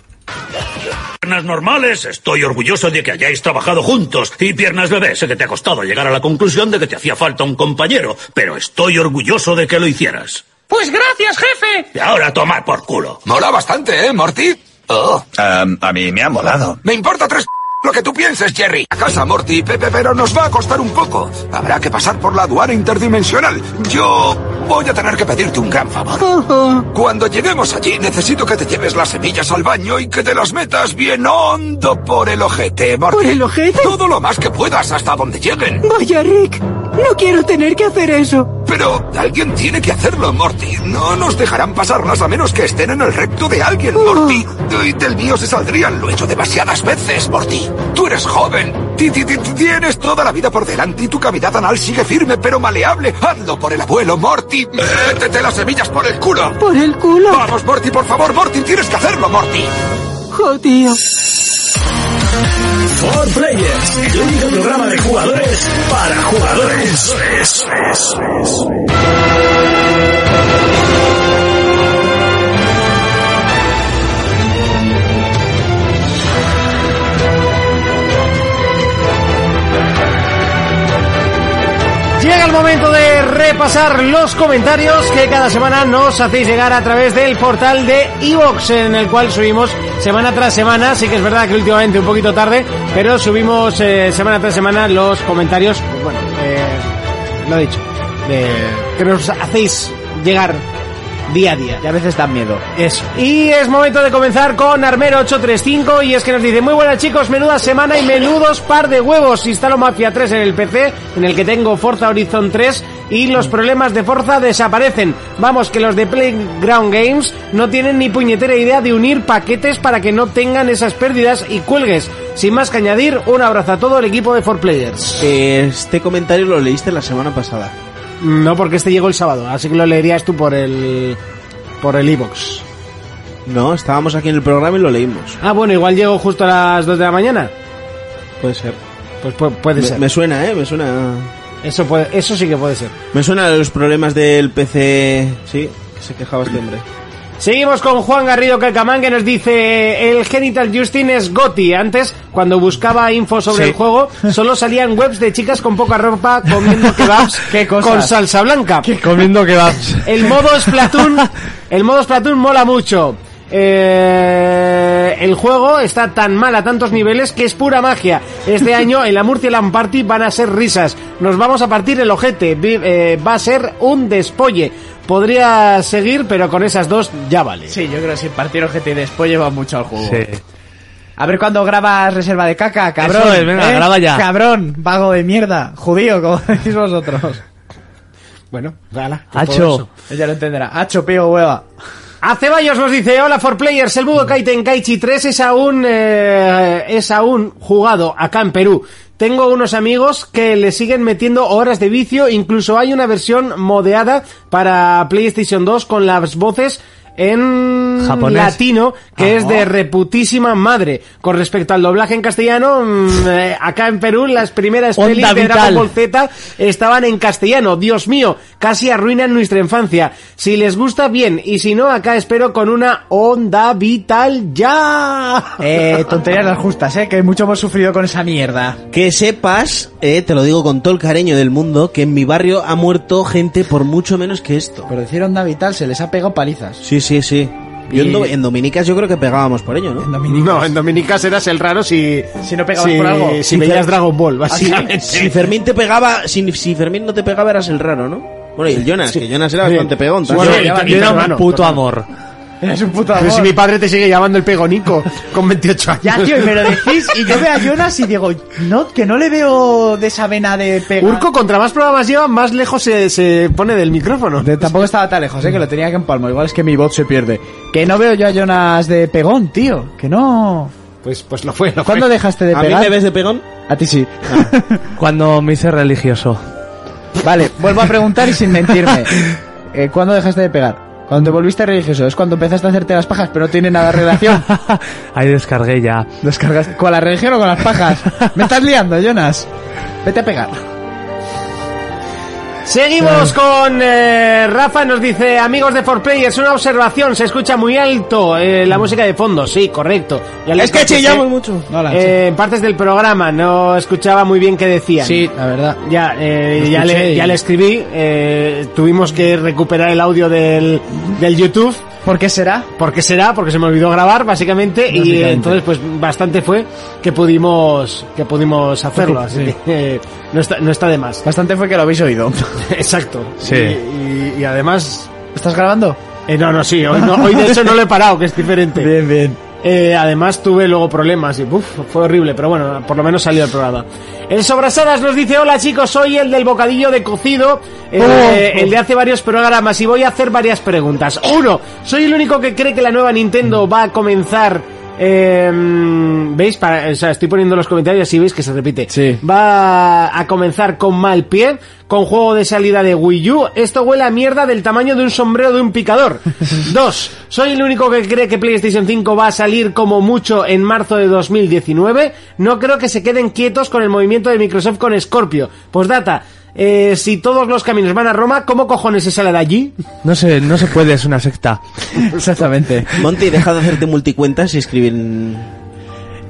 Speaker 7: Piernas normales, estoy orgulloso de que hayáis trabajado juntos. Y piernas bebé, sé que te ha costado llegar a la conclusión de que te hacía falta un compañero, pero estoy orgulloso de que lo hicieras.
Speaker 8: Pues gracias, jefe.
Speaker 7: Y ahora a tomar por culo.
Speaker 9: Mola bastante, ¿eh, Morty? Oh. a mí me ha molado. Me importa tres *laughs* lo que tú pienses, Jerry. A casa, Morty, Pepe, pero nos va a costar un poco. Habrá que pasar por la aduana interdimensional. Yo voy a tener que pedirte un gran favor. Cuando lleguemos allí, necesito que te lleves las semillas al baño y que te las metas bien hondo por el ojete, Morty.
Speaker 8: ¿Por el ojete?
Speaker 9: Todo lo más que puedas hasta donde lleguen.
Speaker 8: Vaya, Rick. No quiero tener que hacer eso.
Speaker 9: Pero alguien tiene que hacerlo, Morty. No nos dejarán pasarlas a menos que estén en el recto de alguien,
Speaker 8: Ah.
Speaker 9: Morty. Y del mío se saldrían. Lo he hecho demasiadas veces, Morty. Tú eres joven. Ti- ti- ti- Tienes toda la vida por delante y tu cavidad anal sigue firme pero maleable. Hazlo por el abuelo, Morty. Métete las semillas por el culo.
Speaker 8: Por el culo.
Speaker 9: Vamos, Morty, por favor, Morty. Tienes que hacerlo, Morty.
Speaker 8: Jodido.
Speaker 7: For Players, el único programa de jugadores para jugadores.
Speaker 2: Llega el momento de repasar los comentarios que cada semana nos hacéis llegar a través del portal de Evox, en el cual subimos semana tras semana. Sí que es verdad que últimamente un poquito tarde, pero subimos eh, semana tras semana los comentarios, pues bueno, eh, lo dicho, de- que nos hacéis llegar
Speaker 3: día a día. Y a veces dan miedo.
Speaker 2: Eso. Y es momento de comenzar con Armero835 y es que nos dice, muy buenas chicos, menuda semana y menudos par de huevos. Instalo Mafia 3 en el PC, en el que tengo Forza Horizon 3 y los problemas de Forza desaparecen. Vamos, que los de Playground Games no tienen ni puñetera idea de unir paquetes para que no tengan esas pérdidas y cuelgues. Sin más que añadir, un abrazo a todo el equipo de 4Players.
Speaker 4: Eh, Este comentario lo leíste la semana pasada.
Speaker 2: No, porque este llegó el sábado, así que lo leerías tú por el... por el iBox.
Speaker 4: No, estábamos aquí en el programa y lo leímos.
Speaker 2: Ah, bueno, igual llegó justo a las 2 de la mañana.
Speaker 4: Puede ser.
Speaker 2: Pues pu- puede
Speaker 4: me,
Speaker 2: ser.
Speaker 4: me suena, ¿eh? Me suena.
Speaker 2: Eso, puede, eso sí que puede ser.
Speaker 4: Me suena a los problemas del PC. Sí, que se quejaba este hombre.
Speaker 2: Seguimos con Juan Garrido Calcamán que nos dice el Genital Justin es Goti. Antes, cuando buscaba info sobre
Speaker 4: Sí.
Speaker 2: el juego, solo salían webs de chicas con poca ropa
Speaker 4: *laughs*
Speaker 2: comiendo kebabs
Speaker 3: Qué cosas.
Speaker 2: con salsa blanca.
Speaker 5: Comiendo kebabs.
Speaker 2: El modo Splatoon, el modo Splatoon mola mucho. Eh, el juego está tan mal a tantos niveles que es pura magia. Este año en la Murcia Land Party van a ser risas. Nos vamos a partir el ojete. Vi- eh, va a ser un despolle. Podría seguir, pero con esas dos ya vale.
Speaker 3: Sí, yo creo que sin partir ojete y después lleva mucho al juego.
Speaker 5: Sí.
Speaker 3: A ver cuándo grabas reserva de caca, cabrón.
Speaker 5: Eso es, venga,
Speaker 3: ¿eh?
Speaker 5: graba ya.
Speaker 3: Cabrón, vago de mierda, judío, como decís vosotros.
Speaker 2: Bueno, gala.
Speaker 5: Hacho.
Speaker 3: Ella lo entenderá. Hacho, pío, hueva.
Speaker 2: A Ceballos nos dice, hola for players, el
Speaker 5: Mm.
Speaker 2: Budokai Tenkaichi 3 es aún, eh, es aún jugado acá en Perú. Tengo unos amigos que le siguen metiendo horas de vicio, incluso hay una versión modeada para PlayStation 2 con las voces en
Speaker 5: Japonés. Ah.
Speaker 2: latino, que es de reputísima madre. Con respecto al doblaje en castellano, mm, eh, acá en Perú las primeras
Speaker 5: Onda
Speaker 2: pelis de Dragon
Speaker 5: vital.
Speaker 2: Ball Z estaban en castellano. Dios mío, casi arruinan nuestra infancia. Si les gusta, bien. Y si no, acá espero con una onda vital ya.
Speaker 3: *laughs* Eh, tonterías las justas, eh, que mucho hemos sufrido con esa mierda.
Speaker 4: Que sepas, eh, te lo digo con todo el cariño del mundo, que en mi barrio ha muerto gente por mucho menos que esto.
Speaker 3: Pero hicieron David Tal, se les ha pegado palizas.
Speaker 4: Sí, sí, sí. Yo en,
Speaker 3: Y-
Speaker 4: Do- en Dominicas yo creo que pegábamos por ello, ¿no?
Speaker 2: No, en Dominicas eras el raro si...
Speaker 3: Si no pegabas por algo.
Speaker 2: Si
Speaker 3: Si
Speaker 2: veías
Speaker 3: veías
Speaker 2: Dragon Ball,
Speaker 4: Así,
Speaker 2: básicamente.
Speaker 4: si Fermín te pegaba, si, si Fermín no te pegaba eras el raro, ¿no? Bueno, y el Jonas, que Jonas era
Speaker 2: Sí.
Speaker 4: bastante pegón.
Speaker 2: Sí,
Speaker 4: también.
Speaker 2: sí,
Speaker 5: Yo,
Speaker 2: ya-
Speaker 5: yo era
Speaker 2: hermano.
Speaker 5: un puto amor.
Speaker 3: Eres un puto
Speaker 2: Pero si
Speaker 3: amor.
Speaker 2: mi padre te sigue llamando el pegonico con 28 años.
Speaker 3: Ya, tío, y me lo decís y yo veo a Jonas y digo, no, que no le veo de esa vena de pega.
Speaker 2: Urco, contra más programas lleva, más lejos se, se pone del micrófono.
Speaker 3: De- tampoco estaba tan lejos, eh, que lo tenía que empalmo. Igual es que mi bot se pierde. Que no veo yo a Jonas de pegón, tío. Que no.
Speaker 2: Pues, pues lo fue, lo fue.
Speaker 3: ¿Cuándo dejaste de
Speaker 4: ¿A mí
Speaker 3: pegar?
Speaker 4: me ves de pegón?
Speaker 3: A ti sí. *laughs*
Speaker 5: Cuando me hice religioso.
Speaker 3: Vale, vuelvo a preguntar y sin mentirme. Eh, ¿Cuándo dejaste de pegar? Cuando te volviste religioso, es cuando empezaste a hacerte las pajas, pero no tiene nada de relación.
Speaker 5: Ahí descargué ya.
Speaker 3: Descargas con la religión o con las pajas. Me estás liando, Jonas. Vete a pegar.
Speaker 2: Seguimos con eh, Rafa, nos dice, amigos de 4Players, una observación, se escucha muy alto eh, la música de fondo, sí, correcto. Ya le
Speaker 4: Es que
Speaker 2: escuché,
Speaker 4: chillamos mucho.
Speaker 3: No la
Speaker 2: eh, en partes del programa no escuchaba muy bien qué decían.
Speaker 3: Sí, la verdad.
Speaker 2: Ya, eh,
Speaker 3: Lo
Speaker 2: ya,
Speaker 3: escuché
Speaker 2: le,
Speaker 3: y-
Speaker 2: ya le escribí, eh, tuvimos que recuperar el audio del, del YouTube.
Speaker 3: ¿Por qué será?
Speaker 2: ¿Por qué será? Porque se me olvidó grabar, básicamente, y
Speaker 3: Básicamente.
Speaker 2: eh, entonces pues bastante fue que pudimos que pudimos hacerlo, así
Speaker 3: Sí.
Speaker 2: que *laughs* eh, no, está, no está de más.
Speaker 3: Bastante fue que lo habéis oído. *laughs*
Speaker 2: *laughs* Exacto.
Speaker 5: Sí.
Speaker 2: Y- y- y además
Speaker 3: ¿Estás grabando?
Speaker 2: Eh, no, no, sí, hoy, no- hoy de hecho no lo he parado, que es diferente.
Speaker 3: bien.
Speaker 2: Eh, además tuve luego problemas y uf, fue horrible, pero bueno, por lo menos salió el programa. El Sobrasadas nos dice, hola chicos, soy el del bocadillo de cocido, eh,
Speaker 3: Oh.
Speaker 2: el de hace varios programas y voy a hacer varias preguntas. Uno, soy el único que cree que la nueva Nintendo va a comenzar... eh, ¿Veis? Para, o sea, estoy poniendo los comentarios y veis que se repite.
Speaker 3: Sí.
Speaker 2: Va a comenzar con mal pie, con juego de salida de Wii U. Esto huele a mierda del tamaño de un sombrero de un *laughs* picador. Dos, soy el único que cree que PlayStation 5 va a salir como mucho en marzo de 2019. No creo que se queden quietos con el movimiento de Microsoft con Scorpio. Postdata, eh, si todos los caminos van a Roma, ¿cómo cojones se sale de allí?
Speaker 5: No se, no se puede, es una secta.
Speaker 3: Exactamente.
Speaker 4: Monty, deja de hacerte multicuentas y escribir...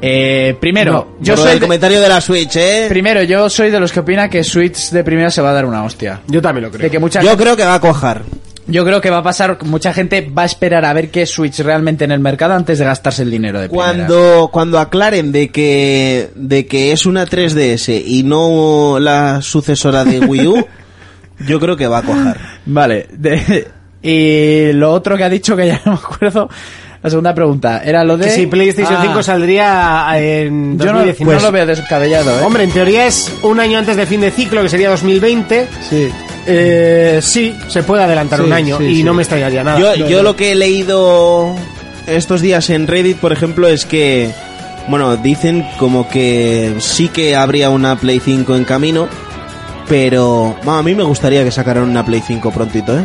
Speaker 3: Eh, primero, yo
Speaker 4: Yo soy
Speaker 3: soy
Speaker 4: el
Speaker 3: de-
Speaker 4: comentario de la Switch, ¿eh?
Speaker 3: primero, yo soy de los que opina que Switch de primera se va a dar una hostia.
Speaker 2: Yo también lo
Speaker 3: De que mucha
Speaker 4: Yo creo que va a cojar.
Speaker 3: Yo creo que va a pasar, mucha gente va a esperar a ver qué Switch realmente en el mercado antes de gastarse el dinero de primera.
Speaker 4: Cuando, cuando aclaren de que, de que es una 3DS y no la sucesora de Wii U, yo creo que va a cojar.
Speaker 3: Vale, de- Y lo otro que ha dicho que ya no me acuerdo, la segunda pregunta, era lo de...
Speaker 2: Que si PlayStation
Speaker 3: Ah,
Speaker 2: 5 saldría eh, en
Speaker 3: Yo no, pues,
Speaker 2: 2019.
Speaker 3: no lo veo descabellado, ¿eh?
Speaker 2: pues, Hombre, en teoría es un año antes de fin de ciclo, que sería 2020.
Speaker 3: Sí.
Speaker 2: Eh, sí, se puede adelantar
Speaker 3: Sí,
Speaker 2: un año
Speaker 3: sí,
Speaker 2: y
Speaker 3: sí.
Speaker 2: no me extrañaría nada.
Speaker 4: Yo, yo lo que he leído estos días en Reddit, por ejemplo, es que, bueno, dicen como que sí que habría una Play 5 en camino, pero bueno, a mí me gustaría que sacaran una Play 5 prontito, ¿eh?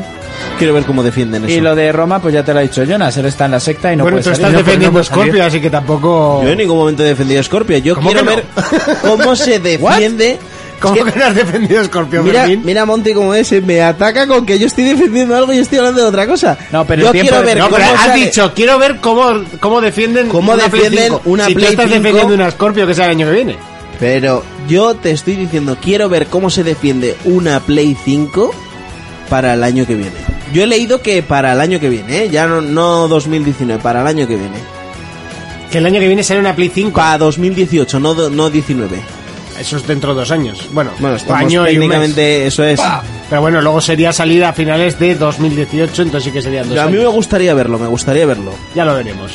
Speaker 4: Quiero ver cómo defienden
Speaker 3: Y
Speaker 4: eso.
Speaker 3: lo de Roma, pues ya te lo ha dicho Jonas, él está en la secta y no
Speaker 2: bueno,
Speaker 3: puede
Speaker 2: tú
Speaker 4: pues,
Speaker 3: salir.
Speaker 2: estás
Speaker 3: No, pero
Speaker 2: defendiendo
Speaker 3: no puede salir.
Speaker 2: Scorpio, así que tampoco.
Speaker 4: Yo en ningún momento he defendido a Scorpio. Yo
Speaker 2: ¿Cómo
Speaker 4: quiero
Speaker 2: que no?
Speaker 4: ver cómo se defiende.
Speaker 2: *laughs* ¿Cómo que no has defendido a Scorpio,
Speaker 4: Mira,
Speaker 2: Fermín?
Speaker 4: mira Monty como es, eh, me ataca con que yo estoy defendiendo algo y estoy hablando de otra cosa.
Speaker 3: No, pero el
Speaker 4: yo
Speaker 3: tiempo
Speaker 4: quiero
Speaker 3: de-
Speaker 4: ver
Speaker 2: No,
Speaker 4: cómo
Speaker 2: pero has
Speaker 4: sale-
Speaker 2: dicho, quiero ver cómo, cómo defienden
Speaker 4: Cómo
Speaker 2: una Play
Speaker 4: defienden
Speaker 2: 5.
Speaker 4: una
Speaker 2: si
Speaker 4: Play
Speaker 2: tú estás
Speaker 4: 5.
Speaker 2: defendiendo una Scorpio que sea el año que viene.
Speaker 4: Pero yo te estoy diciendo, quiero ver cómo se defiende una Play 5 para el año que viene. Yo he leído que para el año que viene, ¿eh? ya no, no 2019, para el año que viene.
Speaker 2: Que el año que viene será una Play 5.
Speaker 4: Para 2018, no, do- no 19.
Speaker 2: Eso es dentro de dos años. Bueno,
Speaker 4: Bueno, estamos
Speaker 2: año y un mes.
Speaker 4: técnicamente, eso es.
Speaker 2: Pero bueno, luego sería salida a finales de 2018, entonces sí que serían dos
Speaker 4: Yo a mí
Speaker 2: años.
Speaker 4: me gustaría verlo, me gustaría verlo.
Speaker 2: Ya lo veremos.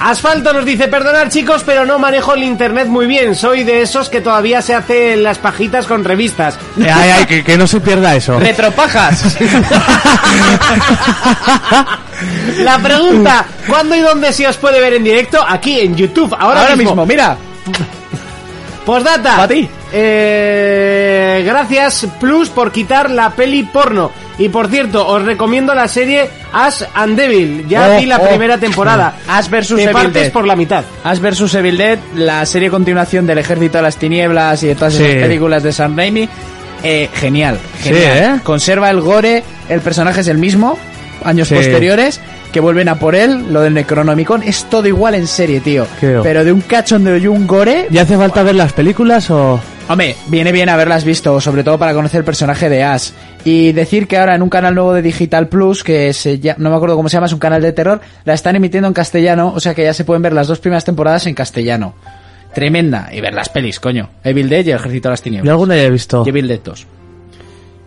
Speaker 2: Asfalto nos dice, perdonar chicos, pero no manejo el internet muy bien. Soy de esos que todavía se hacen las pajitas con revistas.
Speaker 5: Ay, Eh, ay, que, que no se pierda eso.
Speaker 3: ¡Retropajas!
Speaker 2: *laughs* La pregunta, ¿cuándo y dónde se os puede ver en directo? Aquí, en YouTube, ahora,
Speaker 3: Ahora mismo, mira.
Speaker 2: Postdata.
Speaker 3: Pa' ti.
Speaker 2: Eh, gracias Plus por quitar la peli porno. Y por cierto, os recomiendo la serie Ash and Devil. Ya
Speaker 3: Oh,
Speaker 2: vi la
Speaker 3: oh.
Speaker 2: primera temporada.
Speaker 3: Ash versus
Speaker 2: Te
Speaker 3: Evil
Speaker 2: partes
Speaker 3: Dead.
Speaker 2: por la mitad.
Speaker 3: Ash vs Evil Dead, la serie continuación del Ejército de las Tinieblas y de todas
Speaker 5: Sí.
Speaker 3: esas películas de Sam Raimi. Eh, genial,
Speaker 5: Sí,
Speaker 3: genial.
Speaker 5: ¿eh?
Speaker 3: Conserva el gore, el personaje es el mismo, años
Speaker 5: Sí.
Speaker 3: posteriores, que vuelven a por él, lo del Necronomicon, es todo igual en serie, tío.
Speaker 5: Creo.
Speaker 3: Pero de un cachondeo y un gore...
Speaker 5: ¿Y hace falta ver las películas o...?
Speaker 3: Hombre, viene bien haberlas visto, sobre todo para conocer el personaje de Ash. Y decir que ahora en un canal nuevo de Digital Plus, que se llama- no me acuerdo cómo se llama, es un canal de terror, la están emitiendo en castellano, o sea que ya se pueden ver las dos primeras temporadas en castellano. Tremenda. Y ver las pelis, coño. Evil Dead y el Ejército de las
Speaker 5: Yo
Speaker 3: Tinieblas.
Speaker 5: alguna ya he visto.
Speaker 3: Y Evil Dead 2.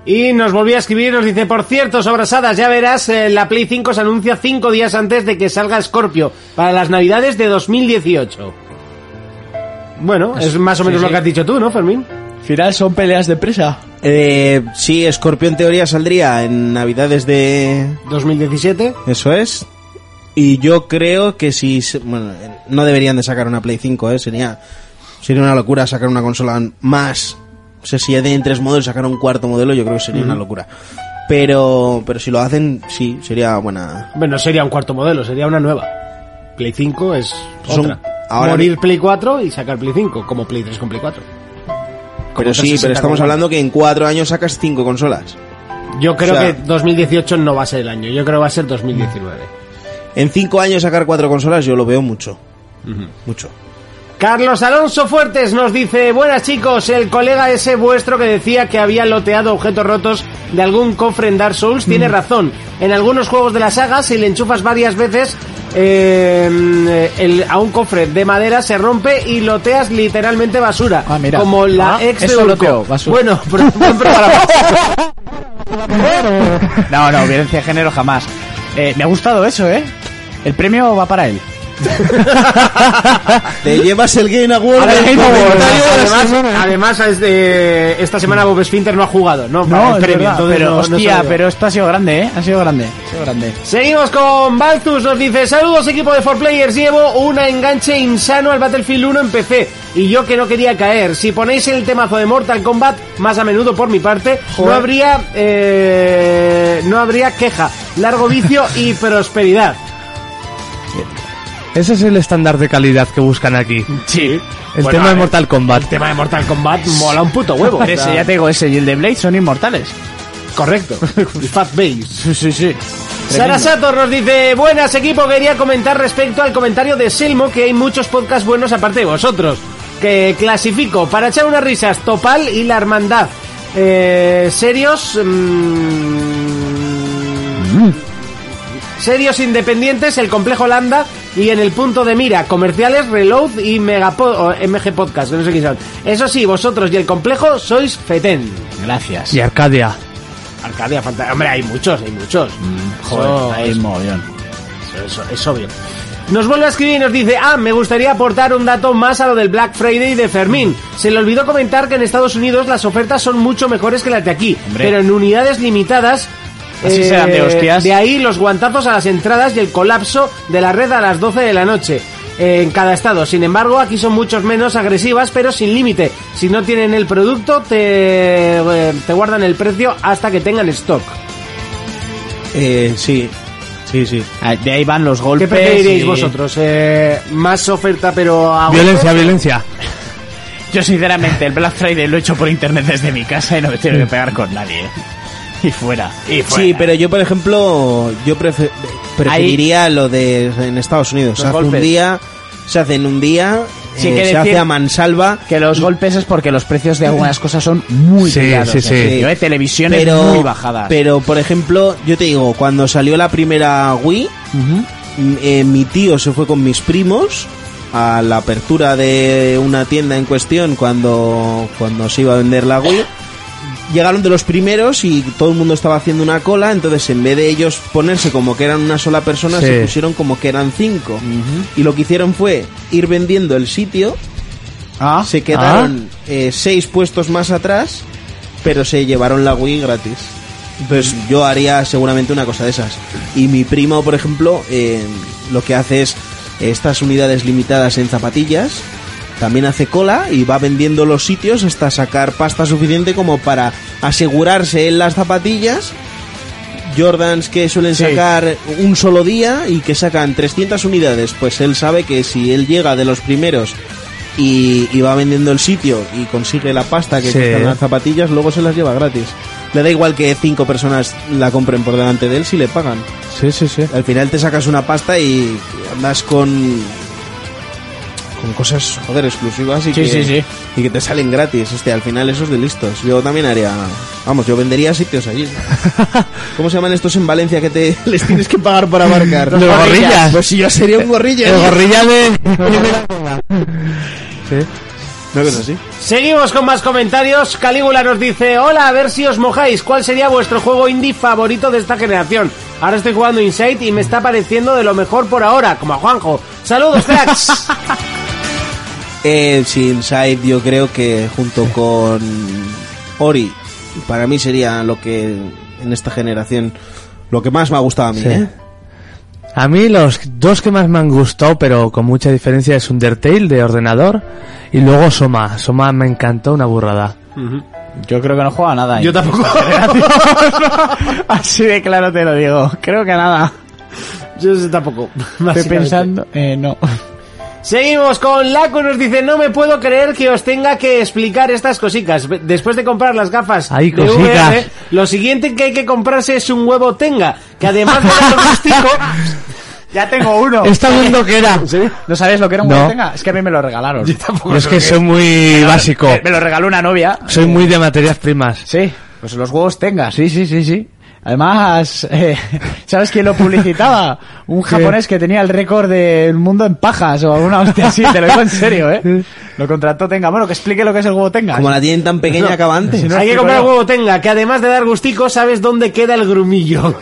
Speaker 2: Y nos volvió a escribir, nos dice, por cierto, sobrasadas, ya verás, eh, la Play 5 se anuncia 5 días antes de que salga Scorpio, para las navidades de 2018. Bueno, es más o menos lo que has dicho tú, ¿no, Fermín?
Speaker 3: Final son peleas de presa.
Speaker 4: Eh, sí, Scorpio en teoría saldría en Navidades de,
Speaker 2: 2017.
Speaker 4: Eso es. Y yo creo que si... se- Bueno, eh, no deberían de sacar una Play 5, ¿eh? Sería, sería una locura sacar una consola más... O sea, si ya tienen tres modelos, sacar un cuarto modelo, yo creo que sería una locura. Pero, pero si lo hacen, sí, sería buena...
Speaker 2: Bueno, sería un cuarto modelo, sería una nueva. Play 5 es
Speaker 4: Son-
Speaker 2: otra.
Speaker 4: ahora-
Speaker 2: Morir Play 4 y sacar Play 5, como Play 3 con Play 4.
Speaker 4: Pero sí,
Speaker 2: 360
Speaker 4: pero estamos
Speaker 2: con-
Speaker 4: hablando que en cuatro años sacas cinco consolas.
Speaker 2: Yo creo
Speaker 4: O sea-
Speaker 2: que 2018 no va a ser el año, yo creo que va a ser 2019.
Speaker 4: En cinco años sacar cuatro consolas yo lo veo mucho. Mucho.
Speaker 2: Carlos Alonso Fuertes nos dice, buenas chicos, el colega ese vuestro que decía que había loteado objetos rotos de algún cofre en Dark Souls tiene
Speaker 3: Mm.
Speaker 2: razón. En algunos juegos de la saga, si le enchufas varias veces eh, el- a un cofre de madera, se rompe y loteas literalmente basura.
Speaker 3: Ah, mira.
Speaker 2: Como la
Speaker 3: Ah,
Speaker 2: ex de
Speaker 3: eso
Speaker 2: Urco.
Speaker 3: loteo, basura. *laughs*
Speaker 2: Bueno, pero, pero- *laughs*
Speaker 3: No, no, violencia de género jamás. Eh, me ha gustado eso, ¿eh? El premio va para él.
Speaker 4: Te llevas el Game Award.
Speaker 2: Ahora
Speaker 4: del
Speaker 2: mismo,
Speaker 4: comentario de la
Speaker 2: además,
Speaker 4: semana.
Speaker 2: además, es de- esta semana Bob Sfinter no ha jugado, no, para el
Speaker 3: es
Speaker 2: premio,
Speaker 3: verdad,
Speaker 2: entonces
Speaker 3: pero
Speaker 2: no- no
Speaker 3: hostia,
Speaker 2: sabía.
Speaker 3: pero esto ha sido grande, ¿eh? Ha sido grande, ha sido grande.
Speaker 2: Seguimos con Baltus, nos dice Saludos equipo de 4Players, llevo un enganche insano al Battlefield 1 en PC Y yo que no quería caer, si ponéis el temazo de Mortal Kombat más a menudo por mi parte No habría, eh, no habría queja, largo vicio *laughs* y prosperidad
Speaker 5: Ese es el estándar de calidad que buscan aquí.
Speaker 3: Sí.
Speaker 5: El
Speaker 2: Bueno,
Speaker 5: tema
Speaker 2: a
Speaker 5: de
Speaker 2: ver,
Speaker 5: Mortal Kombat.
Speaker 2: El tema de Mortal Kombat mola un puto huevo o sea,
Speaker 3: Ese, ya te digo, ese y el de Blade son inmortales.
Speaker 2: Correcto, Y *laughs* Fat Base
Speaker 3: Sí, sí, sí.
Speaker 2: Sara Sator nos dice, buenas equipo, quería comentar respecto al comentario de Selmo que hay muchos podcasts buenos aparte de vosotros, que clasifico para echar unas risas Topal y La Hermandad. Eh, serios... mm, serios independientes, El Complejo Landa y en el punto de mira, comerciales, Reload y Megapo- o MG Podcast, que no sé quién son. Eso sí, vosotros y el Complejo sois fetén.
Speaker 3: Gracias.
Speaker 5: Y Arcadia.
Speaker 2: Arcadia, Fantasía. Hombre, hay muchos, hay muchos.
Speaker 3: Mm, Joder,
Speaker 2: Eso-
Speaker 3: hay mogollón.
Speaker 2: eso- es obvio. Nos vuelve a escribir y nos dice, ah, me gustaría aportar un dato más a lo del Black Friday de Fermín. Se le olvidó comentar que en Estados Unidos las ofertas son mucho mejores que las de aquí,
Speaker 3: Hombre.
Speaker 2: pero en unidades limitadas... eh,
Speaker 3: Así se dan de hostias.
Speaker 2: De ahí los guantazos a las entradas y el colapso de la red a las 12 de la noche eh, en cada estado. Sin embargo, aquí son muchos menos agresivas, pero sin límite. Si no tienen el producto, te, eh, te guardan el precio hasta que tengan stock.
Speaker 4: Eh, sí. Sí, sí.
Speaker 3: Ah, De ahí van los golpes.
Speaker 2: ¿Qué preferiréis
Speaker 3: y-
Speaker 2: vosotros? Eh, ¿Más oferta pero a golpes?
Speaker 5: Violencia, violencia.
Speaker 3: Yo sinceramente el Black Friday lo he hecho por internet desde mi casa y no me tengo que pegar con nadie. Y fuera. Y fuera.
Speaker 4: Sí, pero yo, por ejemplo, yo prefe- preferiría lo de en Estados Unidos. Se hace un
Speaker 3: golpes.
Speaker 4: día, se hace en un día,
Speaker 3: Sí,
Speaker 4: eh,
Speaker 3: que
Speaker 4: se
Speaker 3: decir-
Speaker 4: hace a mansalva.
Speaker 3: Que los golpes es porque los precios de algunas cosas son muy
Speaker 5: Sí,
Speaker 3: caros.
Speaker 5: sí, sí.
Speaker 3: Yo de televisiones
Speaker 4: Pero,
Speaker 3: muy bajadas.
Speaker 4: pero, por ejemplo, yo te digo, cuando salió la primera Wii,
Speaker 3: Ujú.
Speaker 4: m- eh, mi tío se fue con mis primos a la apertura de una tienda en cuestión cuando, cuando se iba a vender la Wii. Llegaron de los primeros y todo el mundo estaba haciendo una cola, entonces en vez de ellos ponerse como que eran una sola persona,
Speaker 5: Sí.
Speaker 4: se pusieron como que eran cinco. Y lo que hicieron fue ir vendiendo el sitio,
Speaker 3: Ah,
Speaker 4: se quedaron eh, seis puestos más atrás, pero se llevaron la Wii gratis. Entonces yo haría seguramente una cosa de esas. Y mi primo, por ejemplo, eh, lo que hace es estas unidades limitadas en zapatillas. También hace cola y va vendiendo los sitios hasta sacar pasta suficiente como para asegurarse en las zapatillas. Jordans que suelen sacar un solo día y que sacan 300 unidades. Pues él sabe que si él llega de los primeros y, y va vendiendo el sitio y consigue la pasta que
Speaker 5: Sí.
Speaker 4: cuestan las zapatillas, luego se las lleva gratis. Le da igual que cinco personas la compren por delante de él si le pagan.
Speaker 5: Sí, sí, sí.
Speaker 4: Al final te sacas una pasta y andas con con cosas joder exclusivas y
Speaker 3: Sí,
Speaker 4: que
Speaker 3: sí, sí.
Speaker 4: y que te salen gratis. Este, al final esos de listos. Yo también haría, vamos, yo vendería sitios
Speaker 5: *laughs*
Speaker 4: allí. ¿Cómo se llaman estos en Valencia que te *laughs* les tienes que pagar para abarcar?
Speaker 5: Los gorrillas.
Speaker 4: Pues si yo sería un ¿eh? gorrilla. ¿no? *laughs*
Speaker 5: gorrilla de... *laughs*
Speaker 4: No, que no, sí.
Speaker 2: Seguimos con más comentarios. Calígula nos dice, hola, a ver si os mojáis. ¿Cuál sería vuestro juego indie favorito de esta generación? Ahora estoy jugando Inside y me está pareciendo de lo mejor por ahora, como a Juanjo. Saludos, cracks.
Speaker 4: Eh, sí, Inside yo creo que junto con Ori, para mí sería lo que en esta generación lo que más me ha gustado a mí,
Speaker 5: Sí.
Speaker 4: ¿eh?
Speaker 5: A mí los dos que más me han gustado, pero con mucha diferencia, es Undertale de ordenador y luego Soma. Soma me encantó, una burrada.
Speaker 3: Yo creo que no juega nada. ¿eh? ahí.
Speaker 2: tampoco.
Speaker 3: *laughs* Así de claro te lo digo. Creo que nada.
Speaker 2: *laughs* Yo tampoco.
Speaker 3: Estoy
Speaker 2: *laughs* básicamente.
Speaker 3: pensando. Eh, no.
Speaker 2: Seguimos con Laco nos dice, no me puedo creer que os tenga que explicar estas cositas. Después de comprar las gafas
Speaker 5: Ay,
Speaker 2: de
Speaker 5: cosicas.
Speaker 2: VR, lo siguiente que hay que comprarse es un huevo tenga, que además de dar plástico,
Speaker 3: *laughs* Ya tengo
Speaker 2: Oh.
Speaker 3: uno.
Speaker 5: Está viendo que era.
Speaker 3: ¿No sabes lo que era un
Speaker 5: No.
Speaker 3: huevo tenga? Es que a mí me lo regalaron.
Speaker 5: Yo es que soy muy básico.
Speaker 3: Me, me lo regaló una novia.
Speaker 5: Soy muy de materias
Speaker 3: *laughs*
Speaker 5: primas.
Speaker 3: Sí, pues los huevos tenga, sí, sí, sí, sí. Además, *laughs* eh, ¿sabes quién lo publicitaba? Un japonés que tenía el récord del mundo en pajas o alguna hostia así, te lo digo en serio, ¿eh? Lo contrató tenga. Bueno, que explique lo que es el huevo tenga.
Speaker 4: Como la tienen tan pequeña acaba antes.
Speaker 3: si no-
Speaker 2: hay que
Speaker 3: estoy
Speaker 2: comprar
Speaker 3: con-
Speaker 2: huevo tenga, que además de dar gustico, sabes dónde queda el grumillo.
Speaker 3: *laughs*
Speaker 2: *laughs*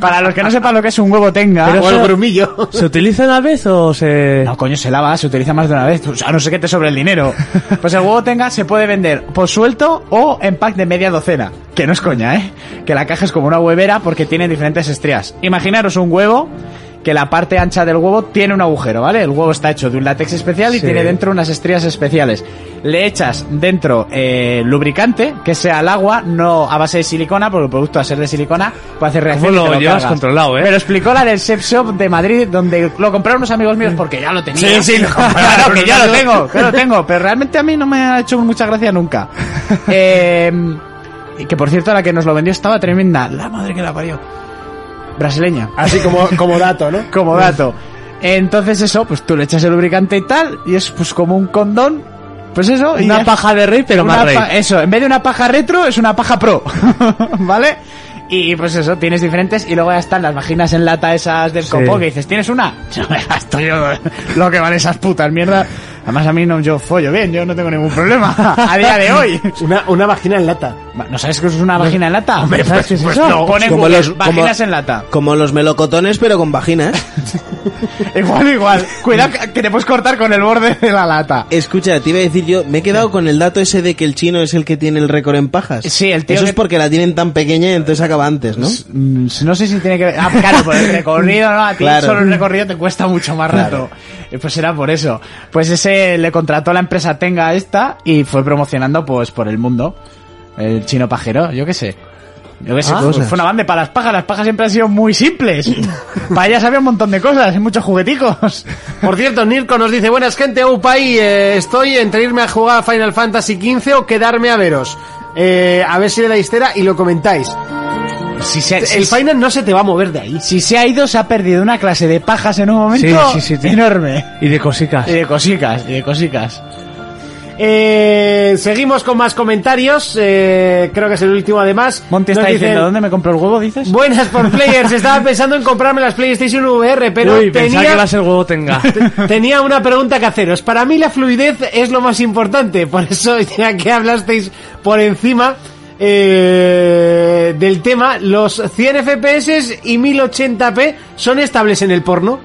Speaker 3: Para los que no sepan lo que es un huevo tenga...
Speaker 2: o el
Speaker 3: Bueno,
Speaker 2: grumillo.
Speaker 5: ¿Se utiliza una vez o se...?
Speaker 3: No, coño, se lava, se utiliza más de una vez, pues, a no ser que te sobre el
Speaker 5: *laughs*
Speaker 3: dinero. Pues el huevo tenga se puede vender por suelto o en pack de media docena. Que no es coña, ¿eh? Que la caja es como una huevera porque tiene diferentes estrías. Imaginaros un huevo que la parte ancha del huevo tiene un agujero, ¿vale? El huevo está hecho de un látex especial y
Speaker 5: Sí.
Speaker 3: tiene dentro unas estrías especiales. Le echas dentro eh, lubricante, que sea el agua, no a base de silicona, porque el producto a ser de silicona puede hacer reacción.
Speaker 5: lo
Speaker 3: y te
Speaker 5: llevas
Speaker 3: cargas.
Speaker 5: controlado, eh?
Speaker 3: Pero explicó la del Chef Shop de Madrid, donde lo compraron unos amigos míos porque ya lo tenía.
Speaker 5: Sí, sí, lo compraron
Speaker 3: *laughs* Claro, que
Speaker 5: unos
Speaker 3: ya lo
Speaker 5: amigos.
Speaker 3: tengo, que lo tengo. Pero realmente a mí no me ha hecho mucha gracia
Speaker 5: *laughs*
Speaker 3: nunca. Eh, y que por cierto, la que nos lo vendió estaba tremenda. La madre que la parió. Brasileña.
Speaker 2: Así
Speaker 3: *laughs*
Speaker 2: como, como dato, ¿no?
Speaker 3: Como dato. Entonces eso, pues tú le echas el lubricante y tal, y es pues como un condón. Pues eso. y
Speaker 5: Una
Speaker 3: ya-
Speaker 5: paja de rey, pero
Speaker 3: una
Speaker 5: más rey.
Speaker 3: pa- Eso, en vez de una paja retro, es una paja pro. *laughs* ¿Vale? Y pues eso, tienes diferentes y luego ya están las vaginas en lata esas del *laughs*
Speaker 5: Sí.
Speaker 3: copó que dices, ¿tienes una? Yo me gasto yo lo que van esas putas mierdas. Además, a mí no, yo follo bien, yo no tengo ningún problema. *laughs* A día de hoy.
Speaker 2: Una, una vagina en lata.
Speaker 3: ¿No sabes que eso es una vagina en lata?
Speaker 2: Hombre, pues-
Speaker 3: ¿Sabes qué es
Speaker 2: pues
Speaker 3: eso?
Speaker 2: no.
Speaker 3: Pone
Speaker 4: Como
Speaker 3: Google,
Speaker 4: los- como-
Speaker 3: vaginas en lata.
Speaker 4: Como los melocotones, pero
Speaker 2: *laughs*
Speaker 4: con vaginas.
Speaker 3: Igual, igual. Cuidado que- que te puedes cortar con el borde de la lata.
Speaker 4: Escucha, te iba a decir yo, me he quedado con el dato ese de que el chino es el que tiene el récord en pajas.
Speaker 3: Sí, el tío
Speaker 4: Eso
Speaker 3: que-
Speaker 4: es porque la tienen tan pequeña y entonces acaba antes, ¿no?
Speaker 3: Mm, No sé si tiene que ver. Ah, claro, por el recorrido, ¿no? A ti
Speaker 4: Claro.
Speaker 3: solo el recorrido te cuesta mucho más rato. Eh, Pues era por eso. Pues ese le contrató a la empresa Tenga esta y fue promocionando pues por el mundo. El chino pajero, yo qué sé. Yo qué sé,
Speaker 4: Ah,
Speaker 3: fue,
Speaker 4: cosas.
Speaker 3: fue una banda para las pajas. Las pajas siempre han sido muy simples. para ellas había un montón de cosas y muchos jugueticos.
Speaker 2: Por cierto, Nirko nos dice, buenas gente, Upay, eh, estoy entre irme a jugar a Final Fantasy XV o quedarme a veros. Eh, a ver si le dais cera y lo comentáis.
Speaker 3: Si se, si
Speaker 2: El
Speaker 3: se-
Speaker 2: Final no se te va a mover de ahí.
Speaker 3: si se ha ido, se ha perdido una clase de pajas en un momento
Speaker 5: Sí, sí, sí, tío.
Speaker 3: enorme.
Speaker 5: Y de cosicas.
Speaker 3: Y de cosicas, y de cosicas.
Speaker 2: Eh, seguimos con más comentarios. eh, creo que es el último además.
Speaker 3: Monty
Speaker 2: Nos
Speaker 3: está
Speaker 2: dicen,
Speaker 3: diciendo, ¿dónde me compro el huevo, dices?
Speaker 2: Buenas por players. Estaba pensando en comprarme las PlayStation VR, pero
Speaker 5: Uy, pensaba que
Speaker 2: tenía,
Speaker 5: vas el huevo tenga.
Speaker 2: te- *laughs* tenía una pregunta que haceros. Para mí la fluidez es lo más importante. Por eso, *laughs* ya que hablasteis por encima eh, del tema, los 100 FPS y 1080p son estables en el porno.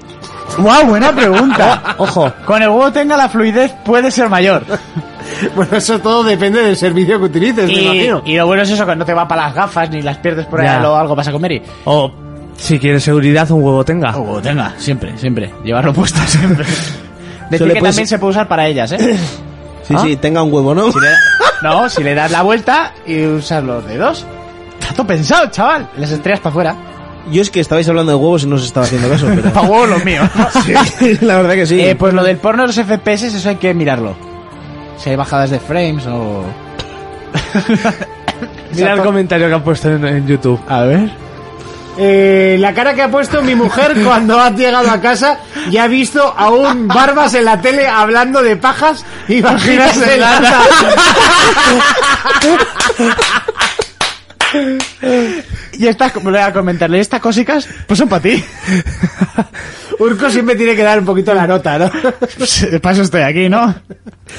Speaker 3: ¡Guau! Buena pregunta. *laughs* Ojo, con el huevo tenga la fluidez puede ser mayor.
Speaker 2: Bueno, eso todo depende del servicio que utilices, me
Speaker 3: Y,
Speaker 2: imagino.
Speaker 3: y lo bueno es eso, que no te va para las gafas ni las pierdes por
Speaker 5: Ya.
Speaker 3: ahí o algo vas a comer y...
Speaker 5: O si quieres seguridad, un huevo tenga.
Speaker 3: Ah, huevo tenga, siempre, siempre. Llevarlo puesto siempre. Decir
Speaker 4: le
Speaker 3: que
Speaker 4: puedes-
Speaker 3: también se puede usar para ellas, ¿eh?
Speaker 4: Sí,
Speaker 2: Ah.
Speaker 4: sí, tenga un huevo, ¿no?
Speaker 3: No, si le das la vuelta y usas los dedos. Trato pensado, chaval. Las estrellas para afuera.
Speaker 4: Yo es que estabais hablando de huevos y no os estaba haciendo caso,
Speaker 2: *laughs*
Speaker 4: pero...
Speaker 3: Para huevo los míos.
Speaker 4: Sí, *laughs* la verdad que sí.
Speaker 3: Eh, pues lo del porno de los FPS, eso hay que mirarlo. Si hay bajadas de frames o...
Speaker 5: Mira el comentario que han puesto en, en YouTube.
Speaker 3: A ver...
Speaker 2: Eh, la cara que ha puesto mi
Speaker 3: *laughs*
Speaker 2: mujer cuando ha llegado a casa y ha visto a un Barbas en la tele hablando de pajas y vaginas en lata.
Speaker 3: *laughs* Y estas, como le voy a comentarle, estas cosicas, pues son para ti.
Speaker 2: *laughs* Urco siempre tiene que dar un poquito la nota, ¿no?
Speaker 3: Para eso estoy aquí, ¿no?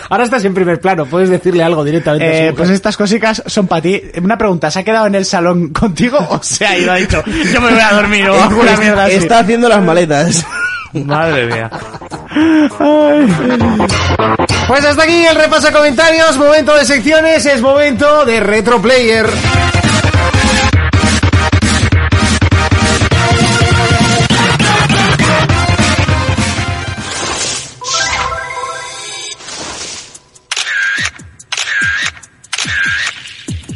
Speaker 2: Ahora estás en primer plano, puedes decirle algo directamente. a su
Speaker 3: Eh,
Speaker 2: mujer.
Speaker 3: pues estas cosicas son para ti. Una pregunta, ¿se ha quedado en el salón contigo o se ha ido? Ha dicho, *laughs* yo me voy
Speaker 2: *laughs*
Speaker 3: a *laughs* dormir o alguna mierda así.
Speaker 4: Está haciendo las maletas.
Speaker 5: Madre mía.
Speaker 2: Pues hasta aquí el repaso de comentarios, momento de secciones, es momento de Retro Player.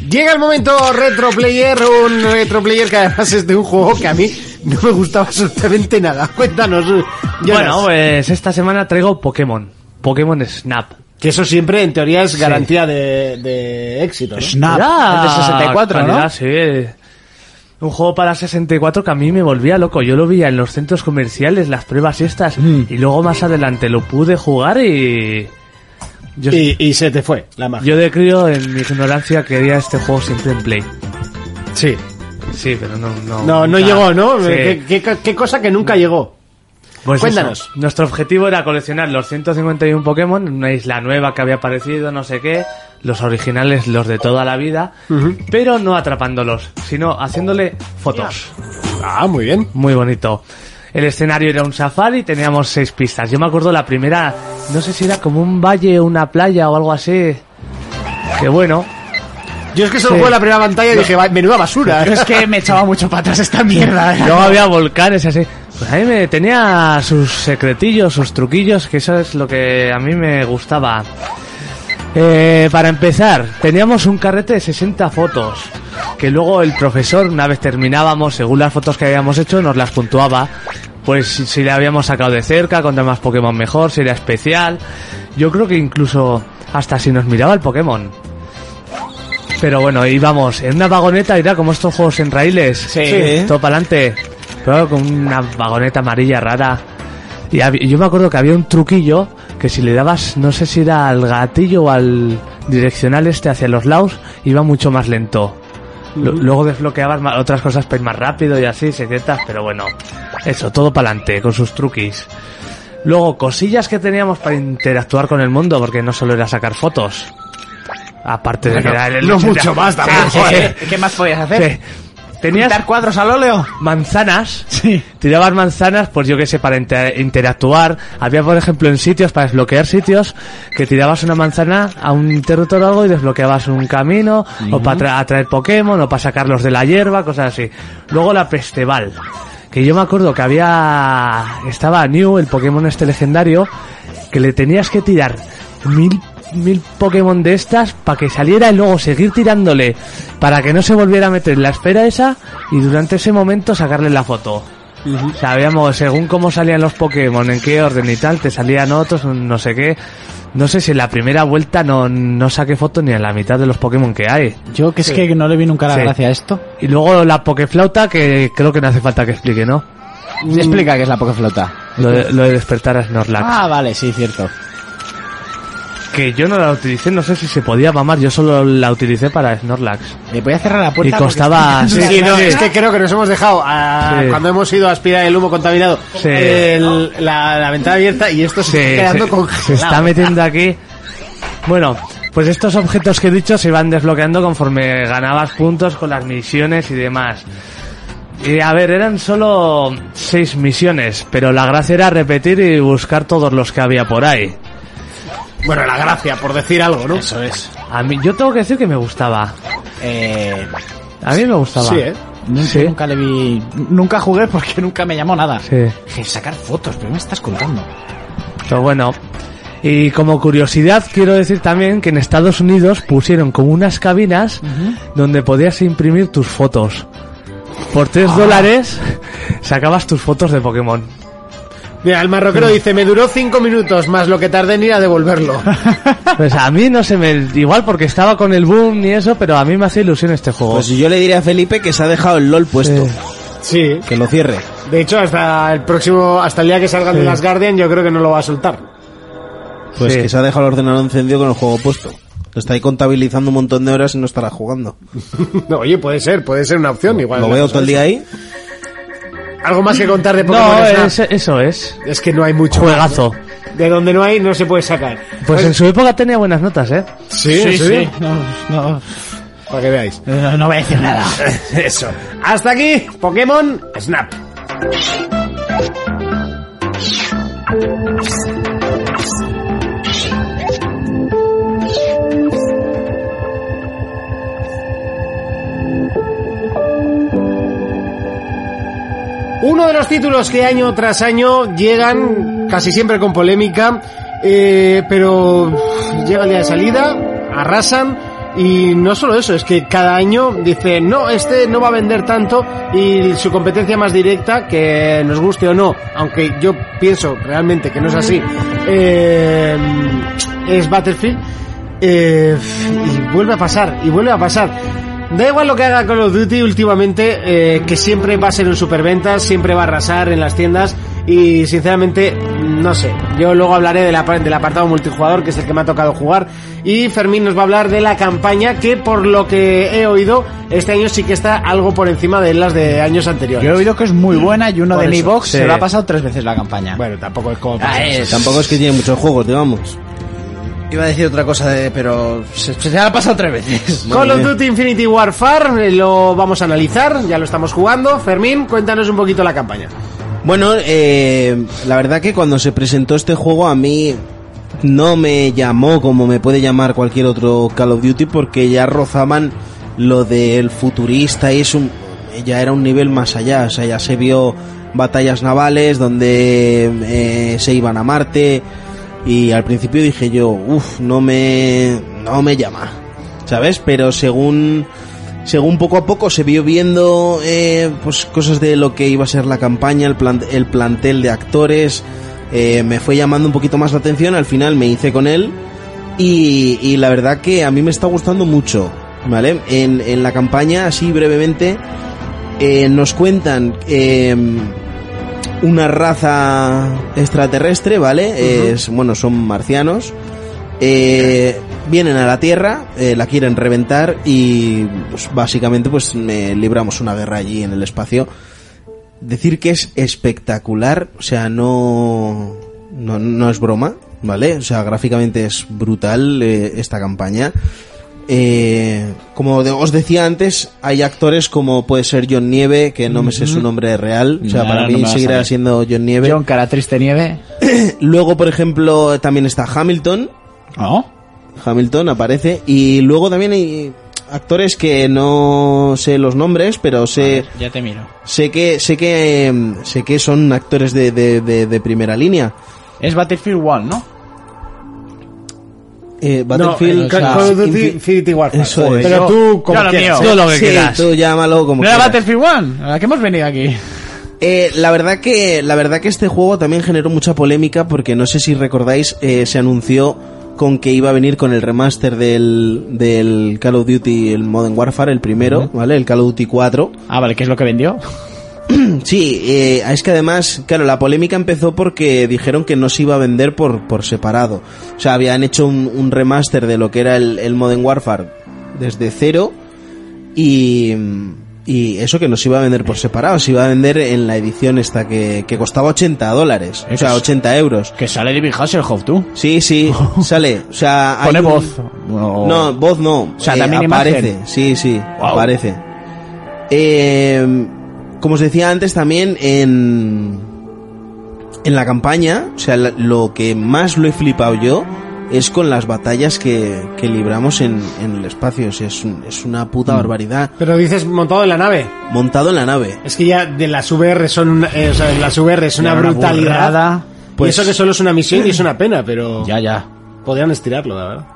Speaker 2: Llega el momento Retro Player, un Retro Player que además es de un juego que a mí no me gustaba absolutamente nada. *laughs* Cuéntanos. Jonas.
Speaker 5: Bueno, pues esta semana traigo Pokémon. Pokémon Snap.
Speaker 2: Que eso siempre, en teoría, es garantía de, de éxito. ¿no?
Speaker 3: Snap, el
Speaker 5: Era
Speaker 3: de 64, ¿no?
Speaker 5: Ah, calidad, sí. Un juego para 64 que a mí me volvía loco. Yo lo veía en los centros comerciales, las pruebas estas, y luego más adelante lo pude jugar y... Yo,
Speaker 2: Y, y se te fue la magia.
Speaker 5: yo de crío, en mi ignorancia, quería este juego siempre en Play.
Speaker 2: Sí.
Speaker 5: Sí, pero no... No,
Speaker 2: No, no
Speaker 5: nunca-
Speaker 2: llegó, ¿no?
Speaker 5: Sí.
Speaker 2: ¿Qué, qué- qué cosa que nunca llegó.
Speaker 5: Pues
Speaker 2: Cuéntanos.
Speaker 5: eso. Nuestro objetivo era coleccionar los 151 Pokémon en una isla nueva que había aparecido, no sé qué, los originales, los de toda la vida, pero no atrapándolos, sino haciéndole fotos.
Speaker 2: Ah, muy bien.
Speaker 5: Muy bonito. El escenario era un safari, teníamos seis pistas. Yo me acuerdo la primera, no sé si era como un valle, una playa o algo así. Que bueno, *laughs*
Speaker 2: Yo es que solo
Speaker 5: Sí.
Speaker 2: jugué la primera pantalla y dije, "Va, menuda basura.
Speaker 3: Yo es que me echaba mucho para atrás esta mierda. ¿eh?
Speaker 5: Luego había volcanes así. Pues a mí me tenía sus secretillos, sus truquillos, que eso es lo que a mí me gustaba. Eh, para empezar, teníamos un carrete de 60 fotos, que luego el profesor, una vez terminábamos, según las fotos que habíamos hecho, nos las puntuaba. Pues si, si le habíamos sacado de cerca, contra más Pokémon mejor, si era especial. Yo creo que incluso hasta si nos miraba el Pokémon. Pero bueno, íbamos en una vagoneta, era como estos juegos en raíles.
Speaker 4: Sí.
Speaker 5: Todo para adelante. Pero con una vagoneta amarilla rara. Y hab- yo me acuerdo que había un truquillo que si le dabas, no sé si era al gatillo o al direccional este hacia los lados, iba mucho más lento. Lu- Luego desbloqueabas ma- otras cosas pues para ir más rápido y así, secretas, pero bueno, eso, todo para adelante, con sus truquis. Luego, cosillas que teníamos para interactuar con el mundo, porque no solo era sacar fotos. Aparte de que
Speaker 2: Bueno,
Speaker 5: era el...
Speaker 2: no mucho
Speaker 5: *laughs*
Speaker 2: más, tampoco, ¿eh? joder.
Speaker 3: ¿Qué más podías
Speaker 5: Sí.
Speaker 3: hacer?
Speaker 5: Tenías
Speaker 3: ¿Pintar cuadros al óleo?
Speaker 5: manzanas,
Speaker 3: Sí.
Speaker 5: tirabas manzanas, pues yo qué sé, para inter- interactuar. Había, por ejemplo, en sitios, para desbloquear sitios, que tirabas una manzana a un territorio o algo y desbloqueabas un camino, o para atra- atraer Pokémon, o para sacarlos de la hierba, cosas así. Luego la Pesteval, que yo me acuerdo que había... Estaba New, el Pokémon este legendario, que le tenías que tirar mil mil Pokémon de estas para que saliera y luego seguir tirándole para que no se volviera a meter en la esfera esa y durante ese momento sacarle la foto. Sabíamos, según cómo salían los Pokémon, en qué orden y tal, te salían otros, un no sé qué. No sé si en la primera vuelta no, no saqué foto ni a la mitad de los Pokémon que hay.
Speaker 3: Yo que es que no le vi nunca la
Speaker 5: Sí.
Speaker 3: gracia a esto.
Speaker 5: Y luego la Pokéflauta, que creo que no hace falta que explique, ¿no?
Speaker 3: Mm. Explica qué es la Pokéflota.
Speaker 5: Lo de, lo de despertar a Snorlax.
Speaker 3: Ah, vale, sí, cierto.
Speaker 5: Que yo no la utilicé, no sé si se podía mamar, yo solo la utilicé para Snorlax.
Speaker 3: Le voy a cerrar la
Speaker 2: Pues
Speaker 3: puerta.
Speaker 5: Y costaba-
Speaker 3: porque-
Speaker 5: Sí,
Speaker 2: Sí, no,
Speaker 5: sí.
Speaker 2: es que creo que nos hemos dejado a-
Speaker 5: Sí.
Speaker 2: cuando hemos ido a aspirar el humo contaminado
Speaker 5: Sí.
Speaker 2: el- la, la ventana abierta y esto se
Speaker 5: Sí,
Speaker 2: está quedando
Speaker 5: se-
Speaker 2: congelado.
Speaker 5: se está metiendo aquí. Bueno, pues estos objetos que he dicho se iban desbloqueando conforme ganabas puntos con las misiones y demás. Y a ver, eran solo seis misiones, pero la gracia era repetir y buscar todos los que había por ahí.
Speaker 2: Bueno, la gracia, por decir algo, ¿no? Eso es.
Speaker 5: A mí, yo tengo que decir que me gustaba.
Speaker 3: *laughs* Eh,
Speaker 5: A mí me gustaba.
Speaker 2: Sí, ¿eh?
Speaker 3: nunca,
Speaker 5: Sí.
Speaker 3: nunca le vi. Nunca jugué porque *laughs* nunca me llamó nada.
Speaker 5: Sí.
Speaker 3: Dije, sacar fotos, pero ¿qué me estás contando.
Speaker 5: Pero bueno. Y como curiosidad, quiero decir también que en Estados Unidos pusieron como unas cabinas donde podías imprimir tus fotos. Por
Speaker 2: Ah.
Speaker 5: 3 dólares sacabas tus fotos de Pokémon.
Speaker 2: Mira, el marroquero dice, me duró cinco minutos más lo que tardé en ir a devolverlo.
Speaker 5: Pues a mí no se me... Igual porque estaba con el boom y eso, pero a mí me hacía ilusión este juego.
Speaker 4: Pues yo le diré a Felipe que se ha dejado el LOL puesto.
Speaker 5: Sí.
Speaker 2: sí.
Speaker 4: Que lo cierre.
Speaker 2: De hecho, hasta el próximo, hasta el día que salgan de las Guardian, yo creo que no lo va a soltar. *laughs*
Speaker 4: Pues
Speaker 5: Sí.
Speaker 4: que se ha dejado el ordenador encendido con el juego puesto. Lo está ahí contabilizando un montón de horas y no estará jugando.
Speaker 2: No, oye, puede ser, puede ser una opción. Igual.
Speaker 4: Lo
Speaker 2: la
Speaker 4: veo
Speaker 2: cosa
Speaker 4: todo el
Speaker 2: es-
Speaker 4: día ahí.
Speaker 2: Algo más que contar de Pokémon.
Speaker 5: no,
Speaker 2: Snap?
Speaker 5: es- eso es.
Speaker 2: Es que no hay mucho.
Speaker 5: Juegazo.
Speaker 2: De donde no hay, no se puede sacar.
Speaker 5: Pues en su época tenía buenas notas, ¿eh?
Speaker 2: Sí, sí,
Speaker 3: No, no,
Speaker 2: Para que veáis.
Speaker 3: no, no voy a decir nada.
Speaker 2: *laughs* Eso. Hasta aquí, Pokémon Snap. Uno de los títulos que año tras año llegan casi siempre con polémica, eh, pero llega el día de salida, arrasan y no solo eso, es que cada año dice no, este no va a vender tanto y su competencia más directa, que nos guste o no, aunque yo pienso realmente que no es así, eh, es Battlefield. Eh, y vuelve a pasar, y vuelve a pasar. Da igual lo que haga Call of Duty últimamente, eh, que siempre va a ser un superventas, siempre va a arrasar en las tiendas y sinceramente no sé. Yo luego hablaré de la, par- del apartado multijugador, que es el que me ha tocado jugar, y Fermín nos va a hablar de la campaña que por lo que he oído este año sí que está algo por encima de las de años anteriores.
Speaker 3: Yo he oído que es muy buena y uno
Speaker 2: Por
Speaker 3: de mi
Speaker 2: eso,
Speaker 3: box
Speaker 5: sí.
Speaker 3: se lo ha pasado tres veces la campaña.
Speaker 2: Bueno, tampoco es como...
Speaker 3: Ah, es-
Speaker 4: Tampoco es que tiene muchos juegos, digamos.
Speaker 3: Iba a decir otra cosa, de, pero se, se la ha pasado tres veces.
Speaker 2: Call of Duty Infinity Warfare eh, lo vamos a analizar, ya lo estamos jugando. Fermín, cuéntanos un poquito la campaña.
Speaker 4: Bueno, eh, la verdad que cuando se presentó este juego a mí no me llamó como me puede llamar cualquier otro Call of Duty porque ya rozaban lo del futurista y es un ya era un nivel más allá, o sea, ya se vio batallas navales donde eh, se iban a Marte y al principio dije yo, uff, no me no me llama, ¿sabes? Pero según según poco a poco se vio viendo eh, pues cosas de lo que iba a ser la campaña, el, plan- el plantel de actores, eh, me fue llamando un poquito más la atención, al final me hice con él y, y la verdad que a mí me está gustando mucho, ¿vale? En, en la campaña, así brevemente, eh, nos cuentan eh, una raza extraterrestre, ¿vale? Es, bueno, son marcianos. Eh, vienen a la Tierra, eh, la quieren reventar y pues, básicamente pues eh, libramos una guerra allí en el espacio. Decir que es espectacular, o sea, no no, no es broma, ¿vale? O sea, gráficamente es brutal eh, esta campaña. Eh, como de- os decía antes, hay actores como puede ser John Nieve, que no me sé su nombre real, o sea,
Speaker 3: Nah,
Speaker 4: para
Speaker 3: no
Speaker 4: mí
Speaker 3: me la
Speaker 4: seguirá
Speaker 3: sabe.
Speaker 4: siendo John Nieve.
Speaker 3: John, cara triste nieve.
Speaker 4: Luego, por ejemplo, también está Hamilton,
Speaker 3: ¿No?
Speaker 4: Hamilton aparece y luego también hay actores que no sé los nombres, pero sé
Speaker 3: Ya te miro.
Speaker 4: sé que sé que em, sé que son actores de, de- de- de primera línea.
Speaker 3: Es Battlefield 1, ¿no?
Speaker 4: Eh,
Speaker 2: no,
Speaker 4: Battlefield
Speaker 2: el Call of Duty
Speaker 4: Infi-
Speaker 2: Infinity Warfare.
Speaker 4: Eso es.
Speaker 2: Pero
Speaker 4: Yo-
Speaker 2: tú, como
Speaker 3: yo lo
Speaker 2: quieras.
Speaker 3: mío.
Speaker 2: ¿eh?
Speaker 4: Tú lo que quieras. tú llámalo como
Speaker 3: ¿No era
Speaker 4: quieras.
Speaker 3: Battlefield 1? ¿A la que hemos venido aquí?
Speaker 4: Eh, la verdad que la verdad que este juego también generó mucha polémica porque no sé si recordáis eh, se anunció con que iba a venir con el remaster del, del Call of Duty, el Modern Warfare, el primero, ¿vale? El Call of Duty 4.
Speaker 3: Ah, vale, ¿qué es lo que vendió?
Speaker 4: Sí, eh, es que además, claro, la polémica empezó porque dijeron que no se iba a vender por, por separado. O sea, habían hecho un, un remaster de lo que era el, el Modern Warfare desde cero y, y eso que no se iba a vender por separado, se iba a vender en la edición esta que, que costaba 80 dólares, o sea, 80 euros.
Speaker 3: Que sale David Hasselhoff, tú. *laughs*
Speaker 4: Sí, sí, sale. O sea, hay
Speaker 3: Pone
Speaker 4: un-
Speaker 3: voz. No.
Speaker 4: no, voz no. O
Speaker 3: sea, también
Speaker 4: aparece.
Speaker 3: imagen.
Speaker 4: Sí, sí,
Speaker 3: Guau.
Speaker 4: aparece. Eh, como os decía antes, también en, en la campaña, o sea, la- lo que más lo he flipado yo es con las batallas que, que libramos en, en el espacio. O sea, es, un- es una puta
Speaker 3: Mm.
Speaker 4: barbaridad.
Speaker 2: Pero dices montado en la nave.
Speaker 4: Montado en la nave.
Speaker 2: Es que ya de las VR son una, eh, o sea, de las VR es una, pues
Speaker 3: Ya, una
Speaker 2: brutalidad.
Speaker 3: burrada.
Speaker 2: Y eso que solo es una misión *clears throat* y es una pena, pero
Speaker 3: Ya, ya.
Speaker 2: podrían estirarlo, la verdad.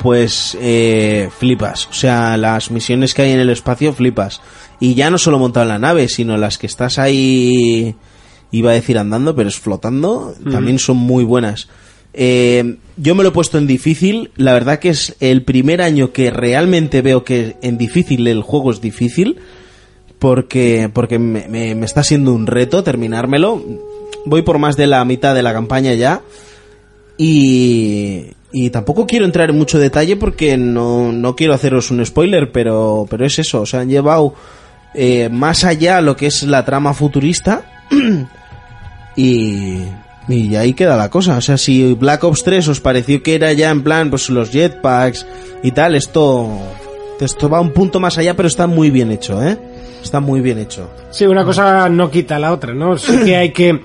Speaker 4: pues eh, flipas. O sea, las misiones que hay en el espacio flipas. Y ya no solo montado en la nave, sino las que estás ahí, iba a decir andando, pero es flotando, también son muy buenas. Eh, yo me lo he puesto en difícil, la verdad que es el primer año que realmente veo que en difícil el juego es difícil, porque, porque me, me- me está siendo un reto terminármelo. Voy por más de la mitad de la campaña ya. Y, y tampoco quiero entrar en mucho detalle porque no, no quiero haceros un spoiler, pero, pero es eso. O sea, han llevado eh, más allá lo que es la trama futurista. *clears throat* y, y ahí queda la cosa. O sea, si Black Ops 3 os pareció que era ya en plan, pues los jetpacks y tal, esto, esto va un punto más allá, pero está muy bien hecho, ¿eh? Está muy bien hecho.
Speaker 2: Sí, una cosa no quita la otra, ¿no? Sí que hay que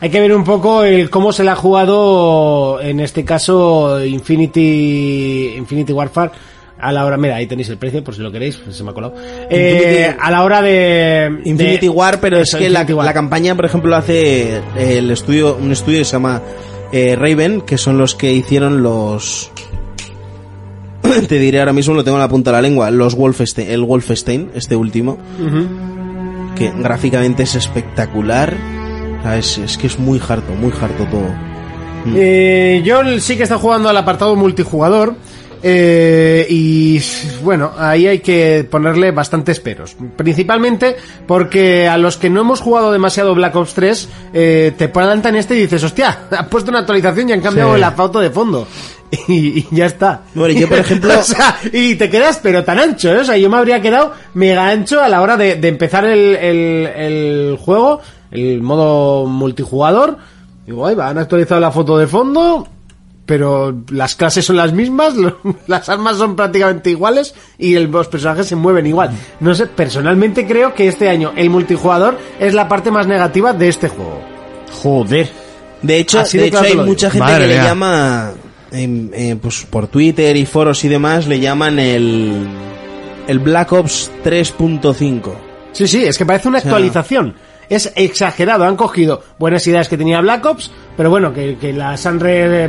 Speaker 2: hay que ver un poco el cómo se la ha jugado en este caso Infinity Infinity Warfare a la hora, mira, ahí tenéis el precio por si lo queréis, pues se me ha colado. Eh,
Speaker 4: Infinity-
Speaker 2: a la hora de
Speaker 4: Infinity
Speaker 2: de-
Speaker 4: War, pero
Speaker 2: Eso,
Speaker 4: es que la,
Speaker 2: Infinity War.
Speaker 4: la campaña, por ejemplo, hace eh, el estudio, un estudio que se llama eh, Raven, que son los que hicieron los. *coughs* Te diré ahora mismo, lo tengo en la punta de la lengua, los Wolfenstein, el Wolfenstein, este último, que gráficamente es espectacular. O sea, Es, es que es muy harto, muy harto todo.
Speaker 2: Eh, yo sí que está jugando al apartado multijugador. eh, y bueno, ahí hay que ponerle bastantes peros. Principalmente porque a los que no hemos jugado demasiado Black Ops 3, eh, te plantan este y dices, hostia, *laughs* han puesto una actualización y han cambiado
Speaker 3: Sí.
Speaker 2: la foto de fondo. *laughs* Y, y ya está.
Speaker 4: Bueno,
Speaker 2: *laughs*
Speaker 4: yo, por ejemplo-
Speaker 2: O sea, y te quedas, pero tan ancho, ¿eh? O sea, yo me habría quedado mega ancho a la hora de, de empezar el, el- el juego, el modo multijugador. Digo, ay, va, han actualizado la foto de fondo, pero las clases son las mismas, lo- *laughs* las armas son prácticamente iguales y el- los personajes se mueven igual. No sé, personalmente creo que este año el multijugador es la parte más negativa de este juego.
Speaker 3: Joder.
Speaker 4: De hecho,
Speaker 2: Así
Speaker 4: de
Speaker 2: de
Speaker 4: hecho
Speaker 2: claro te
Speaker 4: hay
Speaker 2: lo digo.
Speaker 4: mucha gente
Speaker 5: Madre
Speaker 4: que le
Speaker 5: mía.
Speaker 4: llama, em, eh, pues por Twitter y foros y demás, le llaman el, el Black Ops 3.5.
Speaker 2: Sí, sí, es que parece una
Speaker 4: sea-
Speaker 2: actualización. Es exagerado, han cogido buenas ideas que tenía Black Ops, pero bueno, que, que las han re-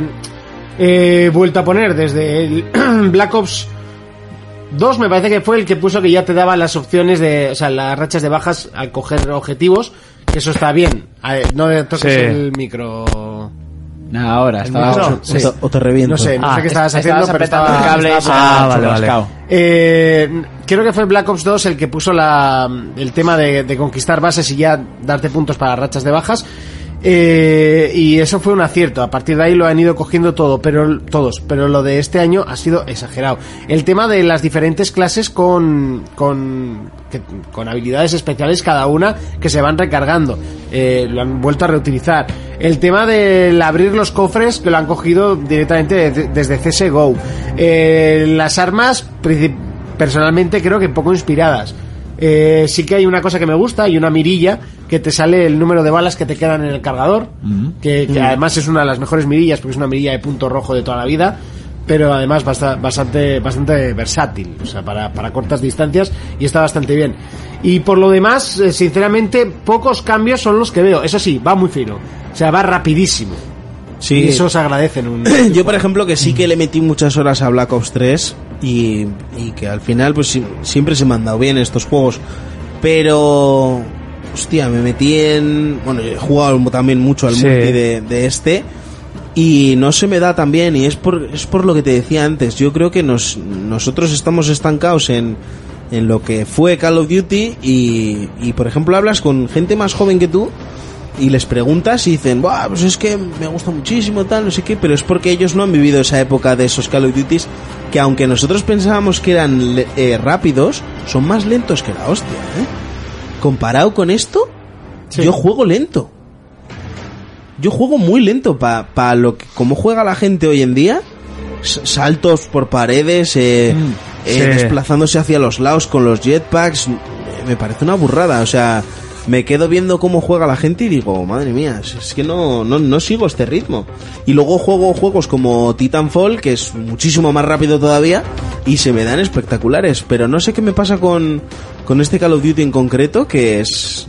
Speaker 2: eh, vuelto a poner desde el *clears throat* Black Ops 2, me parece que fue el que puso que ya te daba las opciones de, o sea, las rachas de bajas al coger objetivos, que eso está bien. A ver, no le toques
Speaker 5: Sí.
Speaker 2: el micro.
Speaker 3: Nah, ahora, estaba...
Speaker 2: micro? Sí.
Speaker 4: O, te, o te reviento.
Speaker 2: No sé, no sé qué estabas
Speaker 3: estabas
Speaker 2: haciendo, pero
Speaker 3: apretando
Speaker 2: estaba,
Speaker 3: el cable y
Speaker 2: estaba
Speaker 3: se ha
Speaker 5: Ah, vale, vale.
Speaker 3: churrascao.
Speaker 2: eh, creo que fue Black Ops 2 el que puso la, el tema de, de conquistar bases y ya darte puntos para rachas de bajas. Eh, y eso fue un acierto. A partir de ahí lo han ido cogiendo todo, pero todos. Pero lo de este año ha sido exagerado. El tema de las diferentes clases con con, que- con habilidades especiales cada una que se van recargando. Eh, lo han vuelto a reutilizar. El tema del abrir los cofres que lo han cogido directamente de- desde CSGO. Eh, las armas, princip- personalmente creo que poco inspiradas. Eh, sí que hay una cosa que me gusta, hay una mirilla que te sale el número de balas que te quedan en el cargador, que, que además es una de las mejores mirillas porque es una mirilla de punto rojo de toda la vida, pero además basta- bastante, bastante versátil, o sea, para, para cortas distancias y está bastante bien. Y por lo demás, eh, sinceramente, pocos cambios son los que veo. Eso sí, va muy fino, o sea, va rapidísimo.
Speaker 4: Sí.
Speaker 2: Y eso se agradece en un...
Speaker 4: *clears throat* Yo, por ejemplo, que sí que le metí muchas horas a Black Ops 3 y, y que al final, pues sí- siempre se me han dado bien estos juegos. Pero, hostia, me metí en. Bueno, he jugado también mucho al
Speaker 5: Sí.
Speaker 4: multi de, de este y no se me da tan bien. Y es por, es por lo que te decía antes. Yo creo que nos, nosotros estamos estancados en, en lo que fue Call of Duty y, y, por ejemplo, hablas con gente más joven que tú y les preguntas y dicen, Buah, pues es que me gusta muchísimo, tal, no sé qué, pero es porque ellos no han vivido esa época de esos Call of Duties que aunque nosotros pensábamos que eran le- eh, rápidos, son más lentos que la hostia, ¿eh? Comparado con esto, yo juego lento. Yo juego muy lento para lo que, como juega la gente hoy en día, s- saltos por paredes, eh, eh,
Speaker 5: sí.
Speaker 4: desplazándose hacia los lados con los jetpacks, eh, me parece una burrada, o sea, me quedo viendo cómo juega la gente y digo, madre mía, si es que no, no, no sigo este ritmo. Y luego juego juegos como Titanfall, que es muchísimo más rápido todavía, y se me dan espectaculares, pero no sé qué me pasa con, con este Call of Duty en concreto, que es...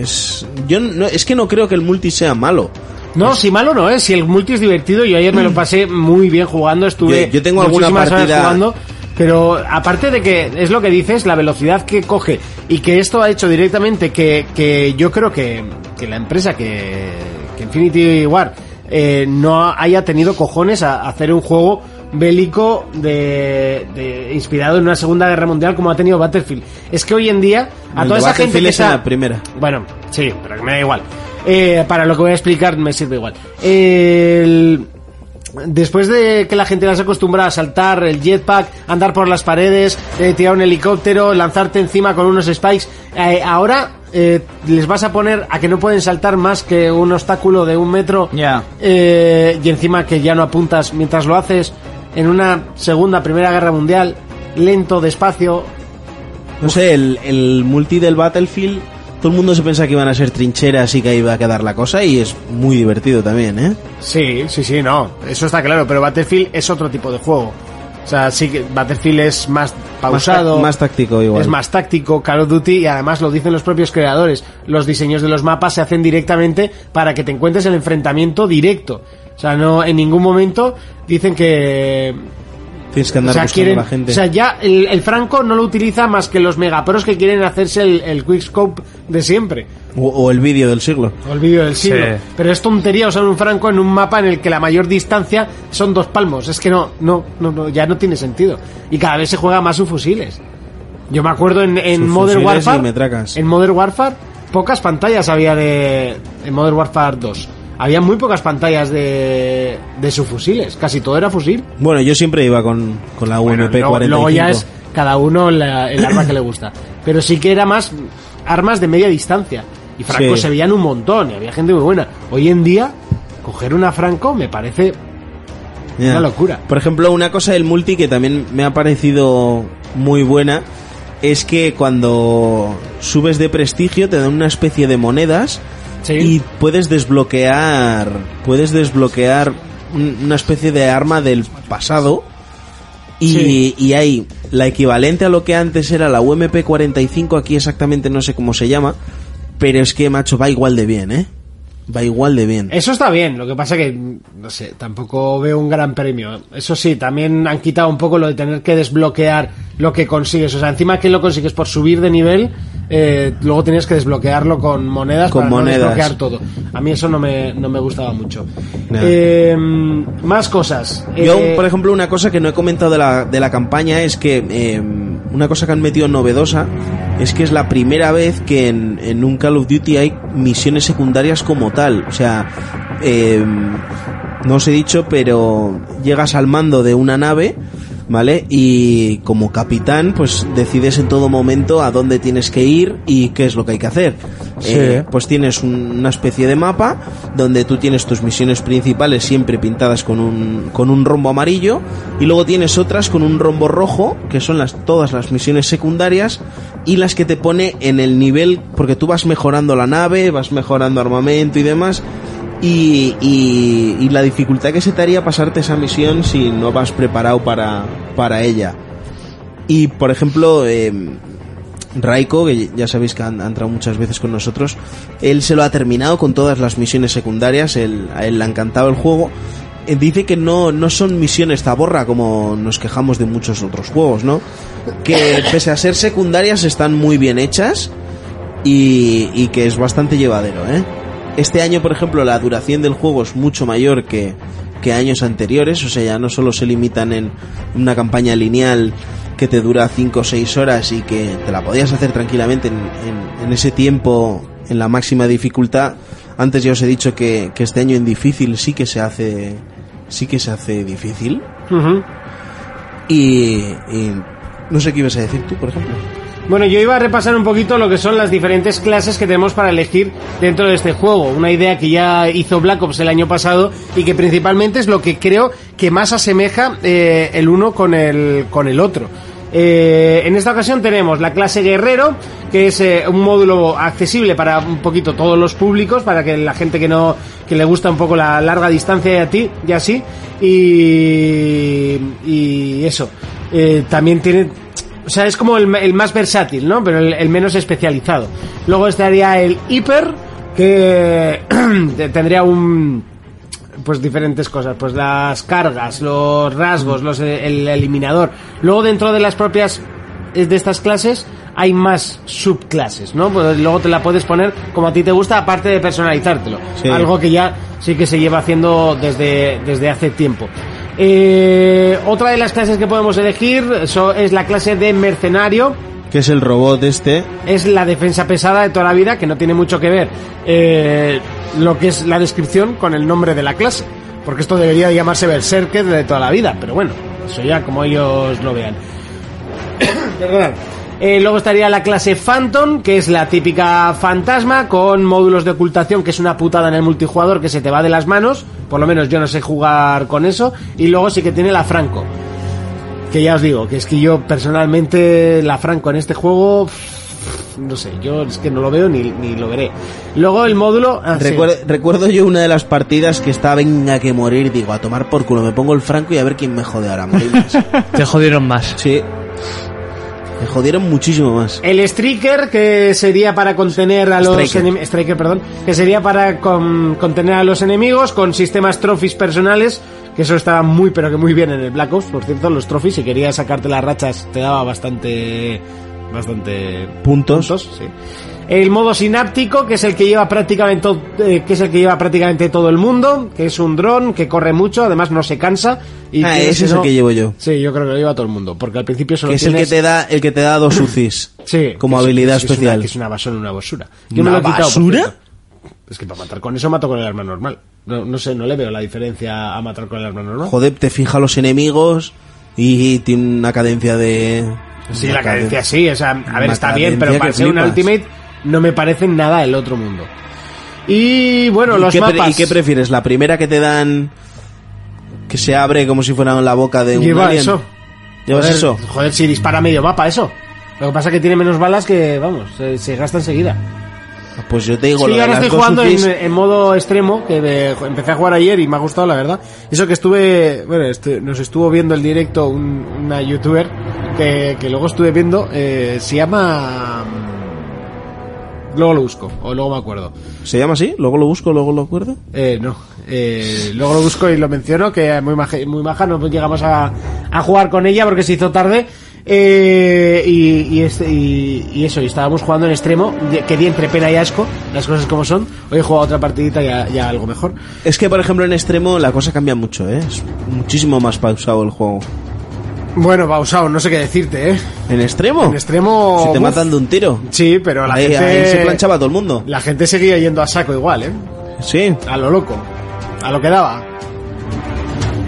Speaker 4: Es, yo no, es que no creo que el multi sea malo.
Speaker 2: No, si malo no es, si el multi es divertido, yo ayer me lo pasé muy bien jugando, estuve
Speaker 4: Yo- yo tengo alguna
Speaker 2: muchísimas horas
Speaker 4: partida-
Speaker 2: jugando, pero aparte de que es lo que dices, la velocidad que coge y que esto ha hecho directamente que, que yo creo que, que la empresa que, que Infinity War eh, no haya tenido cojones a, a hacer un juego bélico de, de- inspirado en una Segunda Guerra Mundial como ha tenido Battlefield. Es que hoy en día a
Speaker 4: El
Speaker 2: toda
Speaker 4: de
Speaker 2: esa gente
Speaker 4: Battlefield
Speaker 2: que
Speaker 4: es en
Speaker 2: está-
Speaker 4: la primera.
Speaker 2: bueno, sí, pero que me da igual. Eh, para lo que voy a explicar me sirve igual. El- Después de que la gente las acostumbra a saltar el jetpack, andar por las paredes, eh, tirar un helicóptero, lanzarte encima con unos spikes, eh, ahora eh, les vas a poner a que no pueden saltar más que un obstáculo de un metro
Speaker 3: Ya.
Speaker 2: eh, y encima que ya no apuntas mientras lo haces en una segunda, primera guerra mundial, lento, despacio,
Speaker 4: No sé, el, el multi del Battlefield, todo el mundo se pensaba que iban a ser trincheras y que iba a quedar la cosa y es muy divertido también, ¿eh?
Speaker 2: Sí, sí, sí, no. Eso está claro, pero Battlefield es otro tipo de juego. O sea, sí que Battlefield es más
Speaker 4: Más tac-
Speaker 2: pausado.
Speaker 4: Más, táctico igual.
Speaker 2: Es más táctico, Call of Duty, y además lo dicen los propios creadores. Los diseños de los mapas se hacen directamente para que te encuentres el enfrentamiento directo. O sea, no, en ningún momento dicen que.
Speaker 4: Tienes que
Speaker 2: O
Speaker 4: andar
Speaker 2: sea,
Speaker 4: buscando
Speaker 2: quieren-
Speaker 4: a la gente.
Speaker 2: o sea, ya el, el Franco no lo utiliza más que los megaperos que quieren hacerse el, el quickscope de siempre.
Speaker 4: o, o el vídeo del siglo.
Speaker 2: O el vídeo del siglo.
Speaker 5: Sí.
Speaker 2: Pero es tontería usar un franco en un mapa en el que la mayor distancia son dos palmos. Es que no, no, no, no, ya no tiene sentido. Y cada vez se juega más sus fusiles. Yo me acuerdo en, en
Speaker 4: Sus
Speaker 2: Modern
Speaker 4: fusiles y
Speaker 2: Warfare.
Speaker 4: metracas.
Speaker 2: En Modern Warfare, pocas pantallas había de. En Modern Warfare 2. Había muy pocas pantallas de, de sus fusiles. Casi todo era fusil.
Speaker 4: Bueno, yo siempre iba con, con la
Speaker 2: Bueno,
Speaker 4: UMP45.
Speaker 2: luego, luego ya es cada uno la- el arma que le gusta. Pero sí que era más armas de media distancia. Y Franco
Speaker 4: Sí.
Speaker 2: se veían un montón y había gente muy buena. Hoy en día, coger una Franco me parece.
Speaker 4: Ya.
Speaker 2: Una locura.
Speaker 4: Por ejemplo, una cosa del multi que también me ha parecido muy buena es que cuando subes de prestigio te dan una especie de monedas
Speaker 2: Sí.
Speaker 4: y puedes desbloquear puedes desbloquear un- una especie de arma del pasado y,
Speaker 2: Sí.
Speaker 4: y hay la equivalente a lo que antes era la UMP45 aquí exactamente no sé cómo se llama pero es que macho va igual de bien eh va igual de bien
Speaker 2: Eso está bien, lo que pasa que, no sé, tampoco veo un gran premio. Eso sí, también han quitado un poco lo de tener que desbloquear lo que consigues. O sea, encima que lo consigues por subir de nivel, eh, luego tenías que desbloquearlo con monedas
Speaker 4: Con
Speaker 2: para no
Speaker 4: monedas.
Speaker 2: desbloquear todo. A mí eso no me, no me gustaba mucho.
Speaker 4: Ya.
Speaker 2: Eh, más cosas.
Speaker 4: Yo,
Speaker 2: Eh,
Speaker 4: por ejemplo, una cosa que no he comentado de la, de la campaña es que eh, una cosa que han metido novedosa es que es la primera vez que en, en un Call of Duty hay misiones secundarias como tal. O sea, eh, no os he dicho, pero llegas al mando de una nave, ¿vale? Y como capitán, pues decides en todo momento a dónde tienes que ir y qué es lo que hay que hacer.
Speaker 5: Sí.
Speaker 4: Eh, pues tienes un- una especie de mapa donde tú tienes tus misiones principales siempre pintadas con un, con un rombo amarillo y luego tienes otras con un rombo rojo que son las, todas las misiones secundarias y las que te pone en el nivel porque tú vas mejorando la nave, vas mejorando armamento y demás y, y- y la dificultad que se te haría pasarte esa misión si no vas preparado para, para ella. Y por ejemplo, em, Raiko, que ya sabéis que ha ha entrado muchas veces con nosotros, él se lo ha terminado con todas las misiones secundarias, él, a él le ha encantado el juego. Eh, Dice que no, no son misiones taborra como nos quejamos de muchos otros juegos, ¿no? Que pese a ser secundarias están muy bien hechas y, y que es bastante llevadero, ¿eh? Este año, por ejemplo, la duración del juego es mucho mayor que, que años anteriores, o sea, ya no solo se limitan en una campaña lineal que te dura 5 o 6 horas y que te la podías hacer tranquilamente en, en- en ese tiempo, en la máxima dificultad. Antes ya os he dicho que, que este año en difícil sí que se hace, sí que se hace difícil. Y, y no sé qué ibas a decir tú, por ejemplo.
Speaker 2: Bueno, yo iba a repasar un poquito lo que son las diferentes clases que tenemos para elegir dentro de este juego. Una idea que ya hizo Black Ops el año pasado y que principalmente es lo que creo que más asemeja eh, el uno con el, con el otro. Eh, en esta ocasión tenemos la clase guerrero, que es eh, un módulo accesible para un poquito todos los públicos, para que la gente que no que le gusta un poco la larga distancia y a ti y así y y eso. Eh, también tiene o sea, es como el, el más versátil, ¿no? Pero el, el menos especializado. Luego estaría el hiper, que *clears throat* te- tendría un... Pues diferentes cosas, pues las cargas, los rasgos, los, eh, el eliminador. Luego dentro de las propias es de estas clases hay más subclases, ¿no? Pues luego te la puedes poner como a ti te gusta, aparte de personalizártelo.
Speaker 4: Sí.
Speaker 2: Algo que ya sí que se lleva haciendo desde, desde hace tiempo. Eh, otra de las clases que podemos elegir so- es la clase de mercenario,
Speaker 4: Que es el robot este.
Speaker 2: es la defensa pesada de toda la vida, que no tiene mucho que ver eh, lo que es la descripción con el nombre de la clase. Porque esto debería llamarse Berserker de toda la vida, pero bueno, eso ya como ellos lo vean. Perdonad. Eh, luego estaría la clase Phantom, que es la típica fantasma con módulos de ocultación, que es una putada en el multijugador que se te va de las manos. Por lo menos yo no sé jugar con eso. Y luego sí que tiene la Franco. Que ya os digo, que es que yo personalmente la Franco en este juego... pff, No sé, yo es que no lo veo ni, ni lo veré. Luego el módulo... ah, sí.
Speaker 4: Recuer- Recuerdo yo una de las partidas que estaba venga que morir, digo, a tomar por culo, me pongo el franco y a ver quién me jode ahora. morir
Speaker 2: *laughs*
Speaker 4: más".
Speaker 5: Te jodieron más.
Speaker 4: sí. Me jodieron muchísimo más.
Speaker 2: El striker que sería para contener a los
Speaker 4: Striker.
Speaker 2: enem- striker, perdón, que sería para con- contener a los enemigos con sistemas trophies personales, que eso estaba muy pero que muy bien en el Black Ops, por cierto, los trophies si querías sacarte las rachas te daba bastante bastante
Speaker 4: Puntos.
Speaker 2: sí. El modo sináptico, que es el que lleva prácticamente to- eh, que es el que lleva prácticamente todo el mundo, que es un dron que corre mucho, además no se cansa y
Speaker 4: Ah,
Speaker 2: tienes
Speaker 4: ese es el
Speaker 2: no-
Speaker 4: que llevo yo.
Speaker 2: Sí, yo creo que lo lleva todo el mundo, porque al principio solo
Speaker 4: Que es el que
Speaker 2: tienes-
Speaker 4: te da, el que te
Speaker 2: *clears throat*
Speaker 4: da dos UCIs.
Speaker 2: Sí.
Speaker 4: Como
Speaker 2: que es-
Speaker 4: habilidad
Speaker 2: es- que es una-
Speaker 4: especial.
Speaker 2: que Es una, basura, una basura.
Speaker 4: ¿Una
Speaker 2: he por
Speaker 4: basura?
Speaker 2: cierto. Es que para matar con eso mato con el arma normal. No, no sé, no le veo la diferencia a matar con el arma normal.
Speaker 4: Joder, te fija los enemigos y tiene una cadencia de.
Speaker 2: sí,
Speaker 4: una
Speaker 2: la cadencia sí. O sea, a ver,
Speaker 4: una
Speaker 2: está bien, pero
Speaker 4: cadencia
Speaker 2: para
Speaker 4: que
Speaker 2: ser un
Speaker 4: flipas.
Speaker 2: Ultimate no me parece nada del otro mundo. Y bueno,
Speaker 4: ¿Y
Speaker 2: los
Speaker 4: qué pre-
Speaker 2: mapas.
Speaker 4: ¿Y qué prefieres? ¿La primera que te dan que se abre como si fuera la boca de un
Speaker 2: Lleva
Speaker 4: alien?
Speaker 2: eso.
Speaker 4: ¿Llevas
Speaker 2: joder,
Speaker 4: eso?
Speaker 2: Joder, si dispara medio mapa, eso. Lo que pasa es que tiene menos balas que, vamos, se, se gasta enseguida.
Speaker 4: Pues yo te digo,
Speaker 2: Sí,
Speaker 4: lo de
Speaker 2: ahora
Speaker 4: las
Speaker 2: estoy
Speaker 4: dos
Speaker 2: jugando
Speaker 4: UCIs-
Speaker 2: en, en modo extremo, que de- empecé a jugar ayer y me ha gustado, la verdad. Eso que estuve, bueno, estu- nos estuvo viendo el directo un- una youtuber que, que luego estuve viendo, eh, se llama... mm, Luego lo busco, o luego me acuerdo.
Speaker 4: ¿Se llama así? Luego lo busco, luego lo acuerdo.
Speaker 2: Eh, no, eh, luego lo busco y lo menciono, que es muy maja, muy maja no llegamos a, a jugar con ella porque se hizo tarde. eh, y, y este- y- y eso, y estábamos jugando en extremo, de- que di entre pena y asco, las cosas como son. Hoy he jugado otra partidita ya, ya algo mejor.
Speaker 4: Es que, por ejemplo, en extremo la cosa cambia mucho, ¿eh? Es muchísimo más pausado el juego.
Speaker 2: Bueno, pausado, no sé qué decirte, ¿eh?
Speaker 4: En extremo.
Speaker 2: En extremo.
Speaker 4: Si te
Speaker 2: uf.
Speaker 4: matan de un tiro.
Speaker 2: Sí, pero la
Speaker 4: Ahí-
Speaker 2: gente.
Speaker 4: ahí se planchaba todo el mundo.
Speaker 2: La gente seguía yendo a saco igual, ¿eh?
Speaker 4: Sí.
Speaker 2: A lo loco. A lo que daba.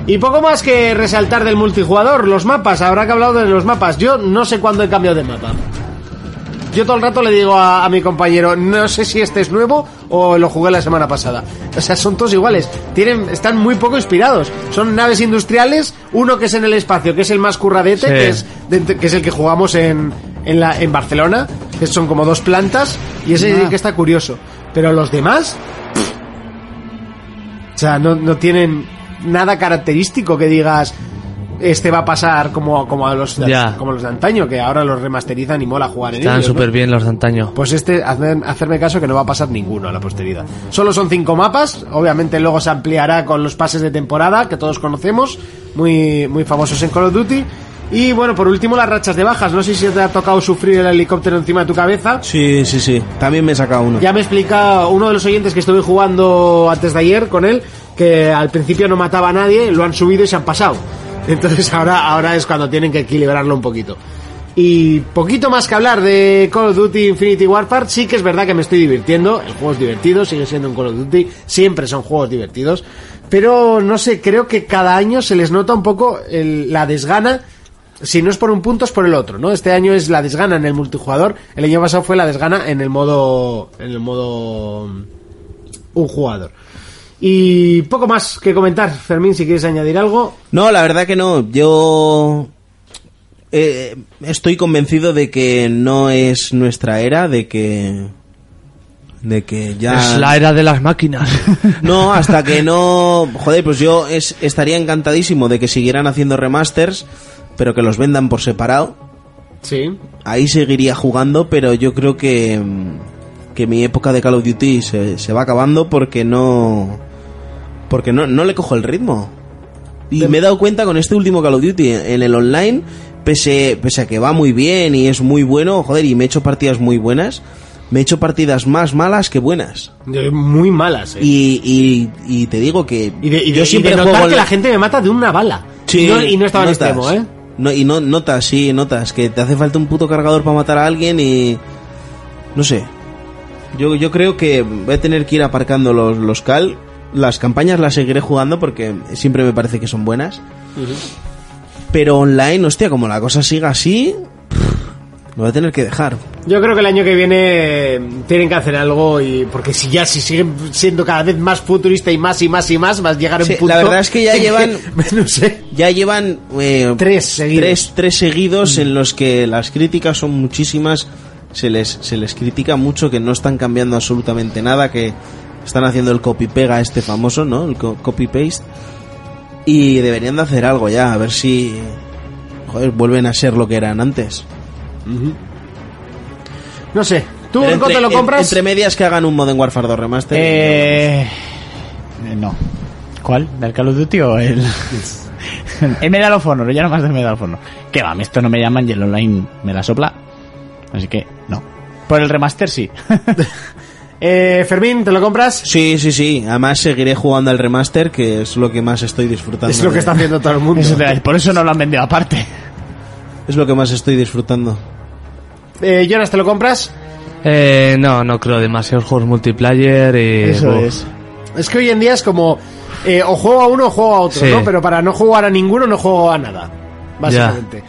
Speaker 2: Y poco más que resaltar del multijugador, los mapas, habrá que hablar de los mapas. Yo no sé cuándo he cambiado de mapa. Yo todo el rato le digo a, a mi compañero, no sé si este es nuevo o lo jugué la semana pasada. O sea, son todos iguales. Tienen, están muy poco inspirados. Son naves industriales, uno que es en el espacio, que es el más curradete,
Speaker 5: Sí.
Speaker 2: que, es, de- que es el que jugamos en, en, la, en Barcelona, que son como dos plantas, y ese sí que está curioso. Pero los demás, o sea, no, no tienen nada característico que digas este va a pasar como, como a los de,
Speaker 5: Ya.
Speaker 2: como los de antaño, que ahora los remasterizan y mola jugar en
Speaker 5: Estaban
Speaker 2: ellos, ¿no?
Speaker 5: súper bien los de antaño.
Speaker 2: Pues este, hacer- hacerme caso que no va a pasar ninguno a la posteridad. Solo son cinco mapas, obviamente luego se ampliará con los pases de temporada que todos conocemos, muy, muy famosos en Call of Duty. Y bueno, por último las rachas de bajas. No sé si te ha tocado sufrir el helicóptero encima de tu cabeza.
Speaker 4: Sí, sí, sí. También me he sacado uno.
Speaker 2: Ya me explica uno de los oyentes que estuve jugando antes de ayer con él, que al principio no mataba a nadie, lo han subido y se han pasado. *laughs* Entonces ahora, ahora es cuando tienen que equilibrarlo un poquito. Y poquito más que hablar de Call of Duty Infinity Warfare, sí que es verdad que me estoy divirtiendo, el juego es divertido, sigue siendo un Call of Duty, siempre son juegos divertidos, pero no sé, creo que cada año se les nota un poco el- la desgana si no es por un punto es por el otro, ¿no? Este año es la desgana en el multijugador, el año pasado fue la desgana en el modo en el modo mm, un jugador. Y poco más que comentar, Fermín, si quieres añadir algo.
Speaker 4: No, la verdad que no. Yo eh, estoy convencido de que no es nuestra era, de que de que ya
Speaker 2: Ah.
Speaker 5: Es la era de las máquinas.
Speaker 4: no, hasta que no. Joder, pues yo es- estaría encantadísimo de que siguieran haciendo remasters, pero que los vendan por separado.
Speaker 2: Sí.
Speaker 4: Ahí seguiría jugando, pero yo creo que. mm, que mi época de Call of Duty se, se va acabando porque no. Porque no, no le cojo el ritmo. Y me he dado cuenta con este último Call of Duty en el online, pese, pese a que va muy bien y es muy bueno, joder, y me he hecho partidas muy buenas, me he hecho partidas más malas que buenas.
Speaker 2: Yo- Muy malas, ¿eh?
Speaker 4: Y, y- y te digo que
Speaker 2: Y de, y de-
Speaker 4: yo
Speaker 2: y
Speaker 4: siempre
Speaker 2: de notar
Speaker 4: juego
Speaker 2: que
Speaker 4: la-
Speaker 2: la gente me mata de una bala.
Speaker 4: Sí,
Speaker 2: y, no, y no estaba
Speaker 4: notas.
Speaker 2: en extremo, ¿eh?
Speaker 4: No, y no, notas, sí, notas que te hace falta un puto cargador para matar a alguien y no sé. Yo, yo creo que voy a tener que ir aparcando los, los cal. Las campañas las seguiré jugando porque siempre me parece que son buenas. Pero online, hostia, como la cosa siga así, pff, lo voy a tener que dejar.
Speaker 2: Yo creo que el año que viene eh, tienen que hacer algo y porque si ya si siguen siendo cada vez más futurista y más y más y más, vas a llegar a un
Speaker 4: Sí, la
Speaker 2: punto
Speaker 4: verdad es que ya
Speaker 2: en *laughs*
Speaker 4: llevan-
Speaker 2: no sé.
Speaker 4: Ya llevan eh,
Speaker 2: Tres seguidos.
Speaker 4: tres, tres seguidos
Speaker 2: Mm.
Speaker 4: en los que las críticas son muchísimas. Se les, se les critica mucho que no están cambiando absolutamente nada, que están haciendo el copy-pega este famoso, ¿no? El co- copy-paste. Y deberían de hacer algo ya, a ver si... Joder, vuelven a ser lo que eran antes.
Speaker 2: No sé. ¿Tú
Speaker 4: Pero
Speaker 2: Urco, te lo
Speaker 4: en-
Speaker 2: compras?
Speaker 4: entre medias que hagan un Modern Warfare 2 Remaster. y-
Speaker 3: Eh, eh, no. ¿Cuál? ¿Del Call of Duty o el...? *laughs* el Medal of Honor, ya no más del Medal of Honor. Que va, a mí esto no me llaman y el online me la sopla. Así que, no. Por el remaster sí. *laughs*
Speaker 2: Eh, Fermín, ¿te lo compras?
Speaker 4: Sí, sí, sí. Además seguiré jugando al remaster, que es lo que más estoy disfrutando.
Speaker 2: Es lo que
Speaker 4: de-
Speaker 2: está haciendo todo el
Speaker 3: *laughs*
Speaker 2: mundo.
Speaker 3: Eso te- por eso no lo han vendido aparte.
Speaker 4: Es lo que más estoy disfrutando.
Speaker 2: Eh, Jonas, ¿te lo compras?
Speaker 5: Eh, no, no creo. Demasiados juegos multiplayer y...
Speaker 3: eso
Speaker 5: uf.
Speaker 3: es.
Speaker 2: Es que hoy en día es como eh, o juego a uno o juego a otro,
Speaker 5: Sí.
Speaker 2: ¿no? Pero para no jugar a ninguno no juego a nada, básicamente.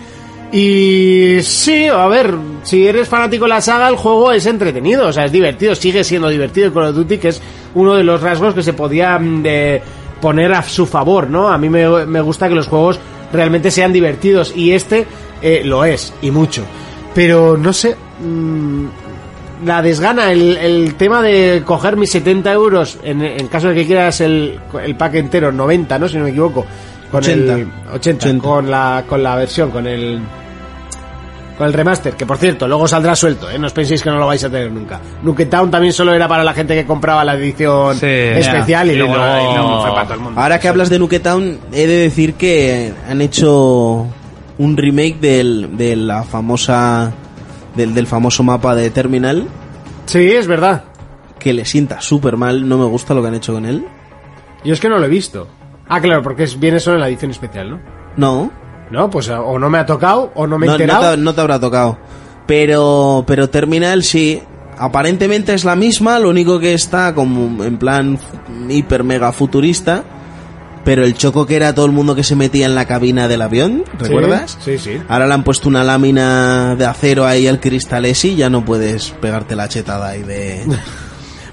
Speaker 2: Y sí, a ver, si eres fanático de la saga, el juego es entretenido, o sea, es divertido, sigue siendo divertido el Call of Duty, que es uno de los rasgos que se podía mm, de poner a su favor, ¿no? A mí me, me gusta que los juegos realmente sean divertidos y este eh, lo es, y mucho. Pero no sé, mm, la desgana, el, el tema de coger mis 70 euros, en, en caso de que quieras el, el pack entero, 90, ¿no? Si no me equivoco. Con
Speaker 4: 80.
Speaker 2: el 80,
Speaker 4: 80.
Speaker 2: Con, la, con la versión, con el con el remaster, que por cierto, luego saldrá suelto, ¿eh? No os penséis que no lo vais a tener nunca. Nuke Town también solo era para la gente que compraba la edición
Speaker 5: Sí,
Speaker 2: especial y,
Speaker 5: ya. Y
Speaker 2: luego,
Speaker 5: luego-
Speaker 2: y luego fue para todo el mundo.
Speaker 4: Ahora que hablas de Nuke Town, he de decir que han hecho un remake del, de la famosa del, del famoso mapa de Terminal
Speaker 2: Sí, es verdad.
Speaker 4: que le sienta súper mal, no me gusta lo que han hecho con él.
Speaker 2: Yo es que no lo he visto. Ah, claro, porque es- viene solo en la edición especial, ¿no?
Speaker 4: No,
Speaker 2: No, pues o no me ha tocado o no me he
Speaker 4: No, no
Speaker 2: enterado.
Speaker 4: te, no te habrá tocado. Pero, pero Terminal sí. Aparentemente es la misma, lo único que está como en plan hiper mega futurista. Pero el choco que era todo el mundo que se metía en la cabina del avión,
Speaker 2: Sí,
Speaker 4: ¿recuerdas?
Speaker 2: Sí, sí.
Speaker 4: Ahora le han puesto una lámina de acero ahí al cristal ese y ya no puedes pegarte la chetada
Speaker 2: *laughs*
Speaker 4: ahí de...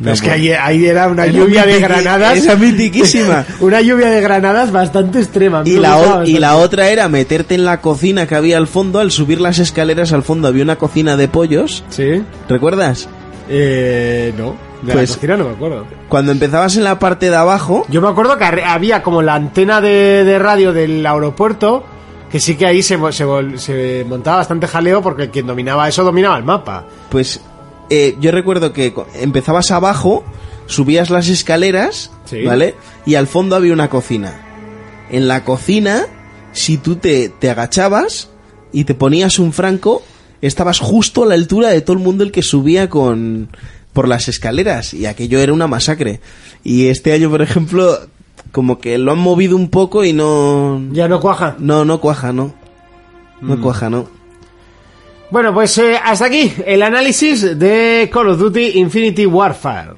Speaker 2: Pero es
Speaker 4: No,
Speaker 2: que
Speaker 4: bueno.
Speaker 2: ahí, ahí era una
Speaker 4: Era
Speaker 2: lluvia de
Speaker 4: mitiqui-
Speaker 2: granadas.
Speaker 4: esa
Speaker 2: *laughs*
Speaker 4: mitiquísima.
Speaker 2: una lluvia de granadas bastante extrema. A mí
Speaker 4: Y
Speaker 2: me
Speaker 4: la,
Speaker 2: gustaba
Speaker 4: o- y
Speaker 2: bastante.
Speaker 4: la otra era meterte en la cocina que había al fondo. Al subir las escaleras al fondo había una cocina de pollos.
Speaker 2: Sí.
Speaker 4: ¿Recuerdas?
Speaker 2: Eh, no. De
Speaker 4: Pues-
Speaker 2: la cocina no me acuerdo.
Speaker 4: Cuando empezabas en la parte de abajo,
Speaker 2: Yo me acuerdo que arre- había como la antena de, de radio del aeropuerto, que sí que ahí se, mo- se, vol- se montaba bastante jaleo porque quien dominaba eso dominaba el mapa.
Speaker 4: pues eh, yo recuerdo que co- empezabas abajo, subías las escaleras,
Speaker 2: Sí.
Speaker 4: ¿vale? Y al fondo había una cocina. En la cocina, si tú te, te agachabas y te ponías un franco, estabas justo a la altura de todo el mundo el que subía con por las escaleras y aquello era una masacre. Y este año, por ejemplo, como que lo han movido un poco y no
Speaker 2: Ya no cuaja.
Speaker 4: no no cuaja, no. No cuaja, no.
Speaker 2: Bueno, pues eh, hasta aquí el análisis de Call of Duty Infinity Warfare.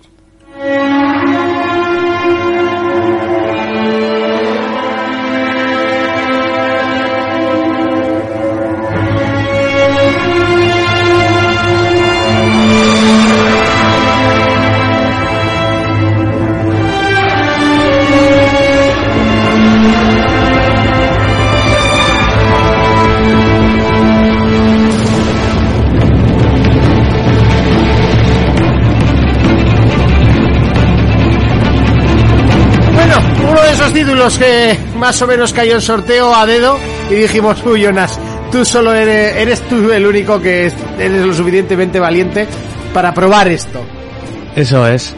Speaker 2: Bueno, uno de esos títulos que más o menos cayó en sorteo a dedo y dijimos, uy, Jonas, tú solo eres, eres tú el único que es- eres lo suficientemente valiente para probar esto.
Speaker 5: Eso es.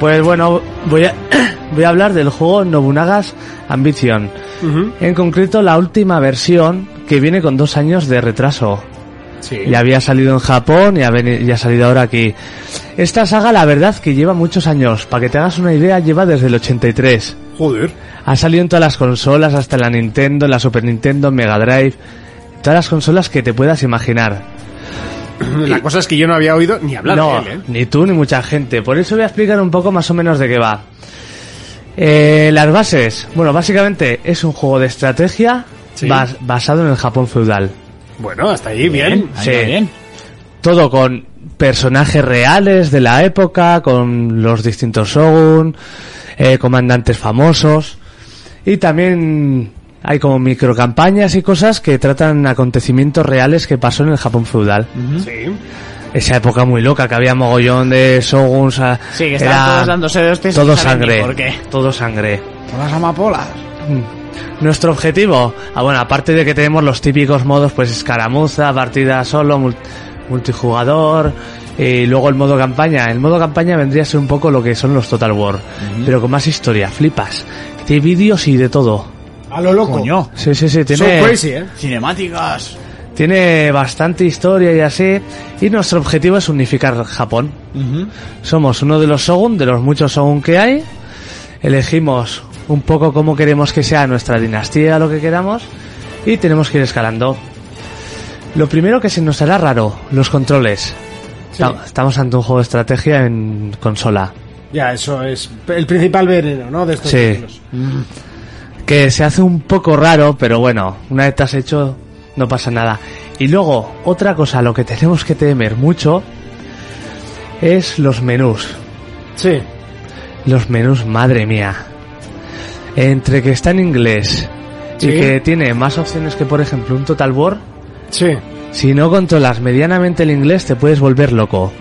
Speaker 5: Pues bueno, voy a, *coughs* voy a hablar del juego Nobunaga's Ambition. En concreto, la última versión que viene con dos años de retraso.
Speaker 2: Sí.
Speaker 5: Ya había salido en Japón y ha, veni- y ha salido ahora aquí. Esta saga, la verdad, que lleva muchos años. Para que te hagas una idea, lleva desde el 83.
Speaker 2: Joder.
Speaker 5: Ha salido en todas las consolas, hasta la Nintendo, la Super Nintendo, Mega Drive, todas las consolas que te puedas imaginar.
Speaker 2: La cosa es que yo no había oído ni hablar
Speaker 5: no,
Speaker 2: de él, ¿eh?
Speaker 5: ni tú ni mucha gente. Por eso voy a explicar un poco más o menos de qué va. Eh, las bases. Bueno, básicamente es un juego de estrategia
Speaker 2: Sí.
Speaker 5: bas- basado en el Japón feudal.
Speaker 2: Bueno, hasta ahí, bien.
Speaker 3: Ahí
Speaker 5: Sí.
Speaker 3: va bien.
Speaker 5: Todo con personajes reales de la época, con los distintos shogun, eh, comandantes famosos. Y también hay como microcampañas y cosas que tratan acontecimientos reales que pasó en el Japón feudal.
Speaker 2: Sí.
Speaker 5: Esa época muy loca que había mogollón de shoguns. a-
Speaker 3: Sí, que estaban
Speaker 5: era
Speaker 3: todos dándose de hostias y
Speaker 5: Todo
Speaker 3: no saben ni
Speaker 5: sangre.
Speaker 3: por qué.
Speaker 5: Todo sangre.
Speaker 3: Con las amapolas.
Speaker 5: Nuestro objetivo, ah, bueno, aparte de que tenemos los típicos modos, pues escaramuza, partida solo, mul- multijugador, y luego el modo campaña. El modo campaña vendría a ser un poco lo que son los Total War, pero con más historia, flipas. Tiene vídeos y de todo.
Speaker 2: A lo loco.
Speaker 3: Coño.
Speaker 5: Sí, sí, sí,
Speaker 2: So
Speaker 5: tiene,
Speaker 2: crazy, ¿eh?
Speaker 3: Cinemáticas.
Speaker 5: tiene bastante historia y así. Y nuestro objetivo es unificar Japón. Somos uno de los Shogun, de los muchos Shogun que hay. Elegimos un poco cómo queremos que sea nuestra dinastía, lo que queramos. Y tenemos que ir escalando. Lo primero que se nos hará raro, los controles. Ta- Estamos ante un juego de estrategia en consola.
Speaker 2: Ya, eso es el principal veneno, ¿no? De estos
Speaker 5: Sí.
Speaker 2: títulos.
Speaker 5: que se hace un poco raro, pero bueno, una vez te has hecho, no pasa nada. Y luego, otra cosa, lo que tenemos que temer mucho es los menús.
Speaker 2: Sí.
Speaker 5: Los menús, madre mía. Entre que está en inglés
Speaker 2: Sí.
Speaker 5: y que tiene más opciones que, por ejemplo, un Total War,
Speaker 2: Sí.
Speaker 5: si no controlas medianamente el inglés te puedes volver loco.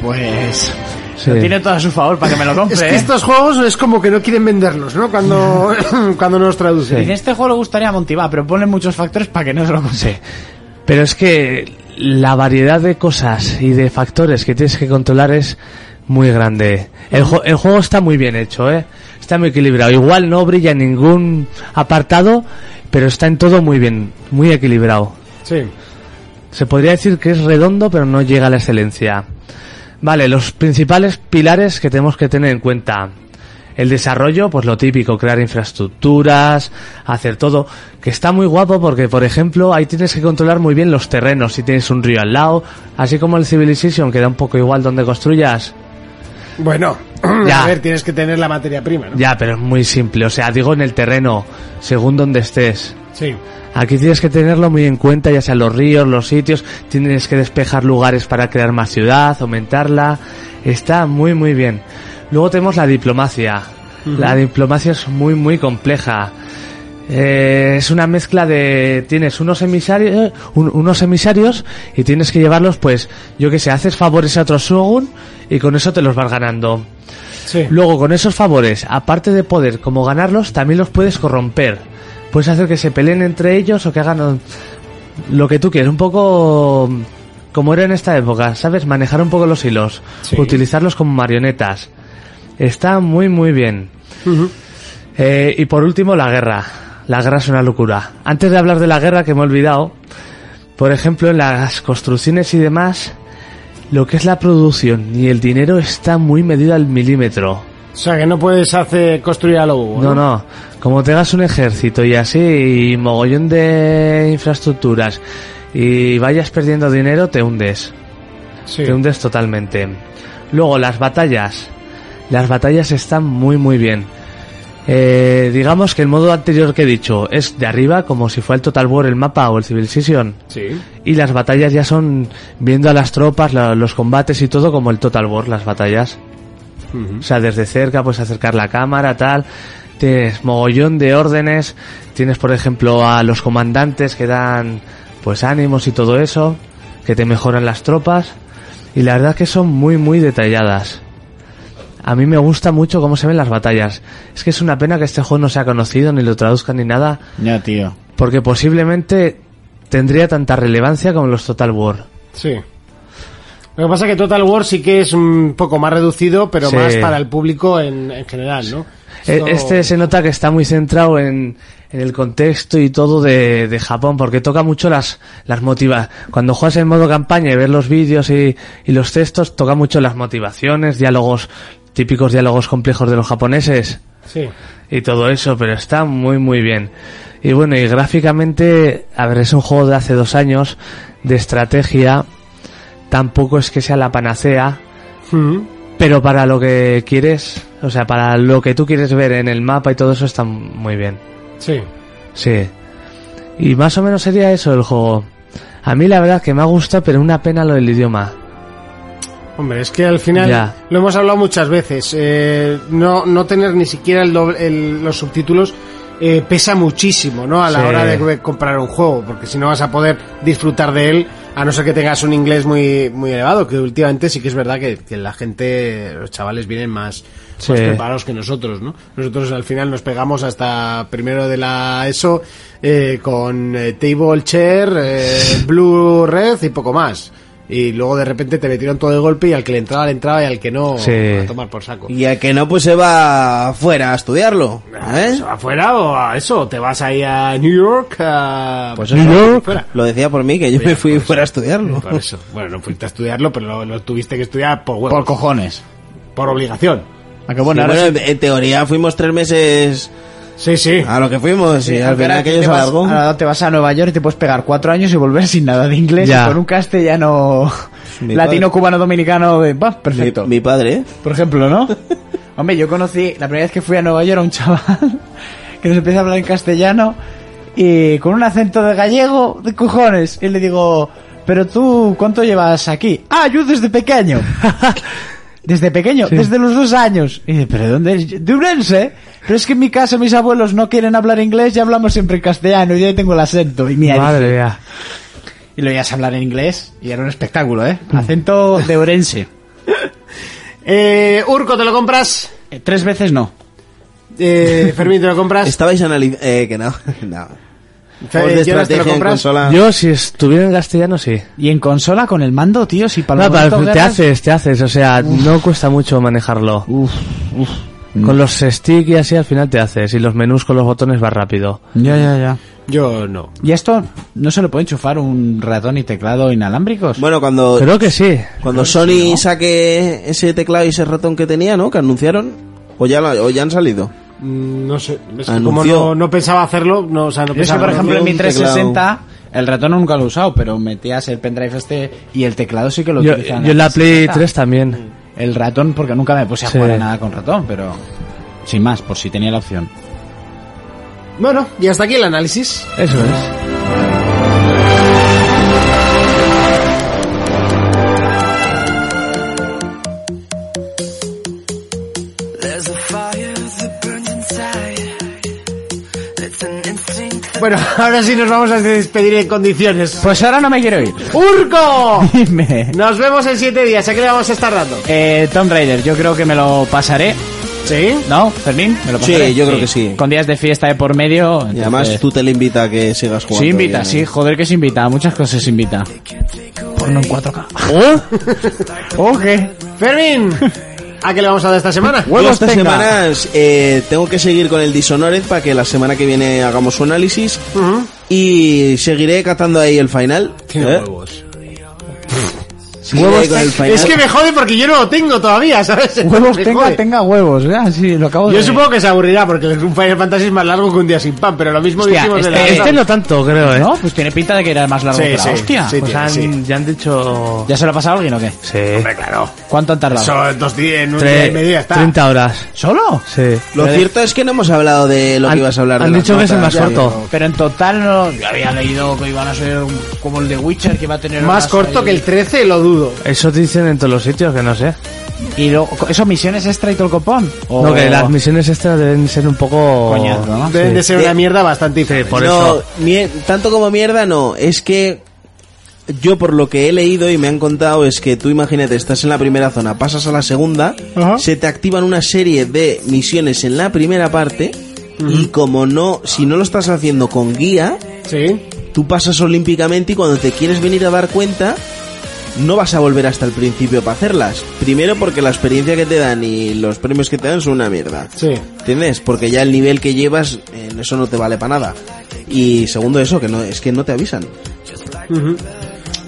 Speaker 3: Pues.
Speaker 5: Sí.
Speaker 3: Lo tiene todo a su favor para que
Speaker 4: *laughs*
Speaker 3: me lo compre.
Speaker 2: Es que
Speaker 3: ¿eh?
Speaker 2: estos juegos es como que no quieren venderlos, ¿no? *laughs* Cuando, cuando no los traducen.
Speaker 3: Dice, este juego le gustaría a Montiba, pero pone muchos factores para que no se lo consiga.
Speaker 5: Pero es que la variedad de cosas y de factores que tienes que controlar es muy grande. El, ju- el juego está muy bien hecho, ¿eh? Está muy equilibrado. Igual no brilla en ningún apartado, pero está en todo muy bien, muy equilibrado.
Speaker 2: Sí.
Speaker 5: Se podría decir que es redondo, pero no llega a la excelencia. Vale, los principales pilares que tenemos que tener en cuenta. El desarrollo, pues lo típico, crear infraestructuras, hacer todo, que está muy guapo porque, por ejemplo, ahí tienes que controlar muy bien los terrenos, si tienes un río al lado, así como el Civilization, que da un poco igual donde construyas,
Speaker 2: Bueno, *clears throat*
Speaker 5: Ya.
Speaker 2: a ver, tienes que tener la materia prima, ¿no?
Speaker 5: ya, pero es muy simple, o sea, digo en el terreno, según donde estés.
Speaker 2: Sí.
Speaker 5: Aquí tienes que tenerlo muy en cuenta, ya sea los ríos, los sitios, tienes que despejar lugares para crear más ciudad, aumentarla. Está muy, muy bien. Luego tenemos la diplomacia. La diplomacia es muy, muy compleja. Eh, es una mezcla de tienes unos emisarios eh, un- unos emisarios y tienes que llevarlos pues yo que sé haces favores a otro shogun y con eso te los vas ganando
Speaker 2: Sí.
Speaker 5: Luego, con esos favores, aparte de poder como ganarlos, también los puedes corromper. Puedes hacer que se peleen entre ellos o que hagan lo que tú quieres. Un poco como era en esta época, ¿sabes? Manejar un poco los hilos.
Speaker 2: Sí.
Speaker 5: Utilizarlos como marionetas. Está muy, muy bien. Eh, y por último, la guerra. La guerra es una locura. Antes de hablar de la guerra, que me he olvidado, por ejemplo, en las construcciones y demás, lo que es la producción y el dinero está muy medido al milímetro.
Speaker 2: O sea, que no puedes hacer construir a lo bobo,
Speaker 5: No, no. Como tengas un ejército y así, y mogollón de infraestructuras, y vayas perdiendo dinero, te hundes.
Speaker 2: Sí.
Speaker 5: Te hundes totalmente. Luego, las batallas. Las batallas están muy, muy bien. Eh, digamos que el modo anterior que he dicho es de arriba, como si fuera el Total War, el mapa o el Civilization.
Speaker 2: Sí.
Speaker 5: Y las batallas ya son viendo a las tropas, la- los combates y todo como el Total War, las batallas. O sea, desde cerca puedes acercar la cámara, tal. Tienes mogollón de órdenes. Tienes, por ejemplo, a los comandantes que dan pues ánimos y todo eso. Que te mejoran las tropas. Y la verdad que son muy, muy detalladas. A mí me gusta mucho cómo se ven las batallas. Es que es una pena que este juego no sea conocido, ni lo traduzcan ni nada.
Speaker 3: Ya, tío.
Speaker 5: Porque posiblemente tendría tanta relevancia como los Total War.
Speaker 2: Sí. Lo que pasa es que Total War sí que es un poco más reducido, pero
Speaker 5: Sí.
Speaker 2: más para el público en, en general, ¿no?
Speaker 5: E-
Speaker 2: Esto-
Speaker 5: Este se nota que está muy centrado en, en el contexto y todo de, de Japón, porque toca mucho las, las motivas. Cuando juegas en modo campaña y ves los vídeos y, y los textos, toca mucho las motivaciones, diálogos, típicos diálogos complejos de los japoneses
Speaker 2: Sí.
Speaker 5: y todo eso, pero está muy muy bien. Y bueno, y gráficamente, a ver, es un juego de hace dos años, de estrategia, tampoco es que sea la panacea,
Speaker 2: Mm.
Speaker 5: pero para lo que quieres, o sea, para lo que tú quieres ver en el mapa y todo eso está muy bien.
Speaker 2: Sí.
Speaker 5: Sí. Y más o menos sería eso el juego. A mí la verdad que me ha gustado, pero una pena lo del idioma.
Speaker 2: Hombre, es que al final
Speaker 5: Ya.
Speaker 2: lo hemos hablado muchas veces. eh, no, no tener ni siquiera el doble- el- los subtítulos eh, pesa muchísimo, ¿no? A la
Speaker 5: Sí.
Speaker 2: hora de, de comprar un juego, porque si no vas a poder disfrutar de él, a no ser que tengas un inglés muy, muy elevado, que últimamente sí que es verdad que, que la gente, los chavales vienen más,
Speaker 5: Sí.
Speaker 2: más preparados que nosotros, ¿no? Nosotros al final nos pegamos hasta primero de la ESO eh, con eh, Table Chair, eh, Blue Red y poco más. Y luego de repente te metieron todo de golpe y al que le entraba, le entraba y al que no,
Speaker 5: Sí.
Speaker 2: a tomar por saco.
Speaker 4: Y a que no, pues se va fuera a estudiarlo.
Speaker 3: Ah,
Speaker 4: ¿eh?
Speaker 2: ¿Eso, ¿Afuera o a eso? ¿Te vas ahí a New York? A...
Speaker 4: Pues
Speaker 2: New
Speaker 4: eso,
Speaker 2: York. Fuera.
Speaker 4: Lo decía por mí, que
Speaker 3: pues
Speaker 4: yo me fui fuera a estudiarlo.
Speaker 2: Por eso. Bueno, no fuiste a estudiarlo, pero lo, lo tuviste que estudiar por huevos,
Speaker 3: Por cojones.
Speaker 2: por obligación.
Speaker 3: Aunque bueno,
Speaker 4: Sí,
Speaker 3: ahora
Speaker 4: bueno, en- en teoría fuimos tres meses
Speaker 2: Sí, sí.
Speaker 4: a lo que fuimos y al
Speaker 3: Aunque
Speaker 4: final
Speaker 3: ahora
Speaker 4: aquello
Speaker 3: te
Speaker 4: se
Speaker 3: vas-
Speaker 4: alargó.
Speaker 3: ahora te vas a Nueva York y te puedes pegar cuatro años y volver sin nada de inglés
Speaker 5: Ya.
Speaker 3: y con un
Speaker 4: *laughs*
Speaker 3: castellano
Speaker 4: mi
Speaker 3: latino,
Speaker 4: padre.
Speaker 3: cubano, dominicano de... bah,
Speaker 4: Mi,
Speaker 3: perfecto.
Speaker 4: mi padre, ¿eh?
Speaker 3: Por ejemplo, ¿no? *laughs* Hombre, yo conocí la primera vez que fui a Nueva York a un chaval *laughs* que nos empieza a hablar en castellano y con un acento de gallego de cojones. Y le digo, pero tú, ¿cuánto llevas aquí? Ah, yo desde pequeño. *laughs* desde pequeño, desde los dos años. Y dice, ¿pero dónde eres? De Urense. Pero es que en mi casa mis abuelos no quieren hablar inglés y hablamos siempre en castellano. Y yo ahí tengo el acento. Y mira,
Speaker 5: Madre mía.
Speaker 3: y lo oías hablar en inglés y era un espectáculo, ¿eh? Acento de Urense.
Speaker 2: Eh, Urco, ¿te lo compras?
Speaker 3: Eh, Tres veces no.
Speaker 2: *laughs* Eh, Fermín, ¿te lo
Speaker 3: Ah.
Speaker 2: compras?
Speaker 4: Estabais analizando... Eh, que no, *laughs* no. Juegos
Speaker 2: Eh, Jonas,
Speaker 4: de
Speaker 2: ¿te lo
Speaker 4: estrategia en
Speaker 2: compras?
Speaker 4: consola.
Speaker 5: Yo, si estuviera en castellano, sí.
Speaker 3: Y en consola con el mando, tío, si para el
Speaker 5: No, pa-
Speaker 3: momento
Speaker 5: te
Speaker 3: guerras-
Speaker 5: haces, te haces, o sea, no cuesta mucho manejarlo. Con los stick y así al final te haces, y los menús con los botones va rápido.
Speaker 3: Ya, ya, ya.
Speaker 2: Yo no.
Speaker 3: ¿Y esto no se le puede enchufar un ratón y teclado inalámbricos?
Speaker 4: Bueno, cuando,
Speaker 5: Creo que sí.
Speaker 4: cuando Sony saque ese teclado y ese ratón que tenía, ¿no? Que anunciaron. O ya, la- o ya han salido.
Speaker 2: Mm, No sé, es que como
Speaker 4: Anunció.
Speaker 2: no, no pensaba hacerlo, no, o sea, no
Speaker 3: Yo es que,
Speaker 2: pensaba
Speaker 3: por ejemplo, en mi
Speaker 2: hacerlo.
Speaker 3: 360 el ratón nunca lo he usado, pero metías el pendrive este y el teclado sí que lo
Speaker 5: Yo,
Speaker 3: utilizaba
Speaker 5: yo en la Play
Speaker 3: 360.
Speaker 5: 3 también.
Speaker 2: Mm.
Speaker 3: El ratón, porque nunca me puse a
Speaker 5: Sí.
Speaker 3: jugar a nada con ratón, pero sin más, por si tenía la opción.
Speaker 2: Bueno, y hasta aquí el análisis.
Speaker 5: Eso es.
Speaker 2: Bueno, ahora sí nos vamos a despedir en condiciones.
Speaker 3: Pues ahora no me quiero ir. *laughs*
Speaker 2: ¡Urco!
Speaker 3: Dime.
Speaker 2: Nos vemos en siete días, ¿a qué le vamos a estar dando?
Speaker 3: Eh, Tomb Raider, yo creo que me lo pasaré,
Speaker 2: ¿Sí?
Speaker 3: ¿no, Fermín? ¿Me lo
Speaker 4: Sí,
Speaker 3: pasaré?
Speaker 4: yo creo que sí.
Speaker 3: Con días de fiesta de por medio.
Speaker 4: Y
Speaker 3: entonces-
Speaker 4: además tú te le invita a que sigas jugando.
Speaker 3: Sí, invita,
Speaker 4: bien,
Speaker 3: sí,
Speaker 4: ¿eh?
Speaker 3: joder que se invita, muchas cosas se invita. Porno en 4K.
Speaker 2: ¿O qué? Fermín, ¿a qué le vamos a dar esta semana?
Speaker 4: Yo
Speaker 3: Huevos
Speaker 4: estas
Speaker 3: tenga.
Speaker 4: semanas eh, tengo que seguir con el Dishonored para que la semana que viene hagamos su análisis. Y seguiré catando ahí el final. ¿eh? Seguiré ahí con el final.
Speaker 2: Es que me jode porque yo no lo tengo todavía, ¿sabes?
Speaker 3: Huevos
Speaker 2: Me
Speaker 3: tenga,
Speaker 2: jode.
Speaker 3: tenga huevos, ya, sí, lo acabo
Speaker 2: Yo
Speaker 3: de...
Speaker 2: supongo que se aburrirá porque un Final Fantasy es más largo que un día sin pan, pero lo mismo
Speaker 3: Hostia,
Speaker 2: dijimos de la
Speaker 3: este-
Speaker 5: Este no tanto, creo, ¿eh?
Speaker 3: No, pues tiene pinta de que era más largo
Speaker 2: Sí,
Speaker 3: que la
Speaker 2: sí,
Speaker 3: hostia.
Speaker 2: sí.
Speaker 3: Pues,
Speaker 5: Pues han-
Speaker 2: sí.
Speaker 5: ya han dicho...
Speaker 3: ¿Ya se lo ha pasado a alguien o qué?
Speaker 5: Sí.
Speaker 2: Hombre, claro.
Speaker 3: ¿Cuánto han tardado?
Speaker 2: Son dos días, en un día y medio ya
Speaker 5: Tre-
Speaker 2: está.
Speaker 5: 30 horas.
Speaker 3: ¿Solo?
Speaker 5: Sí.
Speaker 4: Lo cierto es que no hemos hablado de lo
Speaker 5: Han-
Speaker 4: que ibas a hablar. de
Speaker 5: han
Speaker 4: las
Speaker 5: dicho que es el
Speaker 4: notas,
Speaker 5: más
Speaker 4: ya
Speaker 5: corto.
Speaker 4: digo.
Speaker 3: Pero en total no... Yo había leído que iban a ser un- como el de Witcher, que iba a tener...
Speaker 2: Más
Speaker 3: unas
Speaker 2: corto
Speaker 3: ahí-
Speaker 2: que el 13, lo dudo.
Speaker 5: Eso dicen en todos los sitios, que no sé.
Speaker 3: ¿Y luego, eso, misiones extra y todo el copón? ¿O-
Speaker 2: Oh.
Speaker 5: No, que las misiones extras deben ser un poco...
Speaker 3: Coñazo, ¿no?
Speaker 2: Deben de ser
Speaker 4: Sí.
Speaker 2: una mierda bastante diferente.
Speaker 5: por
Speaker 4: no,
Speaker 5: eso.
Speaker 4: mie- tanto como mierda no, es que yo por lo que he leído y me han contado es que tú imagínate, estás en la primera zona, pasas a la segunda, se te activan una serie de misiones en la primera parte y como no, si no lo estás haciendo con guía,
Speaker 2: Sí.
Speaker 4: tú pasas olímpicamente y cuando te quieres venir a dar cuenta no vas a volver hasta el principio para hacerlas. Primero porque la experiencia que te dan y los premios que te dan son una mierda.
Speaker 2: Sí.
Speaker 4: ¿Entiendes? Porque ya el nivel que llevas, en eso no te vale para nada. Y segundo eso, que no es que no te avisan.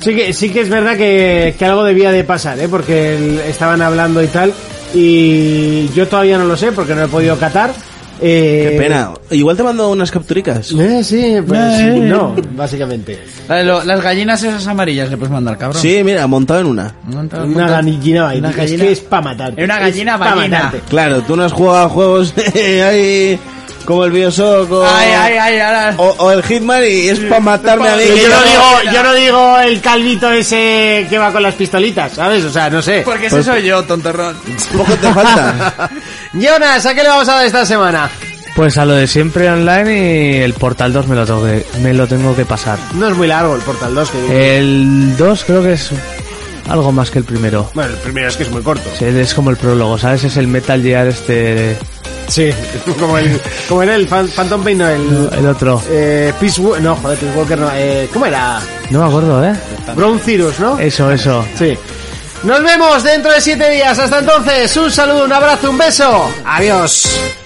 Speaker 2: Sí que, sí que es verdad que, que algo debía de pasar, ¿eh? porque el- estaban hablando y tal, y yo todavía no lo sé porque no he podido catar. Eh,
Speaker 4: Qué pena. Igual te mando unas capturicas.
Speaker 2: Eh, sí, pues no, básicamente.
Speaker 3: La de Eh, lo- las gallinas esas amarillas le puedes mandar, cabrón.
Speaker 4: Sí, mira, montado en una.
Speaker 3: Monta-
Speaker 2: Una
Speaker 3: monta-
Speaker 2: gallina,
Speaker 3: Ah, pues, Una
Speaker 2: es
Speaker 3: gallina.
Speaker 2: que es pa' matarte.
Speaker 3: Es una gallina
Speaker 2: es pa'
Speaker 3: ballena.
Speaker 2: matarte.
Speaker 4: Claro, tú no has jugado a juegos *laughs* ahí, como el Bioshock o,
Speaker 3: Ay, ay, ay, ahora...
Speaker 4: o- o el Hitman y es para matarme a mí. que
Speaker 2: Yo no,
Speaker 4: yo-
Speaker 2: digo, yo no digo el calvito ese que va con las pistolitas, ¿sabes? O sea, no sé.
Speaker 4: Pues-
Speaker 3: Porque ese soy yo, tontorrón.
Speaker 4: Poco te
Speaker 3: *laughs*
Speaker 4: falta.
Speaker 2: Jonas, ¿a qué le vamos a dar esta semana?
Speaker 5: Pues a lo de siempre online y el Portal 2 me lo tengo que, me lo tengo que pasar.
Speaker 2: No es muy largo el Portal 2. Que...
Speaker 5: El 2 creo que es algo más que el primero.
Speaker 2: Bueno, el primero es que es muy corto.
Speaker 5: Sí, Es como el prólogo, ¿sabes? Es el Metal Gear este...
Speaker 2: Sí, *laughs* como, el, como era el Fan- Phantom Pain, no, el...
Speaker 5: El otro.
Speaker 2: Eh, Peace Walker, no, joder, Peace Walker no, eh, ¿cómo era?
Speaker 5: No me acuerdo, ¿eh?
Speaker 2: Brown Cirrus, ¿no?
Speaker 5: Eso, eso.
Speaker 2: Sí. Nos vemos dentro de siete días. Hasta entonces, un saludo, un abrazo, un beso. Adiós.